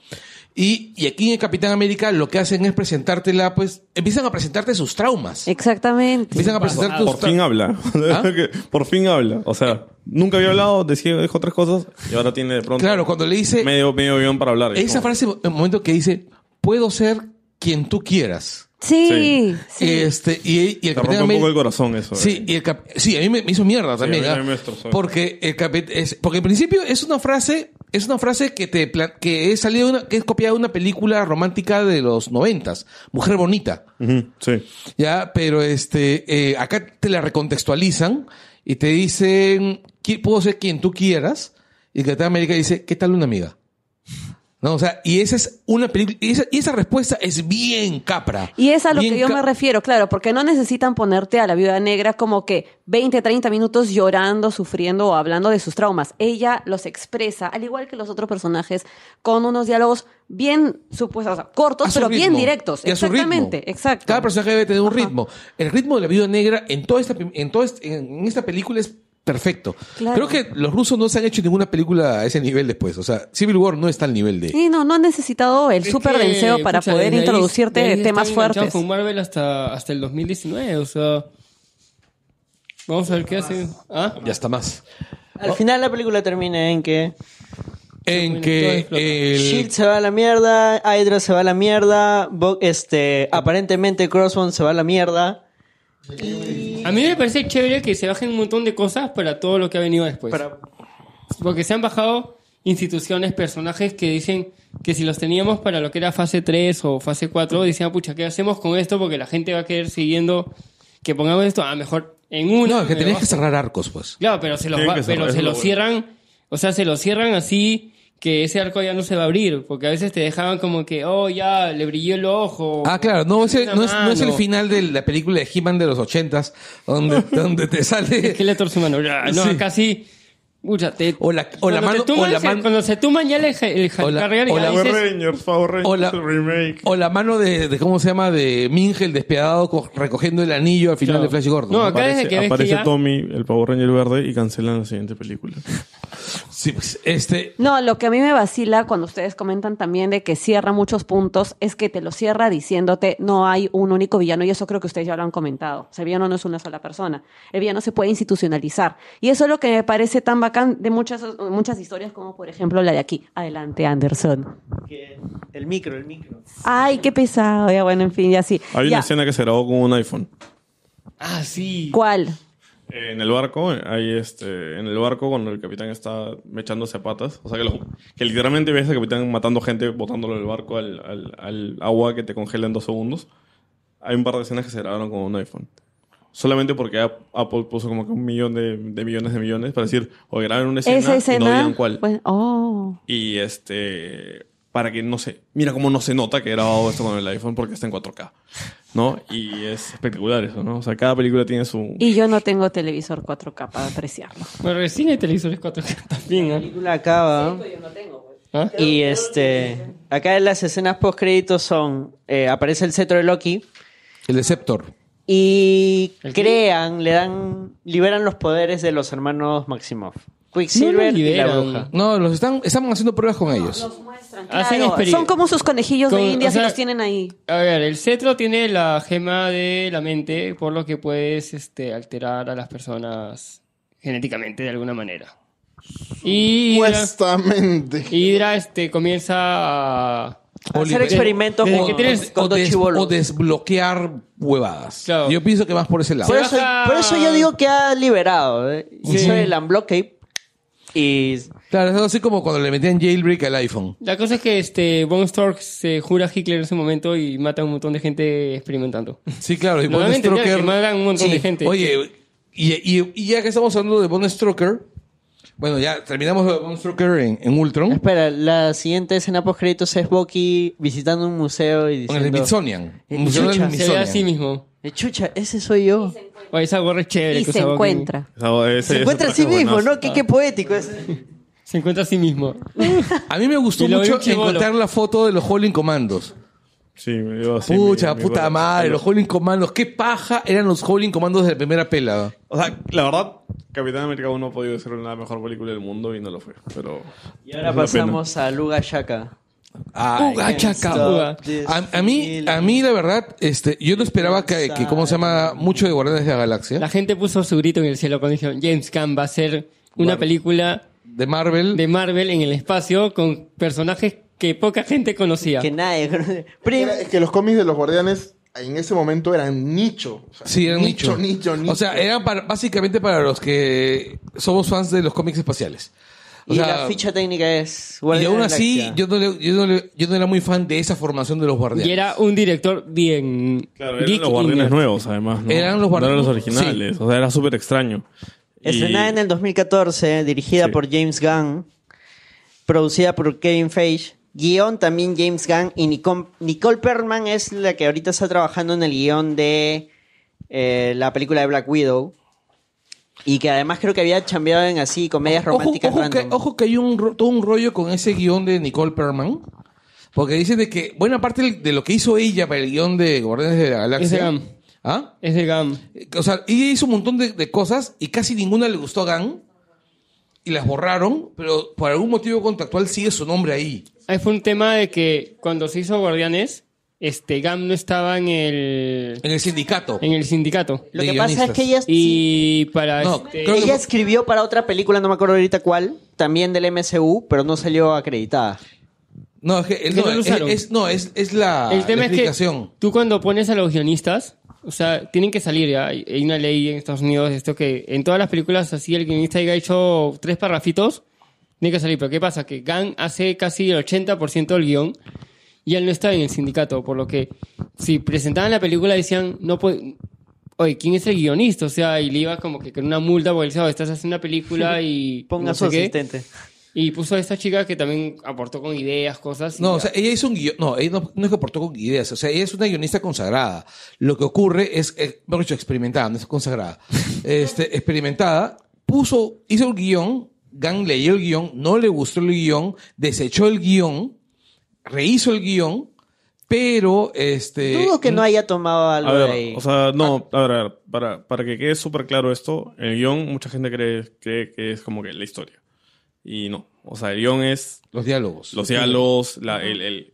Y, y aquí en el Capitán América lo que hacen es presentártela, pues, empiezan a presentarte sus traumas.
Exactamente.
Empiezan a presentarte
Ah, Por
sus
fin
traumas.
habla.
¿Ah?
Que Por fin habla. O sea, nunca había hablado, decía, dijo tres cosas y ahora tiene de pronto
Claro, cuando le dice,
medio, medio guión para hablar. Y
Esa
como-
frase, el momento que dice, puedo ser quien tú quieras.
Sí, sí.
Este, y, y el
Te rompe
Capitán
un poco el
América...
corazón eso. eh.
Sí, y el cap- sí, a mí me, me hizo mierda también.
a mí
¿ah?
también me destrozó.
Porque el capit- es- porque en principio es una frase, es una frase que te pla- que es salida de una, que es copiada de una película romántica de los noventas, Mujer Bonita.
Ujú, sí.
Ya, pero este, eh, acá te la recontextualizan y te dicen, "Qui- puedo ser quien tú quieras. Y el Capitán América dice, ¿qué tal una amiga? No, o sea, y esa es una película, y esa, y esa respuesta es bien capra.
Y es a lo
Bien
que yo
ca-
me refiero, claro, porque no necesitan ponerte a la viuda negra como que 20, 30 minutos llorando, sufriendo o hablando de sus traumas. Ella los expresa, al igual que los otros personajes, con unos diálogos bien supuestos, o sea, cortos,
a su
pero bien
ritmo.
directos.
Y a su ritmo.
Exactamente, exacto.
Cada personaje debe tener un
Ajá.
ritmo. El ritmo de la viuda negra en toda esta, en toda esta- en esta película es perfecto. Creo
Claro.
que los rusos no se han hecho ninguna película a ese nivel después. O sea, Civil War no está al nivel de.
Sí, no, no han necesitado el
Es
súper
que,
denseo para
pucha,
poder
desde ahí-
introducirte
desde ahí
temas
estaba enganchado
fuertes.
con Marvel hasta, hasta el 2019, o sea... Vamos a ver qué hace. ¿Ah?
Ya está más.
Al final la película termina en que
En
Bueno, todo
que
explota.
el-
Shield se va a la mierda, Hydra se va a la mierda, Bo- este, aparentemente Crossbones se va a la mierda.
A mí me parece chévere que se bajen un montón de cosas para todo lo que ha venido después. Porque se han bajado instituciones, personajes que dicen que si los teníamos para lo que era fase 3 o fase 4, decían, pucha, ¿qué hacemos con esto? Porque la gente va a querer siguiendo que pongamos esto, a mejor en uno.
No, es que
me
tenías
bajo.
que cerrar arcos, pues.
Claro, pero se los,
Tienen
va-
que cerrar,
pero
eso
se
es lo
los
bueno.
cierran, o sea, se los cierran así que ese arco ya no se va a abrir, porque a veces te dejaban como que, oh, ya, le brilló el ojo.
Ah, claro, no es, el,
Una
no es, no es el
mano.
final de la película de He-Man de los ochentas, donde, donde te sale...
esqueleto su mano. Ya, No,
Sí.
casi. Pucha, te-
O la- o la
cuando
mano-
te tuman,
o la
se-
mano-
Cuando se tuman ya le, el
O la-
cargar y
o
ya
la-
Power
dices,
Rangers, Power Rangers,
Hola.
el remake.
O la mano de, de- ¿cómo se llama? De Mingel despiadado co- recogiendo el anillo al final
Claro.
de Flash Gordon.
No, acá
Aparece,
desde que ves que
aparece
ya-
Tommy, el Power Ranger verde, y cancelan la siguiente película.
Sí, pues, este...
No, lo que a mí me vacila cuando ustedes comentan también de que cierra muchos puntos es que te lo cierra diciéndote no hay un único villano y eso creo que ustedes ya lo han comentado. O sea, el villano no es una sola persona. El villano se puede institucionalizar. Y eso es lo que me parece tan bacán de muchas, muchas historias como por ejemplo la de aquí. Adelante, Anderson.
El micro, el micro.
Ay, qué pesado. Ya bueno, en fin, ya sí.
Hay
Ya.
una escena que se grabó con un iPhone.
ah, sí.
¿Cuál?
Eh, En el barco, ahí este, en el barco cuando el capitán está mechándose a patas, o sea que, lo- que literalmente ves al capitán matando gente, botándolo del barco al, al- al agua que te congela en dos segundos. Hay un par de escenas que se grabaron con un iPhone. Solamente porque App- Apple puso como que un millón de, de millones de millones para decir, o graben una escena,
Esa
y no
escena.
digan cuál.
Bueno, oh.
Y este. Para que no se. Mira cómo no se nota que he grabado esto con el iPhone porque está en 4K. ¿No? Y es espectacular eso, ¿no? O sea, cada película tiene su.
Y yo no tengo televisor 4K para apreciarlo.
Bueno, recién hay televisores 4K también,
La
¿eh?
película acaba.
¿Ah?
Y este, acá en las escenas post créditos son, eh, aparece el cetro de Loki
El Deceptor.
y
¿El qué?
crean, le dan, liberan los poderes de los hermanos Maximoff. Quicksilver y la
liberan.
bruja.
No, los están, están haciendo pruebas con ellos.
Hacen
Claro,
experimento.
son como sus conejillos
Ah, Con-
de India
o sea,
que los tienen ahí.
A ver, el cetro tiene la gema de la mente, por lo que puedes este, alterar a las personas genéticamente de alguna manera. Y Hydra,
Pues
Supuestamente.
Hydra, este, comienza a...
Hacer
Oliver.
experimentos
Desde
con,
que tienes-
con
o,
dos
des-
chibolos.
o desbloquear huevadas.
Claro.
Yo pienso que vas por ese lado.
Se
Por eso,
baja-
por eso yo digo que ha liberado. ¿eh? Hizo el unblockade y
Claro, es algo así como cuando le metían jailbreak al iPhone.
La cosa es que este, Von Stork se jura a Hitler en ese momento y mata a un montón de gente experimentando.
Sí, claro. Y Bone
Normalmente, claro,
Stoker-
que mandan un montón
Sí.
de gente.
Oye, y, y- y ya que estamos hablando de Bone Stroker, bueno, ya terminamos lo de Bone Stroker en, en Ultron,
Espera, la siguiente escena post créditos es Bucky visitando un museo y
con el
diciendo...
Smithsonian.
Eh,
Un museo del
chucha, se ve
Se ve
Smithsonian.
a sí mismo.
"Eh, Chucha, ese soy yo.
Oye, esa gorra es chévere.
Y
que
se
usaba Bucky.
encuentra.
Esa- ese-
Se
ese
encuentra a sí
traje
mismo,
buenazo.
¿no? Qué, qué poético es.
Se encuentra a sí mismo.
A mí me gustó
Y lo vi
mucho
un chibolo.
encontrar la foto de los Howling Commandos.
Sí, me dio así.
Pucha,
mi- mi
puta
gorra.
madre, los Howling Commandos. Qué paja eran los Howling Commandos de la primera pela.
O sea, la verdad, Capitán América 1 ha podido ser la mejor película del mundo y no lo fue. Pero.
Y ahora pasamos a Luga Shaka.
Ay, Uga, chaca,
stop
uga.
this
A, a mí, a
feeling.
mí, la verdad, este, yo no esperaba que, que, ¿cómo se llama? Mucho de Guardianes de la
¿Eh?
La
Galaxia.
gente puso su grito en el cielo cuando dijeron James Gunn va a hacer una película
De
Mm.
Marvel.
de Marvel en el espacio con personajes que poca gente conocía.
Que nadie... Prim-
Era- es que los cómics de los guardianes en ese momento eran nicho. O sea,
Sí, era un nicho.
Nicho, nicho,
O sea, era para- básicamente para los que somos fans de los cómics espaciales. O
y
sea,
la ficha técnica es...
y
Guardianes
aún
de la
así,
Galaxia.
yo no, le- yo, no le- yo no era muy fan de esa formación de los guardianes.
Y era un director bien.
Claro, eran
geek
los
y
guardianes
nerd.
nuevos, además. ¿no?
Eran los
No
guardianes-
los originales. O sea, era súper extraño. Y-
Estrenada en el 2014, dirigida
Sí.
por James Gunn, producida por Kevin Feige, guión también James Gunn y Nicole, Nicole Perman es la que ahorita está trabajando en el guión de eh, la película de Black Widow y que además creo que había chambeado en así comedias
Ojo,
románticas
ojo que,
random.
ojo que hay un, ro- todo un rollo con ese guión de Nicole Perman. Porque dicen de que buena parte del- de lo que hizo ella para el guión de Guardianes de la
Ese
Galaxia.
Gunn.
¿Ah?
Es de Gunn.
O sea, ella hizo un montón de, de cosas y casi ninguna le gustó a Gunn. Y las borraron, pero por algún motivo contractual sigue su nombre ahí.
Ahí fue un tema de que cuando se hizo Guardianes, este Gunn no estaba en el,
En el sindicato.
en el sindicato.
Lo
de
que pasa es
guionistas.
que ella,
Y para.
No,
este-
creo que-
ella escribió para otra película, no me acuerdo ahorita cuál, también del MCU, pero no salió acreditada.
No, es que eh,
Que
no,
no
es,
lo usaron.
es- no, es- es la,
el tema
la
es que
Ah, explicación.
tú cuando pones a los guionistas, o sea, tienen que salir ya. Hay hay una ley en Estados Unidos de esto que en todas las películas así el guionista haya hecho tres parrafitos, tiene que salir. Pero ¿qué pasa? Que Gang hace casi el 80% del guión y él no está en el sindicato, por lo que si presentaban la película decían, no puede... Oye, ¿quién es el guionista? O sea, y le iba como que con una multa porque él decía, "Oh, estás haciendo una película y...
Ponga
no
a su
sé qué".
asistente.
Y puso a esta chica que también aportó con ideas, cosas. y
No, o
ya.
sea, ella hizo un guion, no, ella no, no es que aportó con ideas, o sea, ella es una guionista consagrada. Lo que ocurre es, eh, mejor dicho, experimentada, no es consagrada. Este, experimentada, puso, hizo el guión, Gang leyó el guión, no le gustó el guión, desechó el guión, rehizo el guión, pero este.
Dudo que no haya tomado algo
A ver,
de ahí.
o sea, no,
Ah.
a ver, a ver, para, para que quede súper claro esto, el guión mucha gente cree, cree que es como que la historia. Y no, o sea, el guión es
Los diálogos.
los diálogos, la, el- el-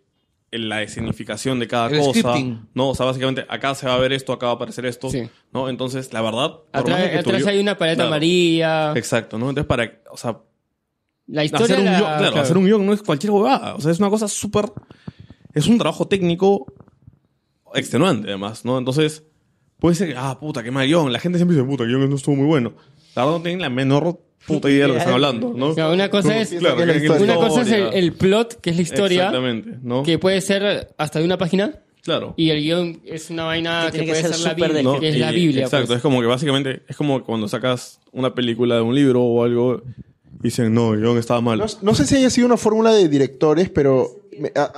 el- la escenificación de cada
El
cosa.
scripting.
No, o sea, básicamente acá se va a ver esto, acá va a aparecer esto.
Sí.
¿no? Entonces, la verdad... por
Atrás,
más de que tu
atrás
guión-
hay una paleta
Claro,
amarilla.
Exacto, ¿no? Entonces, para, o sea,
La historia
hacer un,
la-
guión, claro,
claro.
hacer un guión no es cualquier huevada. O sea, es una cosa súper. Es un trabajo técnico extenuante, además, ¿no? Entonces, puede ser, que, ah, puta, qué mal guión. La gente siempre dice, puta, el guión no estuvo muy bueno. La verdad, no tienen la menor puta idea de lo que están hablando, ¿no?
O sea, una cosa es,
Claro,
que la
que- que
historia.
una cosa es el,
historia.
el plot, que es la historia,
Exactamente, ¿no?
que puede ser hasta de una página,
claro.
y el guión es una
Que
vaina que,
tiene que
puede
ser
ser, la
súper
Biblia,
¿no?
que es
Y-
la Biblia.
Exacto,
pues.
es como que básicamente, es como cuando sacas una película de un libro o algo y dicen, no, el guión estaba mal.
No, no sé si haya sido una fórmula de directores, pero me- a-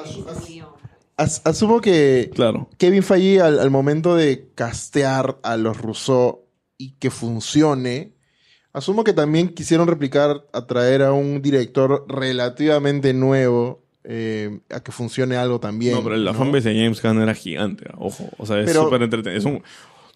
as- asumo que
Claro.
Kevin Feige al, al momento de castear a los Rousseau y que funcione, asumo que también quisieron replicar, atraer a un director relativamente nuevo eh, a que funcione algo también.
No, pero la
¿no?
fanbase de James Gunn era gigante, ojo. O sea, es
Pero-
súper entretenido. Es un,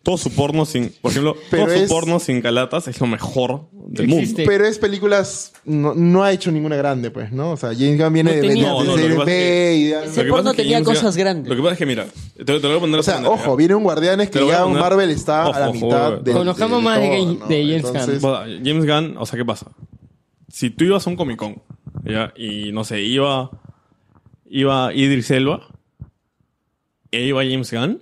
todo su porno sin, por ejemplo,
Pero
todo su
es-
porno sin calatas es lo mejor del
Existe.
mundo.
Pero es películas. No, no ha hecho ninguna grande, pues, ¿no? O sea, James Gunn viene
No
de,
tenía.
de-
No, no,
de-
lo que
de-
pasa es
y de-
Lo
Ese
que pasa
porno
es que
tenía
James Gunn-
cosas grandes.
Lo que pasa es que, mira, te, te lo voy a poner
O sea,
así, mira.
ojo, viene un Guardianes que
Te lo voy a
ya un
poner-
Marvel está
ojo,
a la
ojo,
mitad
ojo.
de.
Conozcamos más de James- de James
Entonces,
Bueno, James Gunn, o sea, ¿qué pasa? Si tú ibas a un Comic Con, ¿ya? Y no sé, iba. Iba Idris Elba. E iba James Gunn.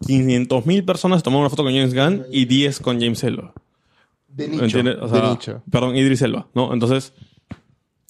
500.000 personas tomaron una foto con James Gunn y 10 con James Elba.
De nicho.
¿Entiendes? O sea,
de nicho.
Perdón, Idris Elba, ¿no? Entonces.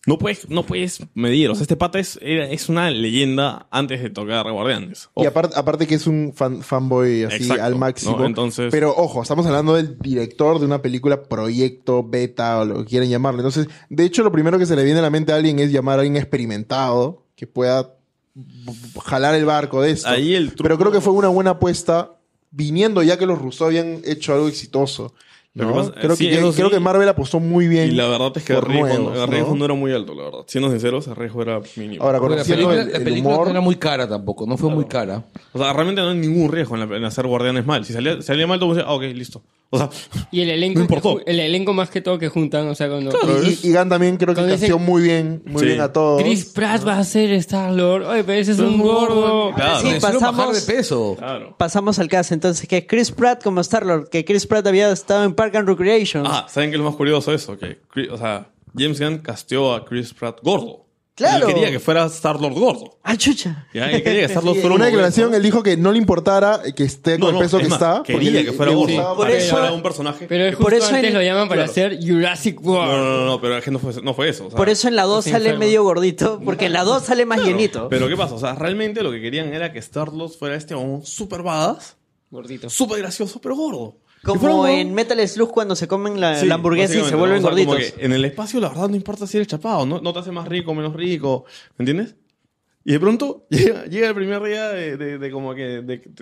No puedes, no puedes medir. O sea, este pata es, era- es una leyenda antes de tocar Guardianes.
Y aparte, aparte que es un fan- fanboy así
Exacto,
al máximo.
¿no? Entonces-
Pero ojo, estamos hablando del director de una película, proyecto, beta o lo que quieran llamarlo. Entonces, de hecho, lo primero que se le viene a la mente a alguien es llamar a alguien experimentado que pueda b- b- jalar el barco de esto.
Ahí el truco-
Pero creo que fue una buena apuesta viniendo ya que los rusos habían hecho algo exitoso.
Lo
¿no?
que pasa-
creo,
sí,
que,
eso
creo
sí.
que Marvel apostó muy bien.
Y la verdad es que el
por
riesgo,
nuevos,
el
¿no?
riesgo ¿no? era muy alto, la verdad. Siendo sinceros, el riesgo era mínimo.
Ahora,
Porque la
conociendo
película,
el-
la
el
película
humor-
no era muy cara tampoco, no fue muy cara.
o sea, realmente no hay ningún riesgo en, la- en hacer guardianes mal. Si salía, salía mal, todo el mundo decía, ah, ok, listo. O sea,
Y el elenco,
No importó.
que ju- el elenco más que todo que juntan, o sea, cuando
Y, y- y Gunn también creo que
Con ese-
canció muy bien, muy
Sí.
bien a todos.
Chris Pratt va a ser Star-Lord. Oye, pero ese es un gordo.
Claro.
Sí,
Sí,
pasamos-
bajar de peso.
claro.
Pasamos al caso entonces, que Chris Pratt como Star-Lord, que Chris Pratt había estado en Park and Recreation.
Ah, ¿saben qué es lo más curioso de eso? Que, Chris- o sea, James Gunn casteó a Chris Pratt gordo.
Claro.
Él quería que fuera Star-Lord gordo.
Ah, chucha.
¿Ya? Él quería que Star-Lord fuera
Pero
un
una declaración,
gordo.
él dijo que no le importara eh, que esté
No,
con
no,
el peso
es
que
más,
está. porque
Quería
le-
que fuera
le
gordo.
gustaba-
Por
para que
eso-
fuera un personaje.
Pero
que-
justo
por eso
antes
en-
lo llaman para
Claro.
hacer Jurassic
no,
World.
no, no, no, pero es que no fue, no fue eso. o sea,
Por eso en la 2
Sí,
sale
enfermo.
medio gordito, porque en la 2 sale más
Ah. claro.
llenito.
Pero ¿qué pasa? O sea, realmente lo que querían era que Star-Lord fuera este un super badass,
Gordito.
súper gracioso, pero gordo. Y fuera un
Como
huevón
en Metal Slug cuando se comen la,
Sí,
la hamburguesa y se
básicamente,
vuelven
¿no? O sea, como
gorditos.
que eh, en el espacio, la verdad, no importa si eres chapado, no, no te hace más rico, menos rico, ¿me entiendes? Y de pronto llega, llega el primer día de, de- de como que de, de-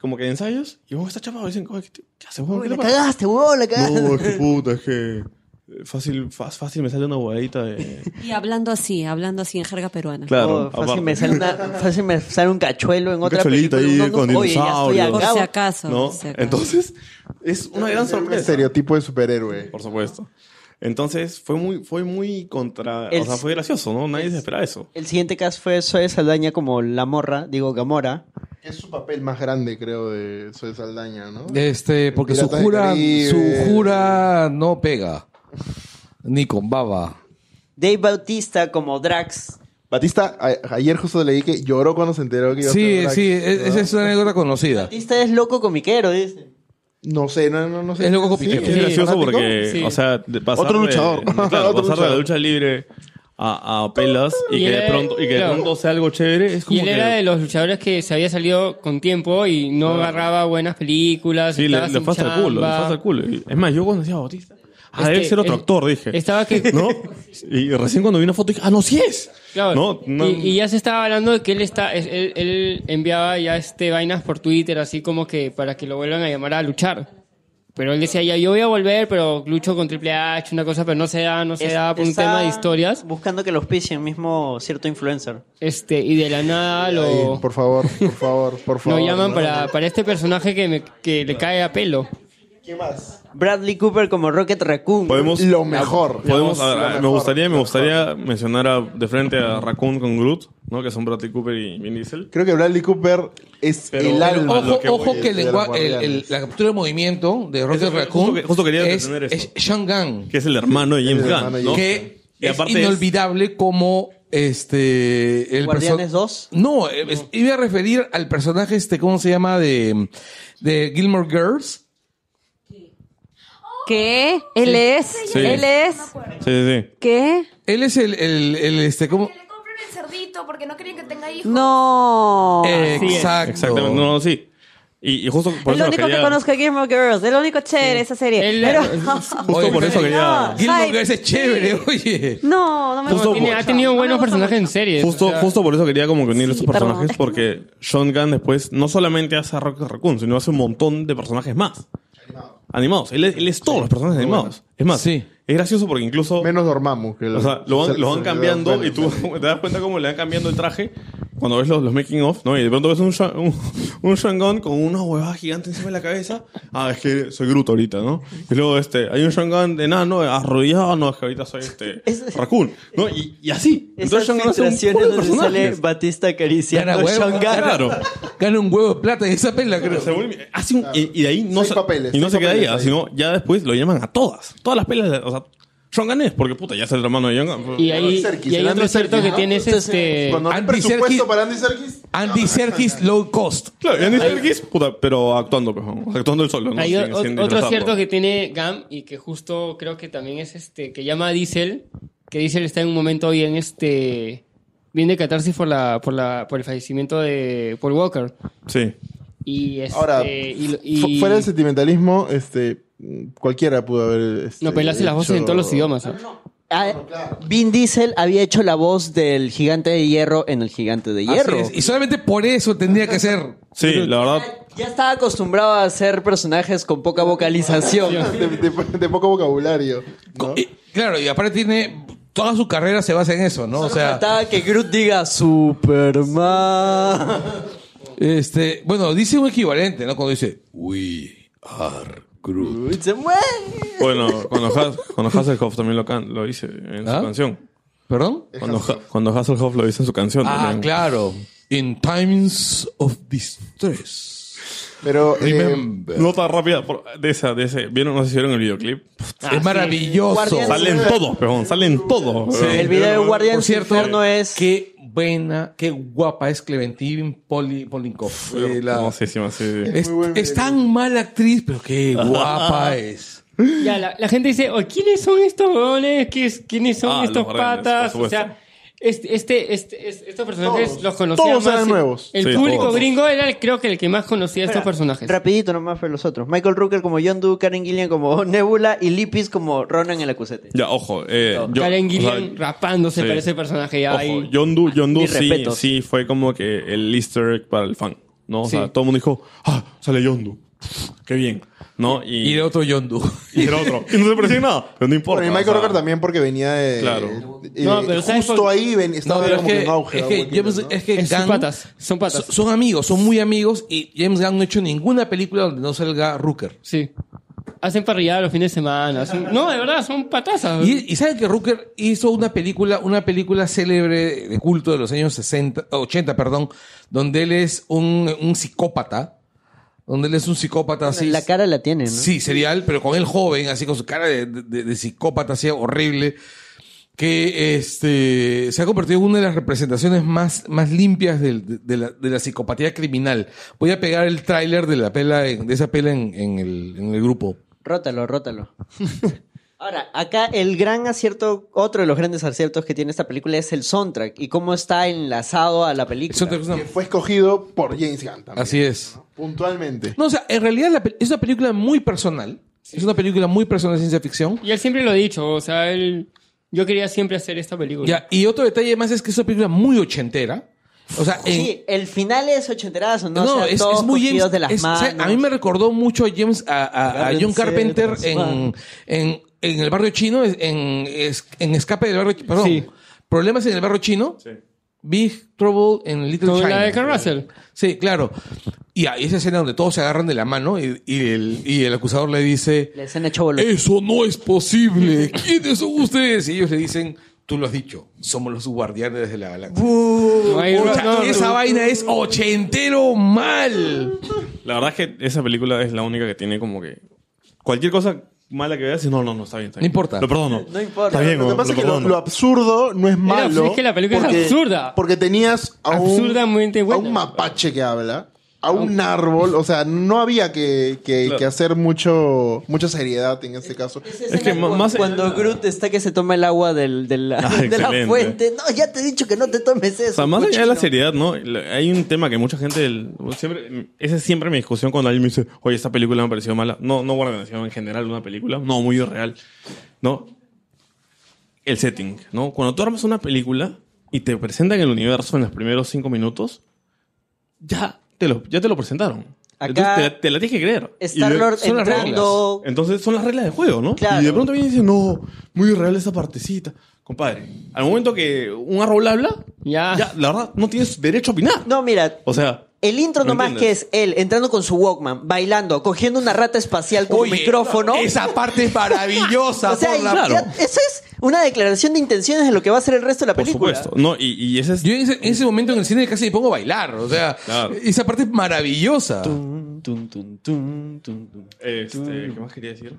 como que de ensayos y vos estás chapado y dicen, "Oye, ¿qué, te- qué haces, huevón?
Uy,
¿Qué
la
te pasa?"
cagaste, huevón, la cagaste.
No, es que puta, es que eh, fácil, fa- fácil me sale una huevadita de...
Y hablando así, hablando así en jerga peruana.
Claro,
Oh, fácil,
aparte.
me sale una- fácil me sale un cachuelo en otra
cachuelito
película.
ahí
No, no,
con
oye, ya estoy
dinosaurio.
Por
acá,
si acaso.
¿No?
por si acaso.
Entonces, es una gran
Un
sorpresa.
estereotipo de superhéroe.
Por supuesto. Entonces, fue muy, fue muy contra...
El-
o sea, fue gracioso, ¿no? Nadie se esperaba eso.
El siguiente caso fue Zoe Saldaña como la morra, digo Gamora.
Es su papel más grande, creo, de Soy Saldaña, ¿no?
Este, porque su
Piratas del
jura,
Caribe.
su jura no pega. Ni con baba.
Dave Bautista como Drax.
Batista, a- ayer justo leí que lloró cuando se enteró que iba a
Sí,
ser Drax,
sí, es-
¿no?
esa es una anécdota conocida.
Bautista es loco comiquero, dice.
No sé, no, no, no sé.
Es loco con
Sí,
piquete.
Es
Sí,
gracioso
fanático.
porque,
Sí.
o sea, de pasar
Otro
de-
luchador.
de- claro,
Otro
pasar de la
luchador.
lucha libre a, a pelas y,
Y
que
él
de
era-
pronto, y que de
claro.
pronto sea algo chévere es como
Y él
que-
era de los luchadores que se había salido con tiempo y no agarraba buenas películas.
sí,
estaba
le, le
sin
pasa el culo, le
chamba.
pasa el culo. Y- Es más, yo cuando decía Bautista, ah,
Es
debe
que
ser otro
él-
actor, dije.
Estaba que.
¿No? Y recién cuando vi una foto dije, ah, no, sí es.
Claro.
No, no-
y, y ya se estaba hablando de que él está, es- él, él enviaba ya este vainas por Twitter, así como que para que lo vuelvan a llamar a luchar. Pero él decía, ya yo voy a volver, pero lucho con Triple H, una cosa, pero no se da, no se
Es-
da por un
está
tema de historias.
Buscando que lo auspicien mismo cierto influencer.
Este, y de la nada lo,
Oh.
Ay, por favor, por favor, por
lo
favor.
llaman
¿no?
para, para este personaje que, me- que le cae a pelo.
Bradley Cooper como Rocket Raccoon.
podemos...
Lo mejor.
Podemos, a ver,
Lo
a ver, me
mejor.
gustaría, me gustaría mencionar a- de frente a Raccoon con Groot, ¿no? Que son Bradley Cooper y Vin Diesel.
Creo que Bradley Cooper es
Pero-
el alma.
A lo
Ojo,
que
ojo
voy,
que el
de los
lengua- el- el-
guardianes.
la captura de movimiento de Rocket
Eso, justo
Raccoon
que- justo quería
es,
detener
es
eso.
Sean Gunn,
Que es el hermano de James
El hermano
Gunn,
de
¿no?
que
Y
es
aparte es-
inolvidable como este... El
Guardianes
perso-
2.
No, eh, es- iba a referir al personaje este, ¿cómo se llama? De, de Gilmore Girls.
¿Qué? ¿Él es?
Sí.
¿Él es?
Sí, sí, sí.
¿Qué?
Él es el, el, el, este, ¿cómo?
Que le compren el cerdito porque no querían que tenga hijos.
No.
Exacto.
Exactamente, no, no, sí. Y, y justo por
el
eso
único
quería-
que conozco es Gilmore Girls, el único chévere de esa serie.
Él-
Pero-
Justo por eso quería...
Gilmore
Ay,
Girls es chévere, oye.
No, no me gusta
Justo por-
Tiene- ha
mucho.
tenido
No me
buenos
gusta
personajes en series.
Justo,
o sea,
justo por eso quería como que unir estos
perdón.
personajes porque Sean Gunn después no solamente hace a Rocket Raccoon, sino hace un montón de personajes más. Animados. Él, es- él es todos los personajes animados. Es más,
Sí.
es gracioso porque incluso...
Menos dormamos. Que
o sea, lo van,
se-
lo
se-
van
se-
cambiando
bueno,
y tú te das cuenta cómo le van cambiando el traje cuando ves los, los making of, ¿no? Y de pronto ves un, Sha- un, un Shangon con una huevada gigante encima de la cabeza. Ah, es que soy Groot ahorita, ¿no? Y luego este, hay un Shangon de enano arrodillado, no, es que ahorita soy este
Es-
Raccoon, ¿no? Y, y así.
Esas
Shangon es un
filtraciones
puro de
donde sale
personajes.
Batista acariciando
Cara,
a
huevo,
Sean Gunn.
Claro.
Gana un huevo de plata en esa pela, creo.
Se vuelve- hace un- y, y de ahí no
Seis
se,
papeles,
y no
seis
se queda
papeles
ahí, ah,
ahí.
sino ya después lo llaman a todas. Todas las pelas, o sea, Shangon es, porque puta, ya es el hermano de Shangon.
Y ahí,
Serkis,
y hay
el Andy
otro cierto
Serkis,
que
¿no? eh,
tienes
Entonces,
este...
Cuando hay
Andy
presupuesto
Serkis-
para Andy Serkis.
Andy Serkis Low Cost.
Claro, y Andy Serkis, puta, pero actuando, pues, vamos, actuando el solo. ¿no?
Hay
Sin-
o-
sin
otro
disfrazarlo.
cierto que tiene Gam y que justo creo que también es este, que llama a Diesel, que Diesel está en un momento bien este bien de catarsis por la, por la, por el fallecimiento de Paul Walker.
Sí.
Y este
Ahora,
y, lo-
fu-
y-
fuera del sentimentalismo, este, mm, cualquiera pudo haber. este,
no, pero él hace las voces
hecho-
en todos los idiomas. ¿eh?
Ah, Vin Diesel había hecho la voz del gigante de hierro en el gigante de hierro.
Así es. Y solamente por eso tendría que ser.
Sí, la verdad.
Ya estaba acostumbrado a hacer personajes con poca vocalización.
De, de- de poco vocabulario. ¿no?
Y- claro, y aparte tiene. Toda su carrera se basa en eso, ¿no? O sea.
Faltaba que Groot diga Superman.
Este, bueno, dice un equivalente, ¿no? Cuando dice We are Groot.
Groot se mueve.
Bueno, cuando, Has- cuando Hasselhoff también lo, can- lo dice en
¿Ah?
su canción.
¿Perdón?
Cuando, Ha- cuando Hasselhoff lo dice en su canción.
Ah,
también.
claro. In times of distress.
Pero. eh,
Remember.
Nota rápida por- de esa, de ese. ¿Vieron? No sé si vieron el videoclip.
es maravilloso.
Ah, Guardianes-
Salen todos, pejón, salen todos.
El video de Guardián
Por cierto,
Inferno es...
qué buena, qué guapa es Clementine Poli, Polinkov. Eh, la-
Hermosísima, sí, sí.
es,
Muy buen
es
video.
tan mala actriz, pero qué guapa es.
Ya, la, la gente dice, "Oye, ¿quiénes son estos huevones? ¿Qué es- ¿Quiénes son
Ah, los
estos
guardianes,
patas?
por
O sea, este, este, este- es- estos personajes
Todos.
los conocía
Todos
más-
eran nuevos.
El
Sí,
público
todos.
gringo era el- creo que el que más conocía a estos personajes.
Rapidito nomás fue los otros. Michael Rooker como John Doe, Karen Gillian como Nebula y Lipis como Ronan el acusete.
Ya, ojo. Eh, yo-
Karen
o
Gillian
sea,
rapándose
sí.
para ese personaje ya
Ojo,
ahí.
John Doe, John Doe
Mis
sí,
respetos.
sí fue como que el easter egg para el fan. ¿no? O sea,
Sí.
todo el mundo dijo, ah, sale John Doe. Qué bien. ¿No?
Y
Y,
de otro Yondu.
y era otro. Y no se parecía en nada. Pero no importa.
Bueno, y
o
Michael
sea,
Rocker también porque venía de...
Claro.
eh,
No, pero ¿sabes
justo
por-
ahí ven,
No,
estaba
pero es
como que,
que,
en auge.
es
¿no?
que
Porque,
James,
¿no?
es que
Es- son
Gunn-
patas, son patas.
so- Son amigos, son muy amigos y James Gunn no ha hecho ninguna película donde no salga Rooker.
Sí. Hacen parrillada los fines de semana. hacen- No, de verdad, son patazas.
Y, y saben que Rooker hizo una película, una película célebre de culto de los años 60, 80, perdón, donde él es un, un psicópata, donde él es un psicópata así.
La cara la tiene, ¿no?
Sí, serial, pero con él joven, así con su cara de, de- de psicópata, así horrible, que este, se ha convertido en una de las representaciones más, más limpias del- de, la, de la psicopatía criminal. Voy a pegar el tráiler de la pela, en- de esa pela en, en el, en el grupo.
Rótalo, rótalo. Ahora, acá el gran acierto, otro de los grandes aciertos que tiene esta película es el soundtrack y cómo está enlazado a la película.
Eso te gusta.
Que fue escogido por James Gunn también.
Así es.
Puntualmente.
No, o sea, en realidad la pe- es una película muy personal. Es una película muy personal de ciencia ficción.
Y él siempre lo ha dicho, o sea, él... Yo quería siempre hacer esta película.
Ya, y otro detalle más es que es una película muy ochentera. O sea, en-
Sí, el final es ochenterazo, ¿no?
No,
O sea,
es,
todos
es muy
cogidos
James.
de las
es- o
manos.
sea, a mí me recordó mucho a James, a, a- a John
Agárrense
Carpenter
de las
en,
manos.
en, en el barrio chino, es- en, es- en Escape del barrio chino. Perdón.
Sí.
Problemas en el barrio chino. Big Trouble en Little
Como
China.
la de Kurt Russell.
Sí, claro. Y ahí esa escena donde todos se agarran de la mano y, y el, y el acusador le dice:
La escena chobolo.
Eso no es posible. ¿Quiénes son ustedes? Y ellos le dicen: Tú lo has dicho. Somos los guardianes de la galaxia.
No hay-
Pucha,
no, no,
esa
no.
vaina es ochentero mal.
La verdad es que esa película es la única que tiene como que. Cualquier cosa mala que veas, dices, no, no, no, está bien. Está
No
bien.
importa.
Lo perdono.
No importa.
Está bien,
Lo que
weón,
pasa
lo
es que lo,
perdono.
lo absurdo no es malo.
es que la película es absurda.
Porque tenías a un,
Absurdamente buena.
a un mapache que habla, a un árbol. O sea, no había que, que-
Claro.
que hacer mucho mucha seriedad en este caso.
Es que
Cuando-
más-
cuando Groot está que se toma el agua del, de, la,
Ah,
de la
excelente.
fuente. No, ya te he dicho que no te tomes eso.
O sea, más allá de la
cochino.
seriedad, ¿no? La- Hay un tema que mucha gente. el- siempre, esa es siempre mi discusión cuando alguien me dice, oye, esta película me pareció mala. No, no Guardianes, sino en general una película. No, muy real. ¿No? El setting, ¿no? Cuando tú armas una película y te presentan el universo en los primeros cinco minutos, ya te lo, ya te lo presentaron.
Acá-
Entonces te, la- te la tienes que creer. Y de-
Star-Lord
son las
entrando...
entonces son las reglas de juego, ¿no?
Claro.
Y de pronto viene y dice, no, muy irreal esa partecita. compadre, al momento que un árbol habla,
Ya.
ya, la verdad, no tienes derecho a opinar.
No, mira,
O sea,
el intro
¿me
nomás que
entiendes?
es él entrando con su Walkman, bailando, cogiendo una rata espacial con
Oye,
micrófono.
Esa parte es maravillosa.
o sea,
por la-
ya- eso es una declaración de intenciones de lo que va a ser el resto de la
por
película.
supuesto. No, y, y ese es.
Yo en ese, en ese momento en el cine casi me pongo a bailar. O sea,
Claro.
esa parte es maravillosa.
Este, ¿Qué más quería decir?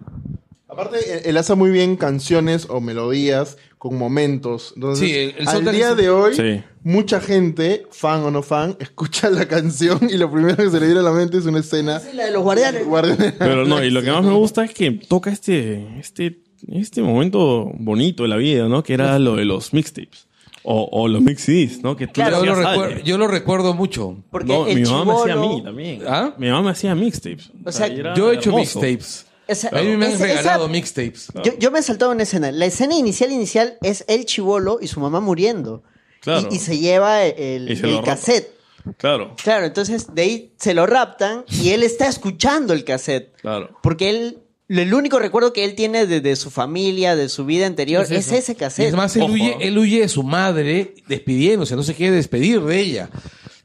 Aparte, e-, él- él hace muy bien canciones o melodías con momentos. Entonces,
Sí, el- el
al
soundtrack
día
es-
de hoy,
Sí.
mucha gente, fan o no fan, escucha la canción y lo primero que se le viene a la mente es una escena.
La de los guardianes.
Guardianes.
Pero no, y lo que más me gusta es que toca este, este, este momento bonito de la vida, ¿no? Que era lo de los mixtapes. O, o los mix CDs, ¿no? Que tú
Claro,
le
yo, lo
hacías a
recuerdo,
alguien.
yo lo recuerdo mucho.
Porque
No,
el
mi mamá me hacía a
chibolo-
mí también.
¿Ah?
Mi mamá me hacía mixtapes.
O sea,
y era
Yo he hecho
hermoso.
mixtapes.
Esa-
A mí me han
esa-
regalado
esa-
mixtapes.
Yo, yo me he saltado una escena. La escena inicial inicial es el chivolo y su mamá muriendo.
Claro.
Y, y se lleva el,
Y se
el
lo rapa.
cassette.
Claro,
Claro, entonces de ahí se lo raptan y él está escuchando el cassette.
claro.
Porque él, el único recuerdo que él tiene de, de su familia, de su vida anterior,
Es
es,
eso.
ese
Y
cassette.
es más, él
Ojo,
huye,
¿ah?
él huye de su madre despidiéndose, no se quiere despedir de ella.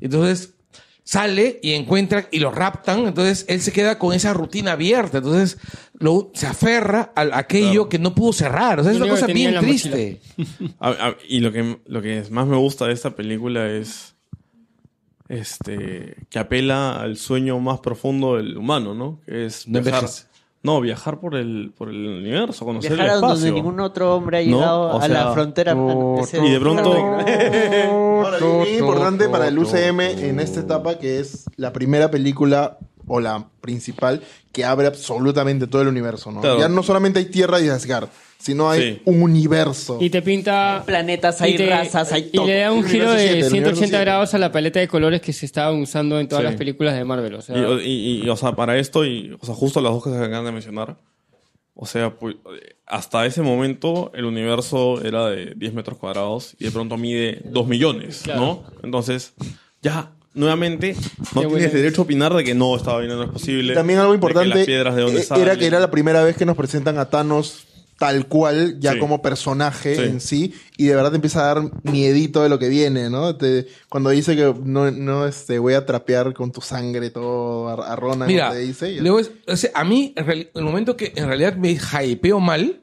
Entonces sale y encuentra y lo raptan, entonces él se queda con esa rutina abierta, entonces lo, se aferra a aquello que no pudo cerrar, o sea, es
Lo
una
único
cosa
que tenía
bien
en la mochila.
triste.
A- a- y lo que, lo que más me gusta de esta película es este que apela al sueño más profundo del humano, ¿no? Que es
No
viajar.
envejeces.
No, viajar por el, por el universo, conocer
Viajar
el
a
espacio.
donde ningún otro hombre ha
No,
llegado
o
a
sea,
la frontera. Ah, no, ese-
y de pronto
Ahora, bien, bien importante para el UCM en esta etapa que es la primera película o la principal que abre absolutamente todo el universo, ¿no?
Claro.
Ya no solamente hay Tierra y Asgard, sino hay
Sí.
un universo.
Y te pinta...
planetas, hay
y te-
razas, hay
Y
todo.
le da un
El
giro
universo siete,
de
el universo
180
siete.
grados a la paleta de colores que se estaban usando en todas
Sí.
las películas de Marvel. O sea,
Y, o- y- y, o sea, para esto, y, o sea, justo las dos que se acaban de mencionar, o sea, pu- hasta ese momento el universo era de 10 metros cuadrados y de pronto mide 2 millones, ¿no? Entonces, ya, nuevamente, no
Qué buena es.
tienes derecho a opinar de que no, esta vaina no es posible.
Y también algo
de que
importante
las piedras de dónde
eh,
salen.
era que era la primera vez que nos presentan a Thanos tal cual, ya
Sí.
como personaje
Sí.
en sí, y de verdad te empieza a dar miedito de lo que viene, ¿no? Te- cuando dice que no, no este, voy a trapear con tu sangre todo a, a Ronan,
Mira,
te dice. y-
luego es- o sea, a mí en reali- el momento que en realidad me hypeo mal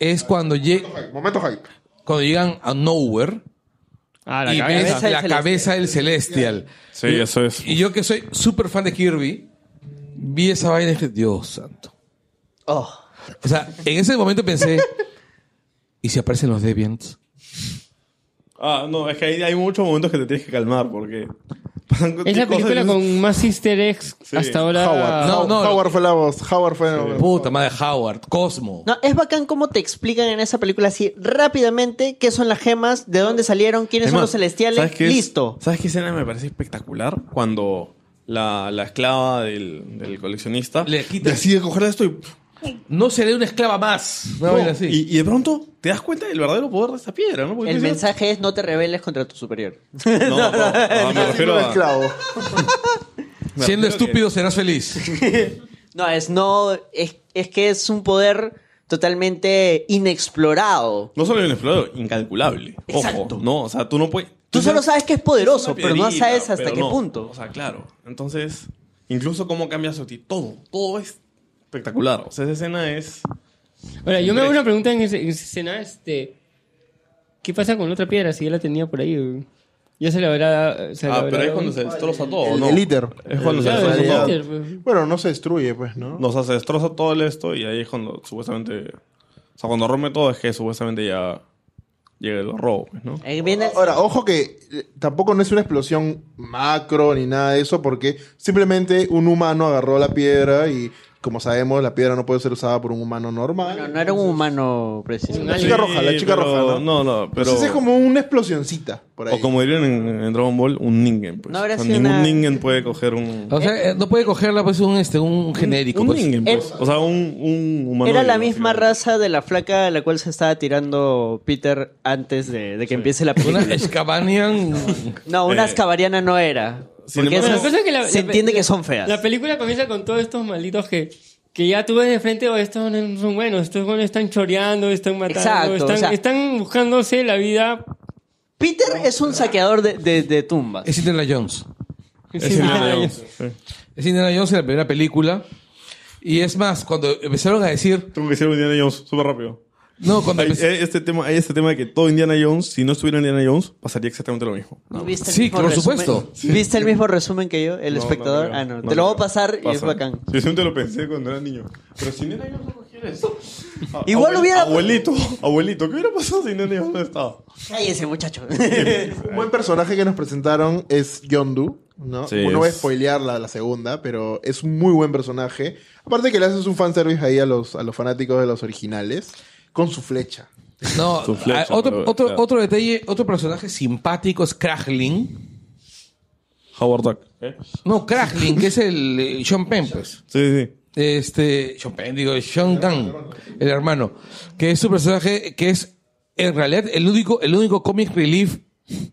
es cuando, lle-
Momento hype.
cuando llegan a Nowhere
ah, la
y
cabeza.
ves la
Celestial.
cabeza del Celestial.
Sí, eso es.
Y yo que soy súper fan de Kirby, vi esa vaina y dije, Dios santo.
Oh.
O sea, en ese momento pensé, ¿y si aparecen los Deviants?
Ah, no, es que hay, hay muchos momentos que te tienes que calmar porque... pasan
Es la
cosas
película
y-
con más easter eggs
Sí.
hasta ahora.
Howard.
No,
How-
no.
Howard fue la voz. Howard fue la voz.
Puta madre, Howard, Cosmo.
No, es bacán cómo te explican en esa película así rápidamente qué son las gemas, de dónde salieron, quiénes
Es
son
más,
los celestiales.
¿sabes qué es-
Listo.
¿Sabes qué escena me parece espectacular? Cuando la, la esclava del, del coleccionista
Le quita.
decide coger esto y,
No seré una esclava más. Una vaina así.
y, y de pronto te das cuenta del verdadero poder de esa piedra, ¿no? Porque
El
tú dices,
mensaje es no te rebeles contra tu superior.
No, no, no, me refiero a...
esclavo.
me
Siendo
refiero a que-
estúpido serás feliz.
No, es no, es, es que es un poder totalmente inexplorado.
No solo inexplorado, incalculable.
Exacto.
Ojo, no, o sea, tú no puedes...
Tú solo sabes que es
es una
poderoso, pero no
piedrita,
sabes hasta
pero
qué
no.
punto.
O sea, claro. Entonces, incluso cómo cambia su ti todo, todo es espectacular. O sea, esa escena es...
Ahora, yo me hago
Tres.
una pregunta en, ese- en esa escena, este... ¿Qué pasa con la otra piedra si ya la tenía por ahí? güey? Ya se la habrá... Se la
Ah,
habrá
pero es
dado.
cuando se destroza todo,
El,
¿no?
el íter.
Es cuando se
Claro,
destroza
el
todo.
íter. íter, pues.
Bueno, no se destruye, pues, ¿no?
No, o sea, se destroza todo el esto y ahí es cuando supuestamente. O sea, cuando rompe todo es que supuestamente ya llega el robo, pues, ¿no?
Ahí viene-
Ahora, ojo que eh, tampoco no es una explosión macro ni nada de eso, porque simplemente un humano agarró la piedra y, como sabemos, la piedra no puede ser usada por un humano normal.
no, no era un humano preciso.
La chica roja, la chica
pero-
roja, ¿no?
No, no, pero.
Entonces es como una explosioncita por ahí.
O como dirían en, en Dragon Ball, un ningen, pues.
No habrá
O sea,
sido
ningún
una-
ningen puede coger un.
Ah,
O sea, eh, no puede cogerla pues un, este, un genérico.
Un
pues.
ningen, pues. O sea, un, un humano.
Era la misma raza de la flaca a la cual se estaba tirando Peter antes de, de que empiece la
Una
película.
Escabanian.
No, una
Eh.
ascabariana no era.
Sin
Porque
embargo-
esas
Bueno,
la cosa es que la-
se
la-
entiende
la-
que son feas.
La película comienza con todos estos malditos que que ya tú ves de frente, oh, estos no son buenos, estos buenos están choreando, están matando,
Exacto,
están,
o sea-
están buscándose la vida.
Peter es un saqueador de, de- de tumbas.
Es Indiana Jones.
Es Indiana Jones. Sí.
Es Indiana Jones en la primera película. Y es más, cuando empezaron a decir.
Tengo que ser un Indiana Jones, súper rápido.
No, cuando
Hay,
empe-
hay este tema, hay este tema de que todo Indiana Jones, si no estuviera Indiana Jones, pasaría exactamente lo mismo.
¿Viste el
Sí,
mismo
por
resumen?
supuesto.
¿Viste el mismo resumen que yo, el
No,
espectador?
creo.
ah, no.
No
Te lo voy a
creo.
pasar y es
Pasa.
bacán.
Yo siempre lo pensé cuando era niño. Pero si Indiana Jones no cogiera eso. a-
Igual
abue-
hubiera-
Abuelito, abuelito, ¿qué hubiera pasado si Indiana Jones no estaba?
Cállese, muchacho.
Un buen personaje que nos presentaron es Yondu, ¿no?
Sí,
no voy a
es-
spoilear la, la segunda, pero es un muy buen personaje. Aparte que le haces un fanservice ahí a los, a los fanáticos de los originales, con su flecha.
No,
eh, Su flecha,
ah, otro,
pero-
otro,
claro.
otro detalle, otro personaje simpático es Krajlin.
Howard Duck. ¿eh?
No, Krajlin, que es el eh, Sean Penn, pues.
Sí, sí.
Este, Sean Penn, digo, Sean Gunn, el hermano. Que es su personaje que es, en realidad, el único, el único comic relief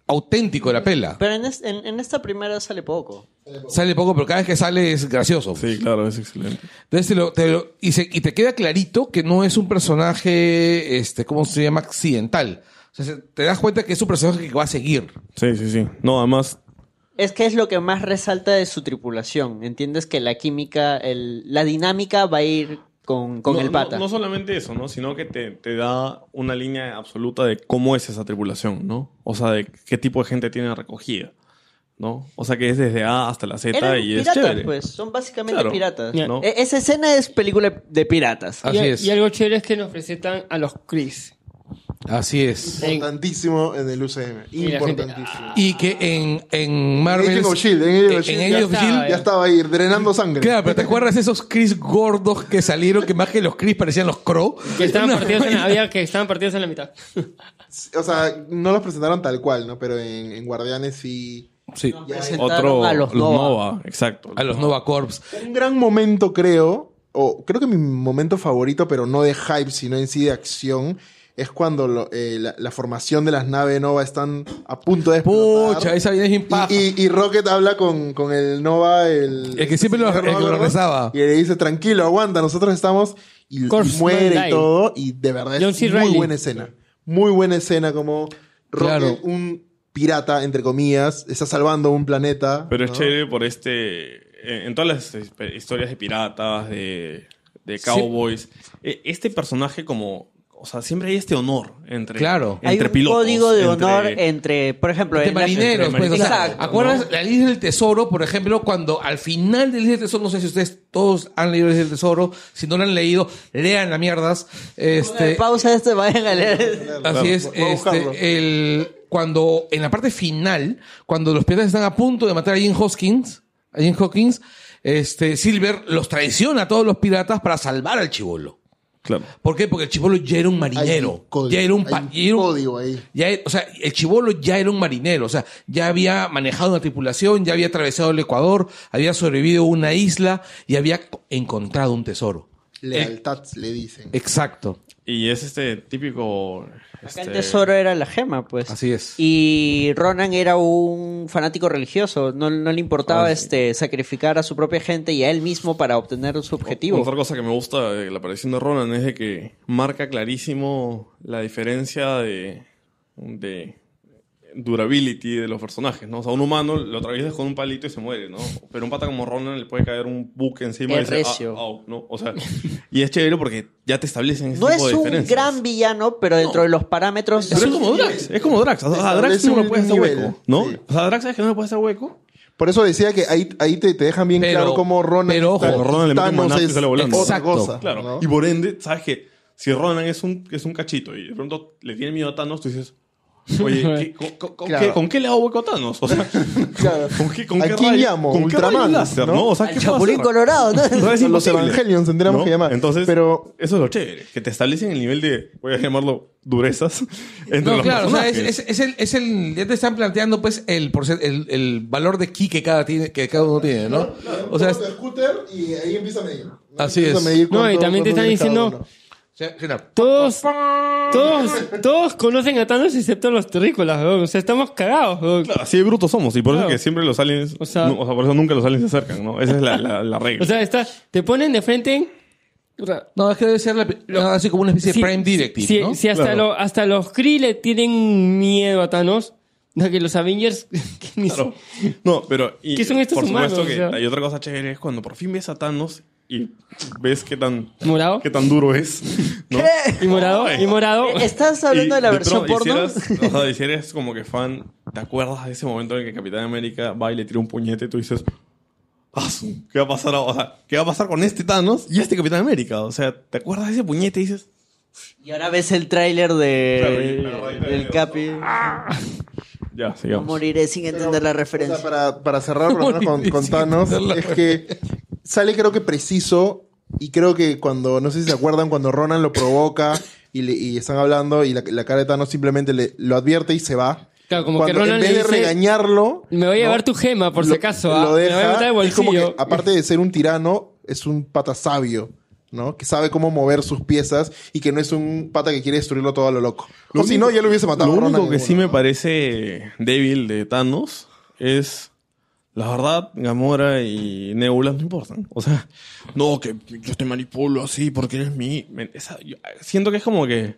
auténtico de la pela.
Pero en, es- en- en esta primera sale poco.
Sale poco, pero cada vez que sale es gracioso.
Sí, claro, es excelente.
Entonces te lo- te lo- y, se- y te queda clarito que no es un personaje, este, ¿cómo se llama? Accidental. O sea, se- te das cuenta que es un personaje que va a seguir.
Sí, sí, sí. No, además,
Es que es lo que más resalta de su tripulación. Entiendes que la química, el- la dinámica va a ir con, con
no,
el
no-
pata.
No, solamente eso, ¿no? Sino que te, te da una línea absoluta de cómo es esa tripulación, ¿no? O sea, de qué tipo de gente tiene recogida, ¿no? O sea, que es desde A hasta la Z
Eran
y es
piratas,
chévere.
pues. Son básicamente
Claro.
piratas.
Ya.
¿no?
E- esa escena es película de piratas.
Así
y,
es.
y algo chévere es que nos presentan a los Chris.
Así es.
En-
Importantísimo en el UCM.
Y la gente-
Importantísimo.
Y que en, ah, en
En
Marvel.
Agent of Shield, en Agent of
en Agent
Shield
ya
of
estaba,
Shield,
eh.
Ya estaba ahí, drenando sangre.
Claro, pero ¿te acuerdas esos Chris gordos que salieron, que más que los Chris parecían los Crow?
Que estaban,
Una
partidos en,
vaina-
había que estaban partidos en la mitad.
O sea, no los presentaron tal cual, ¿no? Pero en, en Guardianes sí...
Sí,
Presentaron
Otro,
a los Nova.
exacto.
a los Nova Corps.
Un gran momento, creo, o creo que mi momento favorito, pero no de hype, sino en sí de acción, es cuando lo- eh, la, la formación de las naves Nova están a punto de explotar.
Pucha, esa vida es
Y-
bien paja.
y, y Rocket habla con, con el Nova, el...
El que siempre lo- el que lo rezaba.
Y le dice, tranquilo, aguanta, nosotros estamos... Y, y
Course
muere
don't
y
die.
todo, y de verdad
John
es
C.
muy
Reilly.
buena escena. Muy buena escena, como Rocket,
Claro.
un pirata, entre comillas, está salvando un planeta.
Pero es
¿no?
chévere por este. En, en todas las hisp- historias de piratas, de, de cowboys, e- este personaje, como. O sea, siempre hay este honor entre,
Claro.
entre
Hay un
pilotos.
código de
entre-
honor entre, por ejemplo,
De
en la-
marineros,
entre
pues. o sea,
Exacto, ¿no?
¿Acuerdas la Isla del Tesoro, por ejemplo, cuando al final de la Isla del Tesoro, no sé si ustedes todos han leído la Isla del Tesoro, si no la han leído, lean la mierdas. Este,
Pausa este, vayan a leer.
Así es,
Voy a buscarlo.
este, el, cuando en la parte final, cuando los piratas están a punto de matar a Jim Hoskins, a Jim Hawkins, este, Silver los traiciona a todos los piratas para salvar al chivolo.
Claro.
¿Por qué? Porque el chivolo ya era un
Hay
marinero.
un código,
ya era un, pa-
hay un
ya era un-
código ahí.
ya era- o sea, el chivolo ya era un marinero, o sea, ya había manejado una tripulación, ya había atravesado el Ecuador, había sobrevivido a una isla y había co- encontrado un tesoro.
Lealtad, le dicen.
Exacto.
Y es este típico.
Acá el
este,
tesoro era la gema, pues.
Así es.
Y Ronan era un fanático religioso. No, no le importaba
Ah, sí.
este sacrificar a su propia gente y a él mismo para obtener su objetivo.
Otra cosa que me gusta de la aparición de Ronan es de que marca clarísimo la diferencia de, de durability de los personajes, ¿no? O sea, un humano lo atraviesas con un palito y se muere, ¿no? Pero un pata como Ronan le puede caer un buque encima
Es
y dice,
recio.
"Ah, au", ¿no? O sea, y es chévere porque ya te establecen ese
No es
tipo de
un
diferencias.
gran villano, pero dentro de los parámetros.
Pero es como Drax, es como Drax. O sea, a Drax
Establece
no
un
le puede hacer
nivel,
hueco, ¿no?
sí.
O sea, a Drax sabes que no le puede hacer hueco.
Por eso decía que ahí, ahí te, te dejan bien
Pero-
claro cómo Ronan.
pero ojo,
Thanos
Ronan le mete un manazo y
es
sale volando.
otra
Exacto.
cosa,
Claro.
¿no?
Y por ende, sabes que si Ronan es un, es un cachito y de pronto le tiene miedo a Thanos, tú dices, oye, ¿qué- con, con- con
Claro.
qué, con qué le hago hueco a Thanos? O sea,
Claro.
¿con qué, con
¿A
qué
quién
rayo-
llamo?
¿Con qué rayo
Ultraman,
láser,
¿no?
¿no? O sea,
Al
¿qué
Chapulín
puedo hacer?
Colorado, ¿no?
No,
Los
es imposible.
Evangelions tendríamos que llamar.
Entonces,
Pero-
eso es lo chévere, que te establecen el nivel de, voy a llamarlo, durezas entre
No,
los
claro, o sea, es,
personajes.
es- es el, es el- ya te están planteando pues el, porce- el, el valor de ki que cada, tiene, que cada uno tiene, ¿no? O sea, es- o
scooter y ahí empieza a medir.
Así
Empieza
es.
a medir
No, y
cuánto-
también te
cuánto
están
mide cada
diciendo-
uno.
sea, mira,
Todos, todos, todos conocen a Thanos excepto los terrícolas, weón. O sea, estamos cagados, weón.
Claro, así de brutos somos y por eso
Claro.
que siempre los aliens, no,
O
o
sea-
sea, por eso nunca los aliens se acercan, ¿no? Esa es la, la- la regla.
O sea, está, te ponen de frente o sea,
No, es que debe ser la- así como una especie
si-
de Prime Directive,
si-
¿no?
si hasta,
Claro.
lo- hasta los Kree le tienen miedo a Thanos, de que los Avengers... que ni
Claro.
se-
No, pero. y-
¿Qué son estos
por supuesto
humanos?
que
O sea.
hay otra cosa chévere es cuando por fin ves a Thanos y ves qué tan,
¿Morado?
qué tan duro es. ¿no?
¿Y morado? ¿Y morado?
¿Estás hablando
Y
de la versión
pronto, y si
porno?
eras- o sea, y si eres como que fan, ¿te acuerdas de ese momento en el que Capitán América va y le tira un puñete y tú dices, "Ah, su, ¿qué va a pasar ahora? O sea, ¿Qué va a pasar con este Thanos y este Capitán América? O sea, ¿te acuerdas de ese puñete y dices,
Y ahora ves el tráiler de
Claro, y-
del Capi.
ya,
No
sigamos.
moriré sin entender la
O sea,
referencia.
para, para cerrar por lo menos con, con Thanos, es que sale creo que preciso y creo que cuando, no sé si se acuerdan, cuando Ronan lo provoca y, le- y están hablando y la, la cara de Thanos simplemente le, lo advierte y se va.
Claro, como que
Cuando
Ronan
en vez
le
de
dice,
regañarlo...
Me voy a
¿no?
llevar tu gema, por si
lo-
acaso. ¿ah?
Lo
Me la voy a
deja,
meter al
es como
bolsillo.
que, ah, aparte de ser un tirano, es un pata sabio, ¿no? Que sabe cómo mover sus piezas y que no es un pata que quiere destruirlo todo a lo loco.
Lo
o si
único-
no, ya lo hubiese matado.
Lo
Ronan
único que
en
sí
uno,
me
¿no?
parece débil de Thanos es. La verdad, Gamora y Nebula no importan. O sea, no, que yo te manipulo así porque eres mi. me- esa- yo- siento que es como que.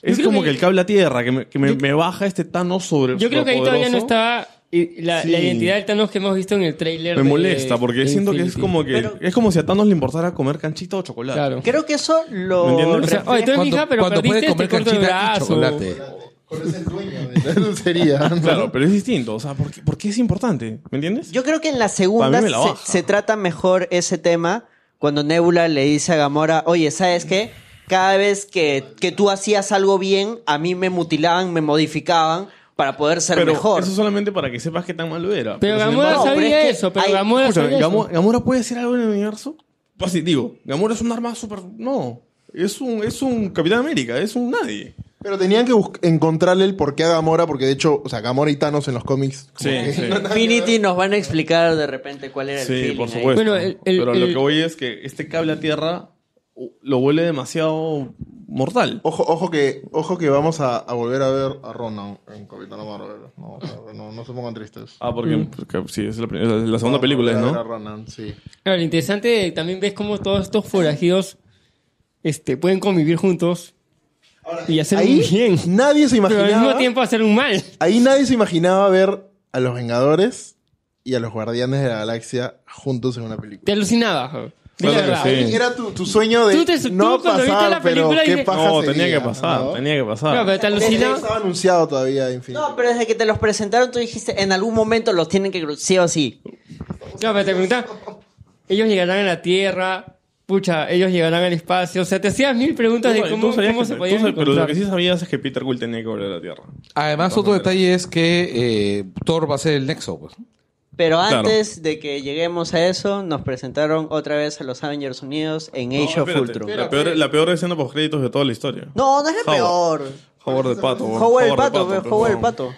Es
creo
como
que-
que, el cable a tierra, que me, que me- me baja este Thanos sobre
Yo creo que ahí todavía no estaba y- la,
Sí.
la identidad del Thanos que hemos visto en el trailer.
Me molesta porque siento que es como que.
Pero-
es como si a Thanos le importara comer canchita o chocolate.
Claro.
Creo que eso
¿Me
lo
entiendes?
O sea, oye, tú eres mi
Cuando-
hija, pero
cuando puede
perdiste
comer
este corto de
canchita y
brazo.
chocolate.
Pero es el dueño de la dulcería, ¿no?
Claro, pero es distinto. O sea, ¿por qué, por qué es importante? ¿Me entiendes?
Yo creo que en la segunda
Para mí me la
se,
baja.
se trata mejor ese tema cuando Nebula le dice a Gamora, oye, ¿sabes qué? Cada vez que, que tú hacías algo bien, a mí me mutilaban, me modificaban para poder ser
pero
mejor.
eso solamente para que sepas qué tan malo era.
Pero
sin
Gamora
embargo-
No, pero
sabía
es que
eso, pero
hay-
Gamora
Escúchame,
sabía
Gamo-
eso.
¿Gamora puede hacer algo en el universo? Pues sí, digo, Gamora es un arma súper... No, es un, es un Capitán América, es un nadie.
Pero tenían que busc- encontrarle el porqué a Gamora, porque de hecho, o sea, Gamora y Thanos en los cómics. como que-
sí.
Infinity nos van a explicar de repente cuál era el
¿eh? Sí,
feeling
por
ahí.
supuesto.
Bueno, el- el-
Pero lo
el-
que voy es que este cable a tierra uh, lo vuelve demasiado mortal.
Ojo, ojo que, ojo que vamos a, a volver a ver a Ronan en Capitana Marvel. No, o sea, no, no se pongan tristes.
Ah, porque, porque sí, es la, prim- la- la segunda
Vamos a
película,
volver a ver
¿no?
a Ronan, sí.
Claro, lo interesante también ves cómo todos estos forajidos este, pueden convivir juntos y hacer
Ahí
un bien.
nadie se
Pero al mismo
imaginaba.
tiempo hacer un mal.
Ahí nadie se imaginaba ver a los Vengadores y a los Guardianes de la Galaxia juntos en una película.
Te alucinaba. jo. Di la
Claro que
verdad.
sí.
Era tu, tu sueño de
Tú te-
no
tú
va a
cuando viste
pasar,
la
pero
película
qué
dije-
paja
No, tenía
sería,
que pasar,
¿no?
tenía que
Claro, pero
pasar.
te
Desde que
alucinaba.
Estaba anunciado todavía Infinity.
No, pero desde que te los presentaron, tú dijiste, en algún momento los tienen que cruzar, sí o sí.
No, pero te preguntaba, ellos llegarán a la Tierra, pucha, ellos llegarán al espacio. O sea, te hacías mil preguntas de
Tú-
cómo,
tú sabías
cómo
que-
se
tú
podían
sabías- Pero lo
encontrar.
que sí sabías es que Peter Quill tenía que volver a la Tierra.
Además, otro detalle es que eh, Thor va a ser el nexo, pues.
Pero
Claro.
antes de que lleguemos a eso, nos presentaron otra vez a los Avengers Unidos en Age
No,
of
espérate,
Ultron.
La peor, la peor escena post créditos de toda la historia.
No, no es la
Howard.
peor.
Howard de Pato.
Howard el pato,
de
pe, Howard el
no.
pato.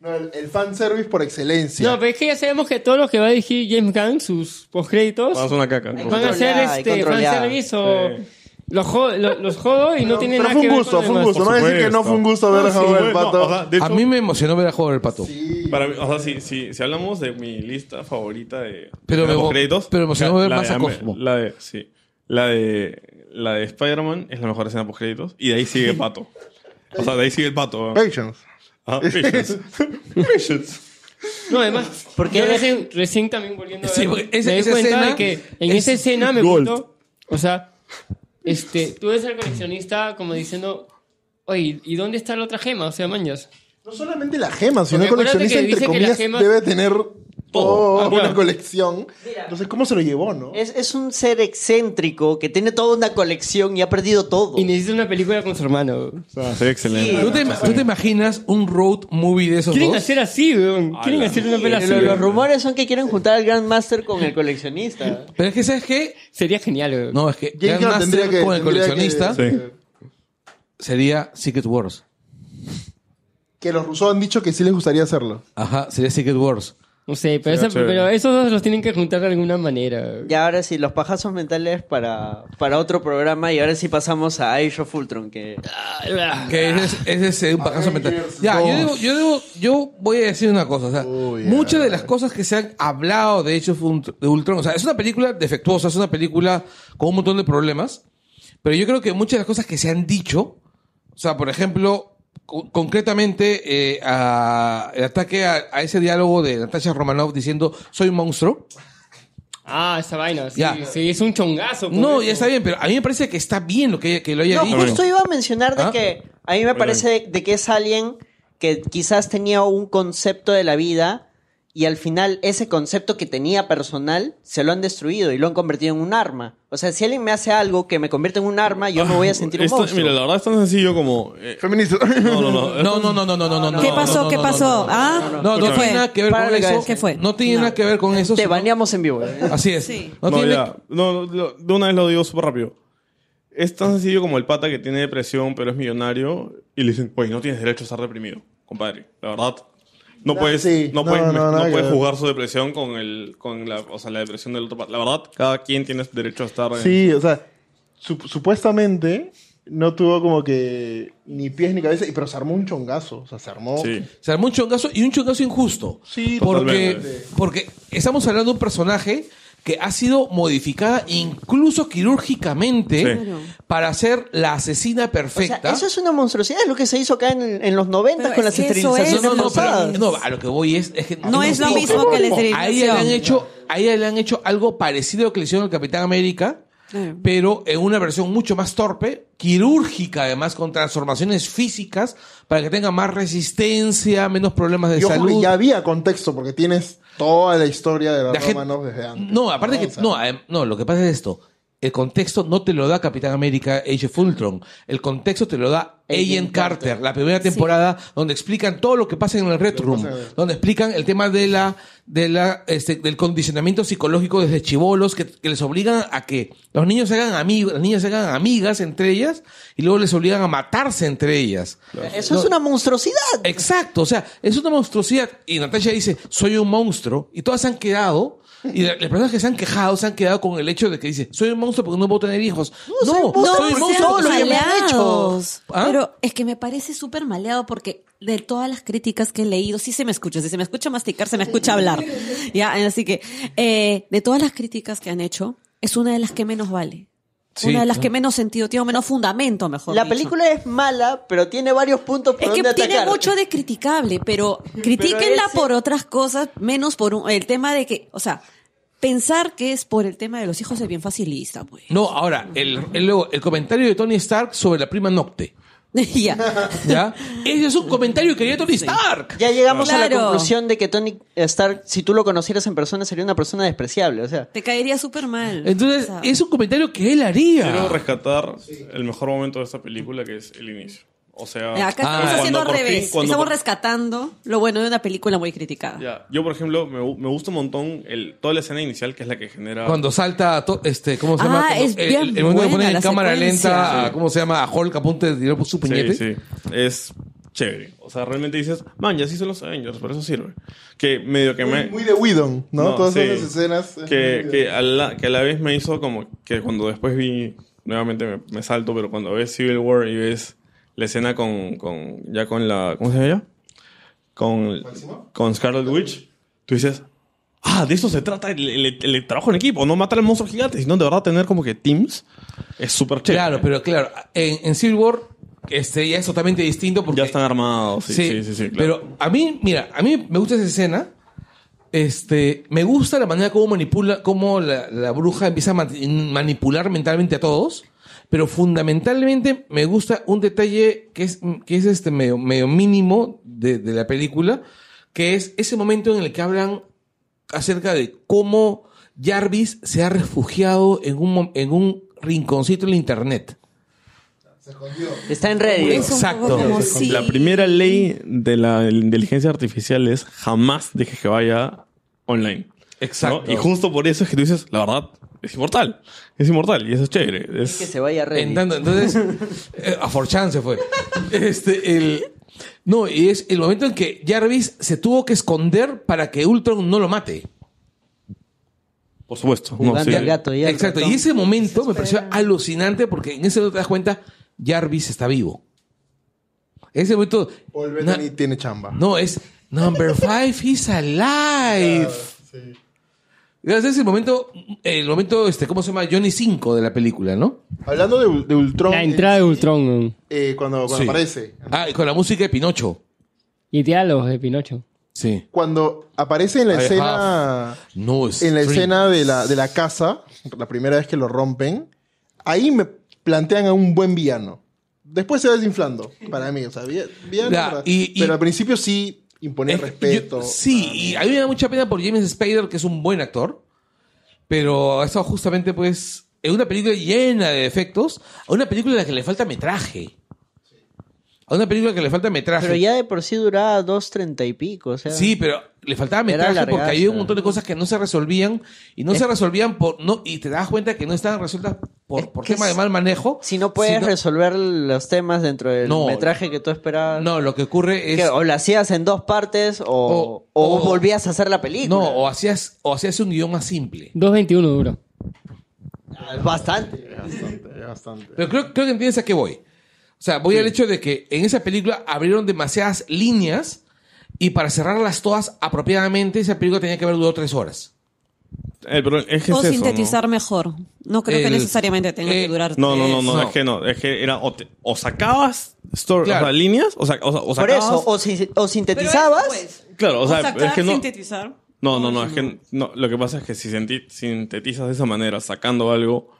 No, el, el fanservice por excelencia.
No, pero es que ya sabemos que todos los que va a dirigir James Gunn, sus postcréditos,
Vas a una caca.
Ay,
van a ser
Controleada,
este,
controleada.
fanservice o
Sí.
los, jo- lo- los jodo y no,
Pero-
tienen
pero
nada
fue
que
un
ver con
gusto,
lo
fue un
demás.
gusto. No decir que no fue un gusto ver a
Sí,
Howard el
bueno,
pato.
o sea, de
A
hecho,
mí me emocionó ver a Joder el Pato.
para mí- o sea, si, si, si hablamos de mi lista favorita de,
Pero
de
me
los
emo-
créditos,
pero me emocionó
la-
ver
la
más
de
a
Ame-
Cosmo.
La de, sí, la de, la de Spider-Man es la mejor escena post créditos y de ahí sigue Pato. O sea, de ahí sigue el Pato.
Patience.
Ah, Patience. Patience.
No, además,
Porque
yo
eres-
recién, recién también volviendo a ver,
Sí, porque esa-
me di
esa
cuenta
escena
de que en
es
esa escena me
gold.
gustó, o sea, este, tú ves al coleccionista como diciendo, oye, ¿y dónde está la otra gema? O sea, manjas.
No solamente la gema, sino el
Porque acuérdate
coleccionista,
que dice
entre
que la
comillas,
gema-
debe tener toda
Ah,
una
claro.
colección. Entonces, ¿cómo se lo llevó, no?
Es, es un ser excéntrico que tiene toda una colección y ha perdido todo.
Oh.
Y necesita una película con su hermano.
Ah, sería excelente.
¿Tú te, tú te imaginas un road movie de esos
Quieren
dos?
hacer así, weón. Quieren
Ala.
hacer una pela
Pero
así.
los rumores son que quieren juntar al Grandmaster con el coleccionista.
Pero es que, ¿sabes qué?
Sería genial, weón.
No, es que
Jane Clark
Grandmaster con el
tendría que-
coleccionista
Sí.
sería Secret Wars.
Que los rusos han dicho que sí les gustaría hacerlo.
Ajá, sería Secret Wars.
No sé, pero,
Será
esa-
chévere.
pero esos dos los tienen que juntar de alguna manera.
Y ahora sí, los pajazos mentales para, para otro programa y ahora sí pasamos a Age of Ultron, que...
Que ese es, ese es, eh, un pajazo mental. Ya, yo digo, yo digo- yo voy a decir una cosa. o sea,
Uy,
muchas de las cosas que se han hablado de hecho fue un- de Ultron, o sea, es una película defectuosa, es una película con un montón de problemas, pero yo creo que muchas de las cosas que se han dicho, o sea, por ejemplo, co- concretamente eh, a- el ataque a, a ese diálogo de Natasha Romanoff diciendo soy un monstruo.
Ah, esa vaina, sí,
Ya.
sí, es un chongazo. pues.
No,
pobre.
ya está bien, pero a mí me parece que está bien lo que, ella- que lo haya
No,
dicho.
justo iba a mencionar de
Ah.
que a mí me parece de que es alguien que quizás tenía un concepto de la vida y al final ese concepto que tenía personal se lo han destruido y lo han convertido en un arma. O sea, si alguien me hace algo que me convierte en un arma, yo me voy a sentir un
Esto-
monstruo.
Mira, la verdad es tan sencillo como... eh,
Feminista.
no, no, no.
No, no, no, no, no, no, no, no.
Ah, ¿Qué
no,
pasó?
no,
¿Qué
no,
pasó?
no, no.
¿Ah?
No, no
¿Qué
tiene
fue?
nada que ver
Para
con
la
eso.
cabeza.
¿Qué fue?
No tiene
No.
nada que ver con eso.
Te
sino-
baneamos en vivo. ¿eh?
Así es.
Sí.
No,
No,
tiene-
ya. No, lo- de una vez lo digo súper rápido. Es tan sencillo como el pata que tiene depresión, pero es millonario, y le dicen, oye, no tienes derecho a estar deprimido, compadre. La verdad, no
No,
puedes,
sí.
no
No,
puedes,
no,
me-
nada
no
que
puedes
ver.
jugar su depresión con, el, con la, o sea, la depresión del otro pata. La verdad, cada quien tiene derecho a estar... en-
Sí, o sea, sup- supuestamente no tuvo como que ni pies ni cabeza, y- pero se armó un chongazo. O sea, se armó.
Sí.
Se armó un chongazo y un chongazo injusto.
Sí,
porque,
totalmente.
porque estamos hablando de un personaje que ha sido modificada incluso
Sí.
quirúrgicamente
Claro.
para ser la asesina
O sea,
perfecta.
eso es una monstruosidad, es lo que se hizo acá en, en los 90
Pero
con
es
las
que eso
No,
esterilizaciones
no, no,
forzadas.
pero- no, a lo que voy es, es que
No es lo
tipo-
mismo que la
A ella le han
esterilización.
hecho, a ella le han hecho algo parecido a lo que le hicieron al Capitán América,
Claro.
pero en una versión mucho más torpe, quirúrgica además, con transformaciones físicas para que tenga más resistencia, menos problemas de
Y ojo que
salud.
ya había contexto, porque tienes toda la historia de
La
los
gente-
romanos desde antes.
No, aparte
O
que
sea,
no, adem- no, lo que pasa es esto. El contexto no te lo da Capitán América Age of Ultron. El contexto te lo da Agent Carter, la primera temporada, donde explican todo lo que pasa en el Red Room, donde explican el tema de la, de la, este, del condicionamiento psicológico desde chivolos, que, que les obligan a que los niños se hagan amigos, las niñas se hagan amigas entre ellas, y luego les obligan a matarse entre ellas.
Eso es una monstruosidad.
Exacto, o sea, es una monstruosidad. Y Natasha dice, soy un monstruo. Y todas se han quedado. Y la- las personas que se han quejado se han quedado con el hecho de que dice, soy un monstruo porque no puedo tener hijos. No, soy,
No,
un
sean
monstruo.
todo lo que me han
maleados.
hecho. ¿Ah?
Pero es que me parece súper maleado porque de todas las críticas que he leído, sí se me escucha, si se me escucha masticar, se me escucha hablar. Ya, así que, eh, de todas las críticas que han hecho, es una de las que menos vale.
Sí,
una de las
claro.
que menos sentido tiene, o menos fundamento, mejor
La
dicho.
película es mala, pero tiene varios puntos por
Es que
donde
tiene
atacar.
mucho de criticable, pero critíquenla
ese-
por otras cosas, menos por un- el tema de que, o sea, pensar que es por el tema de los hijos es bien facilista, pues.
No, ahora, el, el- luego, el comentario de Tony Stark sobre la prima Nocte.
ya.
¿Ya? Ese es un comentario que haría Tony Stark.
Ya llegamos a la
Claro.
conclusión de que Tony Stark, si tú lo conocieras en persona, sería una persona despreciable. O sea,
Te caería súper mal.
Entonces,
O sea,
es un comentario que él haría.
Quiero rescatar el mejor momento de esta película, que es el inicio. O sea...
Acá
Ah,
estamos haciendo
cuando
al
por fin-
revés.
cuando
estamos
por-
rescatando lo bueno de una película muy criticada.
Ya. Yo, por ejemplo, me, gu- me gusta un montón el, toda la escena inicial, que es la que genera...
Cuando salta, to- este, ¿cómo se
Ah,
llama? Cuando
es
el,
bien
el momento que
buena
ponen en
la
cámara
secuencia.
lenta, a-
Sí.
¿cómo se llama? A Hulk a punto de tirar su puñete.
Sí, sí. Es chévere. O sea, realmente dices, man, ya se hizo los Avengers, por eso sirve. Que medio que me...
muy, muy de Whedon, ¿no?
No,
Todas
sí.
esas escenas. es
que,
muy de-
que, a la, que a la vez me hizo como que cuando después vi, nuevamente me, me salto, pero cuando ves Civil War y ves la escena con, con ya con la, ¿cómo se llama ella? Con, con Scarlet Witch, tú dices, ah, de eso se trata el, el- el trabajo en equipo, no matar al monstruo gigante, sino de verdad tener como que teams es súper chévere.
Claro, pero claro, en, en Civil War este, ya es totalmente distinto porque...
Ya están armados, sí, sí, sí, sí, claro.
Pero a mí, mira, a mí me gusta esa escena. Este, me gusta la manera como manipula, cómo la, la bruja empieza a mani- manipular mentalmente a todos. Pero fundamentalmente me gusta un detalle que es, que es este medio, medio mínimo de, de la película, que es ese momento en el que hablan acerca de cómo Jarvis se ha refugiado en un, mom- en un rinconcito en la internet.
está en Reddit.
Es un
Exacto.
poco como si-
La primera ley de la inteligencia artificial es jamás dejes que vaya online.
Exacto.
¿no? Y justo por eso es que tú dices, la verdad, es inmortal. Es inmortal y eso es chévere. Es-
Que se vaya a Reddit.
Entrando, entonces, eh, a Forchan se fue. Este, el, No, y es el momento en que Jarvis se tuvo que esconder para que Ultron no lo mate.
Por supuesto. No,
Jugando
sí.
al gato y al
Exacto.
ratón.
Y ese momento me pareció alucinante porque en ese momento te das cuenta, Jarvis está vivo. Ese momento.
Paul
na-
Bettany tiene chamba.
no, es number five, he's alive. Es ese momento, el momento, este, ¿cómo se llama? Johnny 5 de la película, ¿no?
Hablando de, de Ultron.
La entrada de Ultron weón.
eh, cuando cuando
Sí.
aparece.
Ah, y con la música de Pinocho.
y diálogos de Pinocho.
Sí.
Cuando aparece en la
I have
escena.
No
En la
stream.
escena de la, de la casa, la primera vez que lo rompen, ahí me plantean a un buen villano. Después se va desinflando, para mí. O sea, vi- villano,
Ya,
para-
y- y-
pero al principio sí imponía
Es que
respeto.
Eh, yo- sí, y a mí me da mucha pena por James Spader, que es un buen actor, pero ha estado justamente, pues, en una película llena de efectos, a una película a la que le falta metraje. A una película que le falta metraje.
Pero ya de por sí duraba dos treinta y pico, o sea.
Sí, pero le faltaba
Era
metraje porque
largaza.
había un montón de cosas que no se resolvían y no se resolvían por no y te das cuenta que no estaban resueltas
Es
por, por
que
tema de
si-
mal manejo.
Si no puedes
sino-
resolver los temas dentro del
No.
metraje que tú esperabas.
No, lo que ocurre es
que o lo hacías en dos partes o,
O-
o
o-
volvías a hacer la película.
no, o hacías o hacías un guión más simple.
2.21 duro.
Ah, Bastante.
Bastante, bastante.
Pero creo, creo que entiendes a qué voy. O sea, voy al hecho de que en esa película abrieron demasiadas líneas y para cerrarlas todas apropiadamente, esa película tenía que haber durado tres horas.
Eh, pero es que
O
es eso,
sintetizar mejor. No creo que
El-
necesariamente tenga que
eh,
durar.
¿no? No, no,
tres.
no, no,
No.
es que no. Es que era o, te- o sacabas story,
Claro.
o sea, líneas, o, sa- o, sa- o
Por
sacabas.
eso, o, sin- o
Pero
sintetizabas.
eso, pues.
Claro, o sea, es que no.
sintetizar.
No, no, no, es que no, lo que pasa es que si senti- sintetizas de esa manera, sacando algo,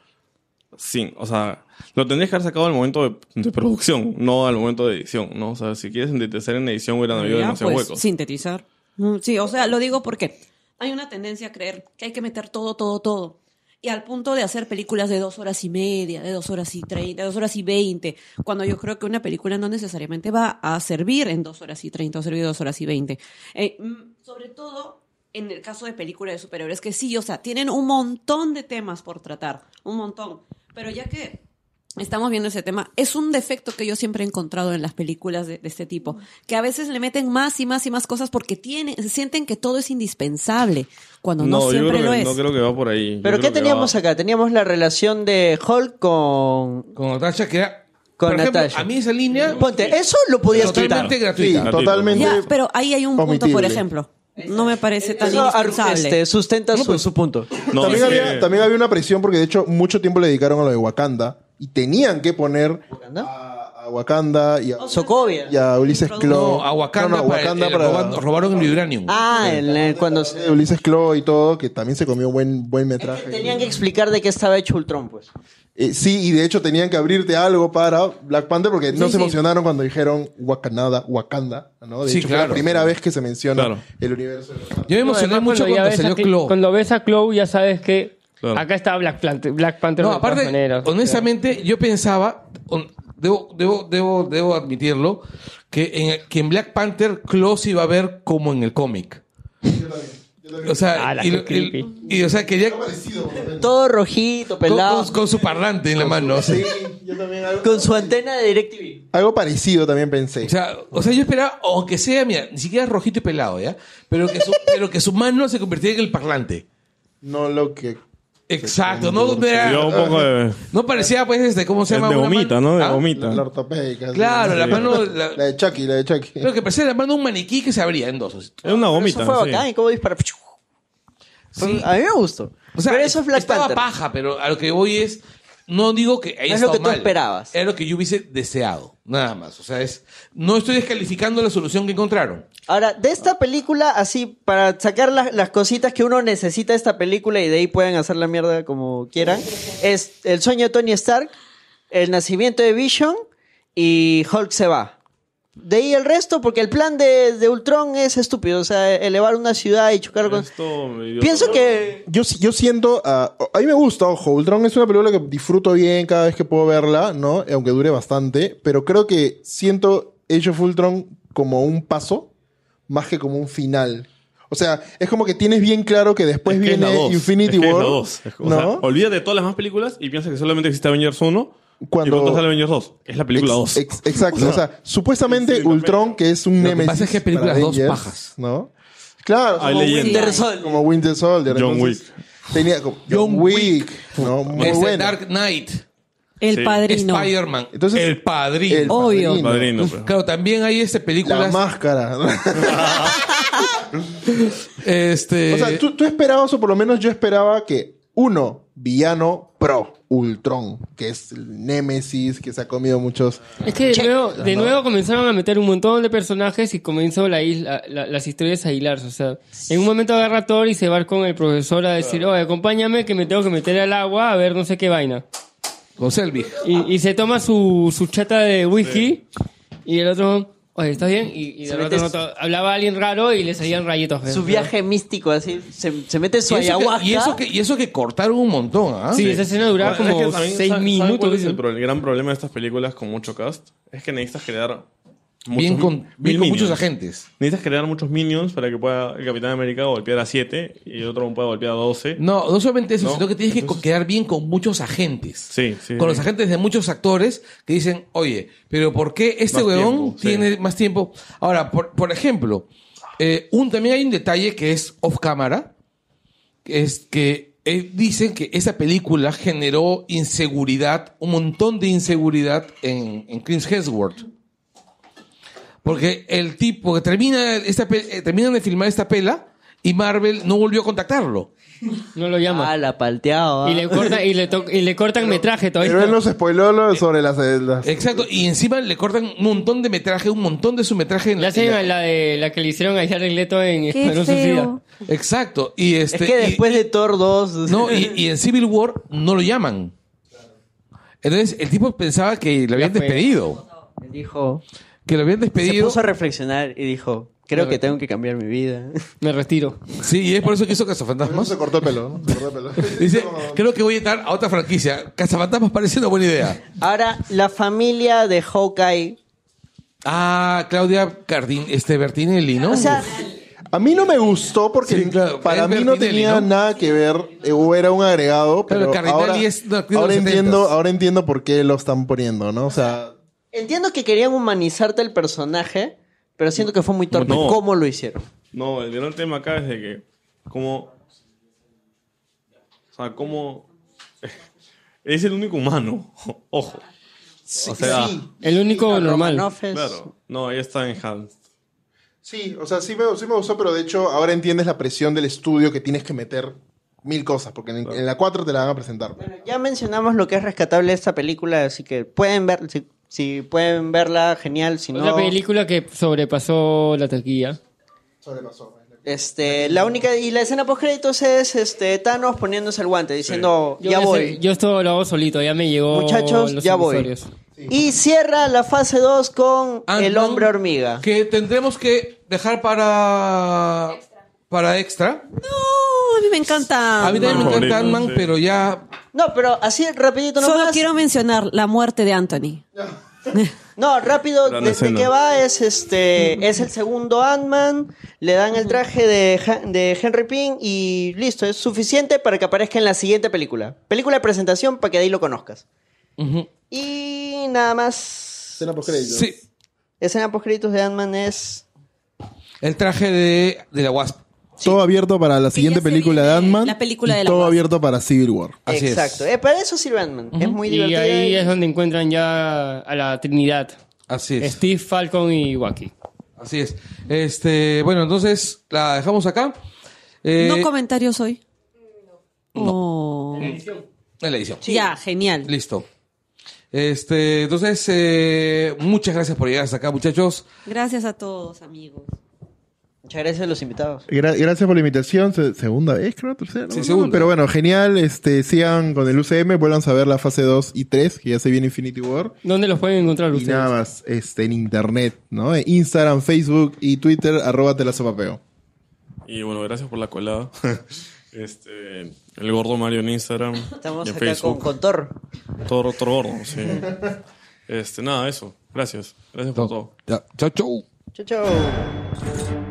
sin, o sea, lo tendrías que haber sacado al momento de, de producción, no al momento de edición, ¿no? O sea, si quieres sintetizar en edición hubieran habido
Ya,
demasiados
pues,
huecos.
sintetizar. Mm, Sí, o sea, lo digo porque hay una tendencia a creer que hay que meter todo, todo, todo. Y al punto de hacer películas de dos horas y media, de dos horas y treinta, de dos horas y veinte, cuando yo creo que una película no necesariamente va a servir en dos horas y treinta, o servir dos horas y veinte. Eh, mm, sobre todo en el caso de películas de superhéroes, que sí, o sea, tienen un montón de temas por tratar, un montón. Pero ya que Estamos viendo ese tema. Es un defecto que yo siempre he encontrado en las películas de, de este tipo, que a veces le meten más y más y más cosas porque tienen, sienten que todo es indispensable, cuando no,
yo
siempre
creo
lo
que,
es.
no creo que va por ahí. Yo
Pero
creo
¿qué
que
teníamos
va-
acá? Teníamos la relación de Hulk con.
Con Natasha que era...
Con
por ejemplo,
Natasha.
a mí esa línea...
Ponte, eso lo podías quitar.
Totalmente gratuita.
Sí,
Gratuito.
totalmente.
Ya, pero ahí hay un punto, por
Omitible.
ejemplo. No me parece tan
Eso ar-
indispensable.
este, sustenta
pues,
su, su punto.
No,
también,
es que-
había, también había una presión porque de hecho mucho tiempo le dedicaron a lo de Wakanda y tenían que poner a, a Wakanda y a,
Sokovia.
y a Ulises
No,
Claw.
No, a Wakanda,
No, no, a Wakanda
para,
para-
roban- robaron el Vibranium.
Ah, en el- cuando.
de Ulises Claw y todo, que también se comió buen, buen metraje.
Tenían que explicar de qué estaba hecho Ultron, pues.
Eh, sí, y de hecho tenían que abrirte algo para Black Panther porque no
Sí,
se
sí.
emocionaron cuando dijeron Wakanda, Wakanda, ¿no? De
Sí,
hecho, fue
claro.
la primera vez que se menciona
Claro.
el universo. de los Panther.
Yo me emocioné
Además,
mucho
ya
cuando
ves a
salió
Cl-
Claw.
Cuando ves a Chloe ya sabes que
Claro.
acá está Black, Plant- Black Panther.
No,
de todas
aparte,
maneras.
honestamente, yo pensaba, on- debo, debo, debo, debo admitirlo, que en, que en Black Panther Claw se iba a ver como en el cómic. O sea,
Ala,
y,
qué
lo-
Ah, creepy.
y- y, o sea, quería con,
Parecido, por lo menos.
Todo rojito, pelado.
con- con su parlante en la mano.
Sí, yo también algo,
Con su antena de DirecTV.
algo parecido también pensé.
O sea, o sea, yo esperaba, aunque sea, mira, ni siquiera rojito y pelado, ¿ya? Pero que su, pero que su mano se convirtiera en el parlante.
no lo que
Exacto, no, no, era-
Yo un poco de,
no parecía, pues, este, ¿cómo se
es
llama?
de
Una man-
gomita, ¿no? De
¿Ah?
gomita.
la, la ortopédica.
Claro,
sí.
la mano...
la,
La,
de Chucky, la de Chucky.
lo que parecía la mano de un maniquí que se abría en dos.
Es una gomita.
Eso fue
sí.
bacán, y cómo dispara.
Sí.
A mí me gustó.
O sea,
pero eso es Black
estaba
Panther.
paja, pero a lo que voy es. No digo que haya
Es lo
estado
que tú
mal.
esperabas.
Era lo que yo hubiese deseado, nada más. O sea, es, no estoy descalificando la solución que encontraron.
Ahora, de esta película, así, para sacar las, las cositas que uno necesita de esta película y de ahí pueden hacer la mierda como quieran, es el sueño de Tony Stark, el nacimiento de Vision y Hulk se va. De ahí el resto, porque el plan de, de Ultron es estúpido, o sea, elevar una ciudad y chocar con...
Esto me dio
Pienso
dolor.
que...
Yo, si- yo siento, ah, a mí me gusta, ojo, Ultron es una película que disfruto bien cada vez que puedo verla, ¿no? Aunque dure bastante, pero creo que siento Age of Ultron como un paso más que como un final. O sea, es como que tienes bien claro que después
Es que es la
Pues viene
dos,
Infinity
es que es
War.
la dos. Es- o sea,
¿no?
olvídate de todas las más películas y piensa que solamente existe Avengers 1 Cuando... Y pronto
cuando...
sale Avengers 2. Es la película
Ex-
2.
ex- exacto. o sea, supuestamente
sí,
Ultron, que es un
Lo que
Nemesis
pasa es que
para
películas dos
Avengers,
pajas.
¿No? Claro.
Hay
como
leyendas.
Winter-
Winter Soldier.
Como Winter Soldier.
John
entonces, Tenía como John
John
Wick. ¿no? Muy
Este
bueno.
Dark Knight,
El
Sí.
padrino.
Spider-Man,
Entonces-
El Padrino.
El
Obvio.
Padrino.
Padrino, pues.
Claro, también hay este
La
películas.
máscara.
Este,
o sea, tú, tú esperabas, o por lo menos yo esperaba que uno, villano pro, Ultron, que es el Némesis, que se ha comido muchos.
Es que de nuevo, de nuevo comenzaron a meter un montón de personajes y comenzó la isla, la- las historias a hilarse. O sea, en un momento agarra a Thor y se va con el profesor a decir, oye, acompáñame que me tengo que meter al agua a ver no sé qué vaina.
con Selvig.
Y, y se toma su, su chata de whisky y el otro, oye, ¿estás bien? Y, y
Se
de
mete
rato en rato hablaba alguien raro y le salían rayitos. ¿verdad?
Su viaje místico, así. Se, se mete su
Y eso que-
ayahuasca.
Y eso que, y eso que cortaron un montón, ¿ah?
Sí, esa escena duraba
Bueno, es que
como
también,
seis
¿saben- saben cuál
minutos.
es el, pro- el gran problema de estas películas con mucho cast es que necesitas crear muchos,
Bien con,
mil
bien con
minions.
muchos agentes.
Necesitas crear muchos minions para que pueda el Capitán América golpear a 7 y el otro pueda golpear a 12.
No, no solamente eso,
No,
sino que tienes que
entonces-
quedar bien con muchos agentes.
Sí, sí,
Con
sí.
los agentes de muchos actores que dicen, oye, pero ¿por qué este
Más
huevón
tiempo, sí.
tiene más tiempo? Ahora, por, por ejemplo, eh, un, también hay un detalle que es off cámara, que es que eh, dicen que esa película generó inseguridad, un montón de inseguridad en, en Chris Hemsworth. Porque el tipo que termina esta pe- eh, terminan de filmar esta pela y Marvel no volvió a contactarlo.
No lo llama.
Ah, la palteado. ah.
Y le, corta, y, le to- y le cortan metraje todavía.
Pero él nos spoiló
Eh,
lo- sobre las. eh, las-
Exacto, y encima le cortan un montón de metraje, un montón de su metraje en
Le hacen
en
a la, de, la que le hicieron a Jared Leto en
Qué
Escuadrón Suicida.
feo.
Exacto, y este
es que
y-
después de Thor 2.
no y, y en Civil War no lo llaman. Entonces el tipo pensaba que lo habían
fue.
despedido,
Dijo.
que lo habían
Se
despedido.
puso a reflexionar y dijo: Creo que tengo que cambiar mi vida.
Me retiro.
Sí, y es por eso que hizo
No se
Cazafantasmas.
cortó el pelo, ¿no? Se cortó el pelo.
Dice, creo que voy a entrar a otra franquicia. Cazafantasmas parece una buena idea.
Ahora, la familia de Hawkeye.
Ah, Claudia Cardin, este Bertinelli, ¿no?
O sea,
A mí no me gustó porque
Sí, claro,
para
es
mí no
Bertinelli,
tenía
¿no?
nada que ver eh, o era un agregado,
Claro,
pero
Cardinelli
ahora,
es una actriz de
ahora
los
entiendo,
70s.
ahora entiendo por qué lo están poniendo, ¿no? O sea,
entiendo que querían humanizarte el personaje, pero siento que fue muy torpe.
No.
¿Cómo lo hicieron?
No, el gran tema acá es de que como o sea, como es el único humano, ojo. o sea,
El único normal.
Romanoff es-
claro, no, ahí está en Hans.
Sí, o sea, sí me, sí me gustó, pero de hecho ahora entiendes la presión del estudio que tienes que meter mil cosas, porque en, en la 4 te la van a presentar.
Ya mencionamos lo que es rescatable de esta película, así que pueden ver, si, si pueden verla, genial, si
Otra
no...
película que sobrepasó la taquilla.
Sobrepasó.
Este, la única, y la escena post créditos es este, Thanos poniéndose el guante, diciendo,
Yo
ya
voy a
voy.
hacer- yo esto lo hago solito, ya me llegó.
Muchachos,
los
ya voy.
accesorios.
Y cierra la fase 2 con
Ah,
El
Ant-Man,
Hombre Hormiga.
Ah, Que tendremos que dejar para. Para extra.
No, a mí me encanta.
Ah,
A mí también me
Favorito,
encanta Ant-Man,
sí.
pero ya.
No, pero así rapidito nomás.
Solo quiero mencionar la muerte de Anthony.
No, rápido,
Gran
desde
escena.
que va es este es el segundo Ant-Man, le dan el traje de, Ha- de Henry Pym y listo, es suficiente para que aparezca en la siguiente película. Película de presentación para que de ahí lo conozcas. Y nada más.
Escena post créditos.
Sí.
Escena post créditos de Ant-Man es
El traje de, de la Wasp.
Todo abierto para la siguiente
ya se
película de
viene
Ant-Man.
la película
y
de la
todo
Wasp.
abierto para Civil War.
Así es.
exacto. Eh, para eso sirve Ant-Man. Es muy
Y
divertido.
ahí
y-
es donde encuentran ya a la Trinidad.
Así es.
Steve, Falcon y Wacky.
Así es. Este, bueno, entonces la dejamos acá. Eh,
no comentarios hoy. Oh.
en la edición.
Ya, genial.
Listo. Este, entonces, eh, muchas gracias por llegar hasta acá, muchachos.
Gracias a todos, amigos.
Muchas gracias a los invitados.
Gra- gracias por la invitación. Se- segunda vez, creo, tercera.
Sí,
no,
segunda.
no, Pero bueno, genial. Este, sigan con el UCM, vuelvan a ver la fase 2 y 3, que ya se viene Infinity War.
¿Dónde los pueden encontrar
Y
ustedes?
nada más, este, en internet, ¿no? En Instagram, Facebook y Twitter, arroba telazopapeo.
Y bueno, gracias por la colada. Este, el gordo Mario en Instagram,
Estamos
y en
acá con,
Facebook,
con Thor.
todo otro gordo, sí. Este, nada, eso. Gracias. Gracias por todo.
Ya. Chau, chau.
Chau, chau.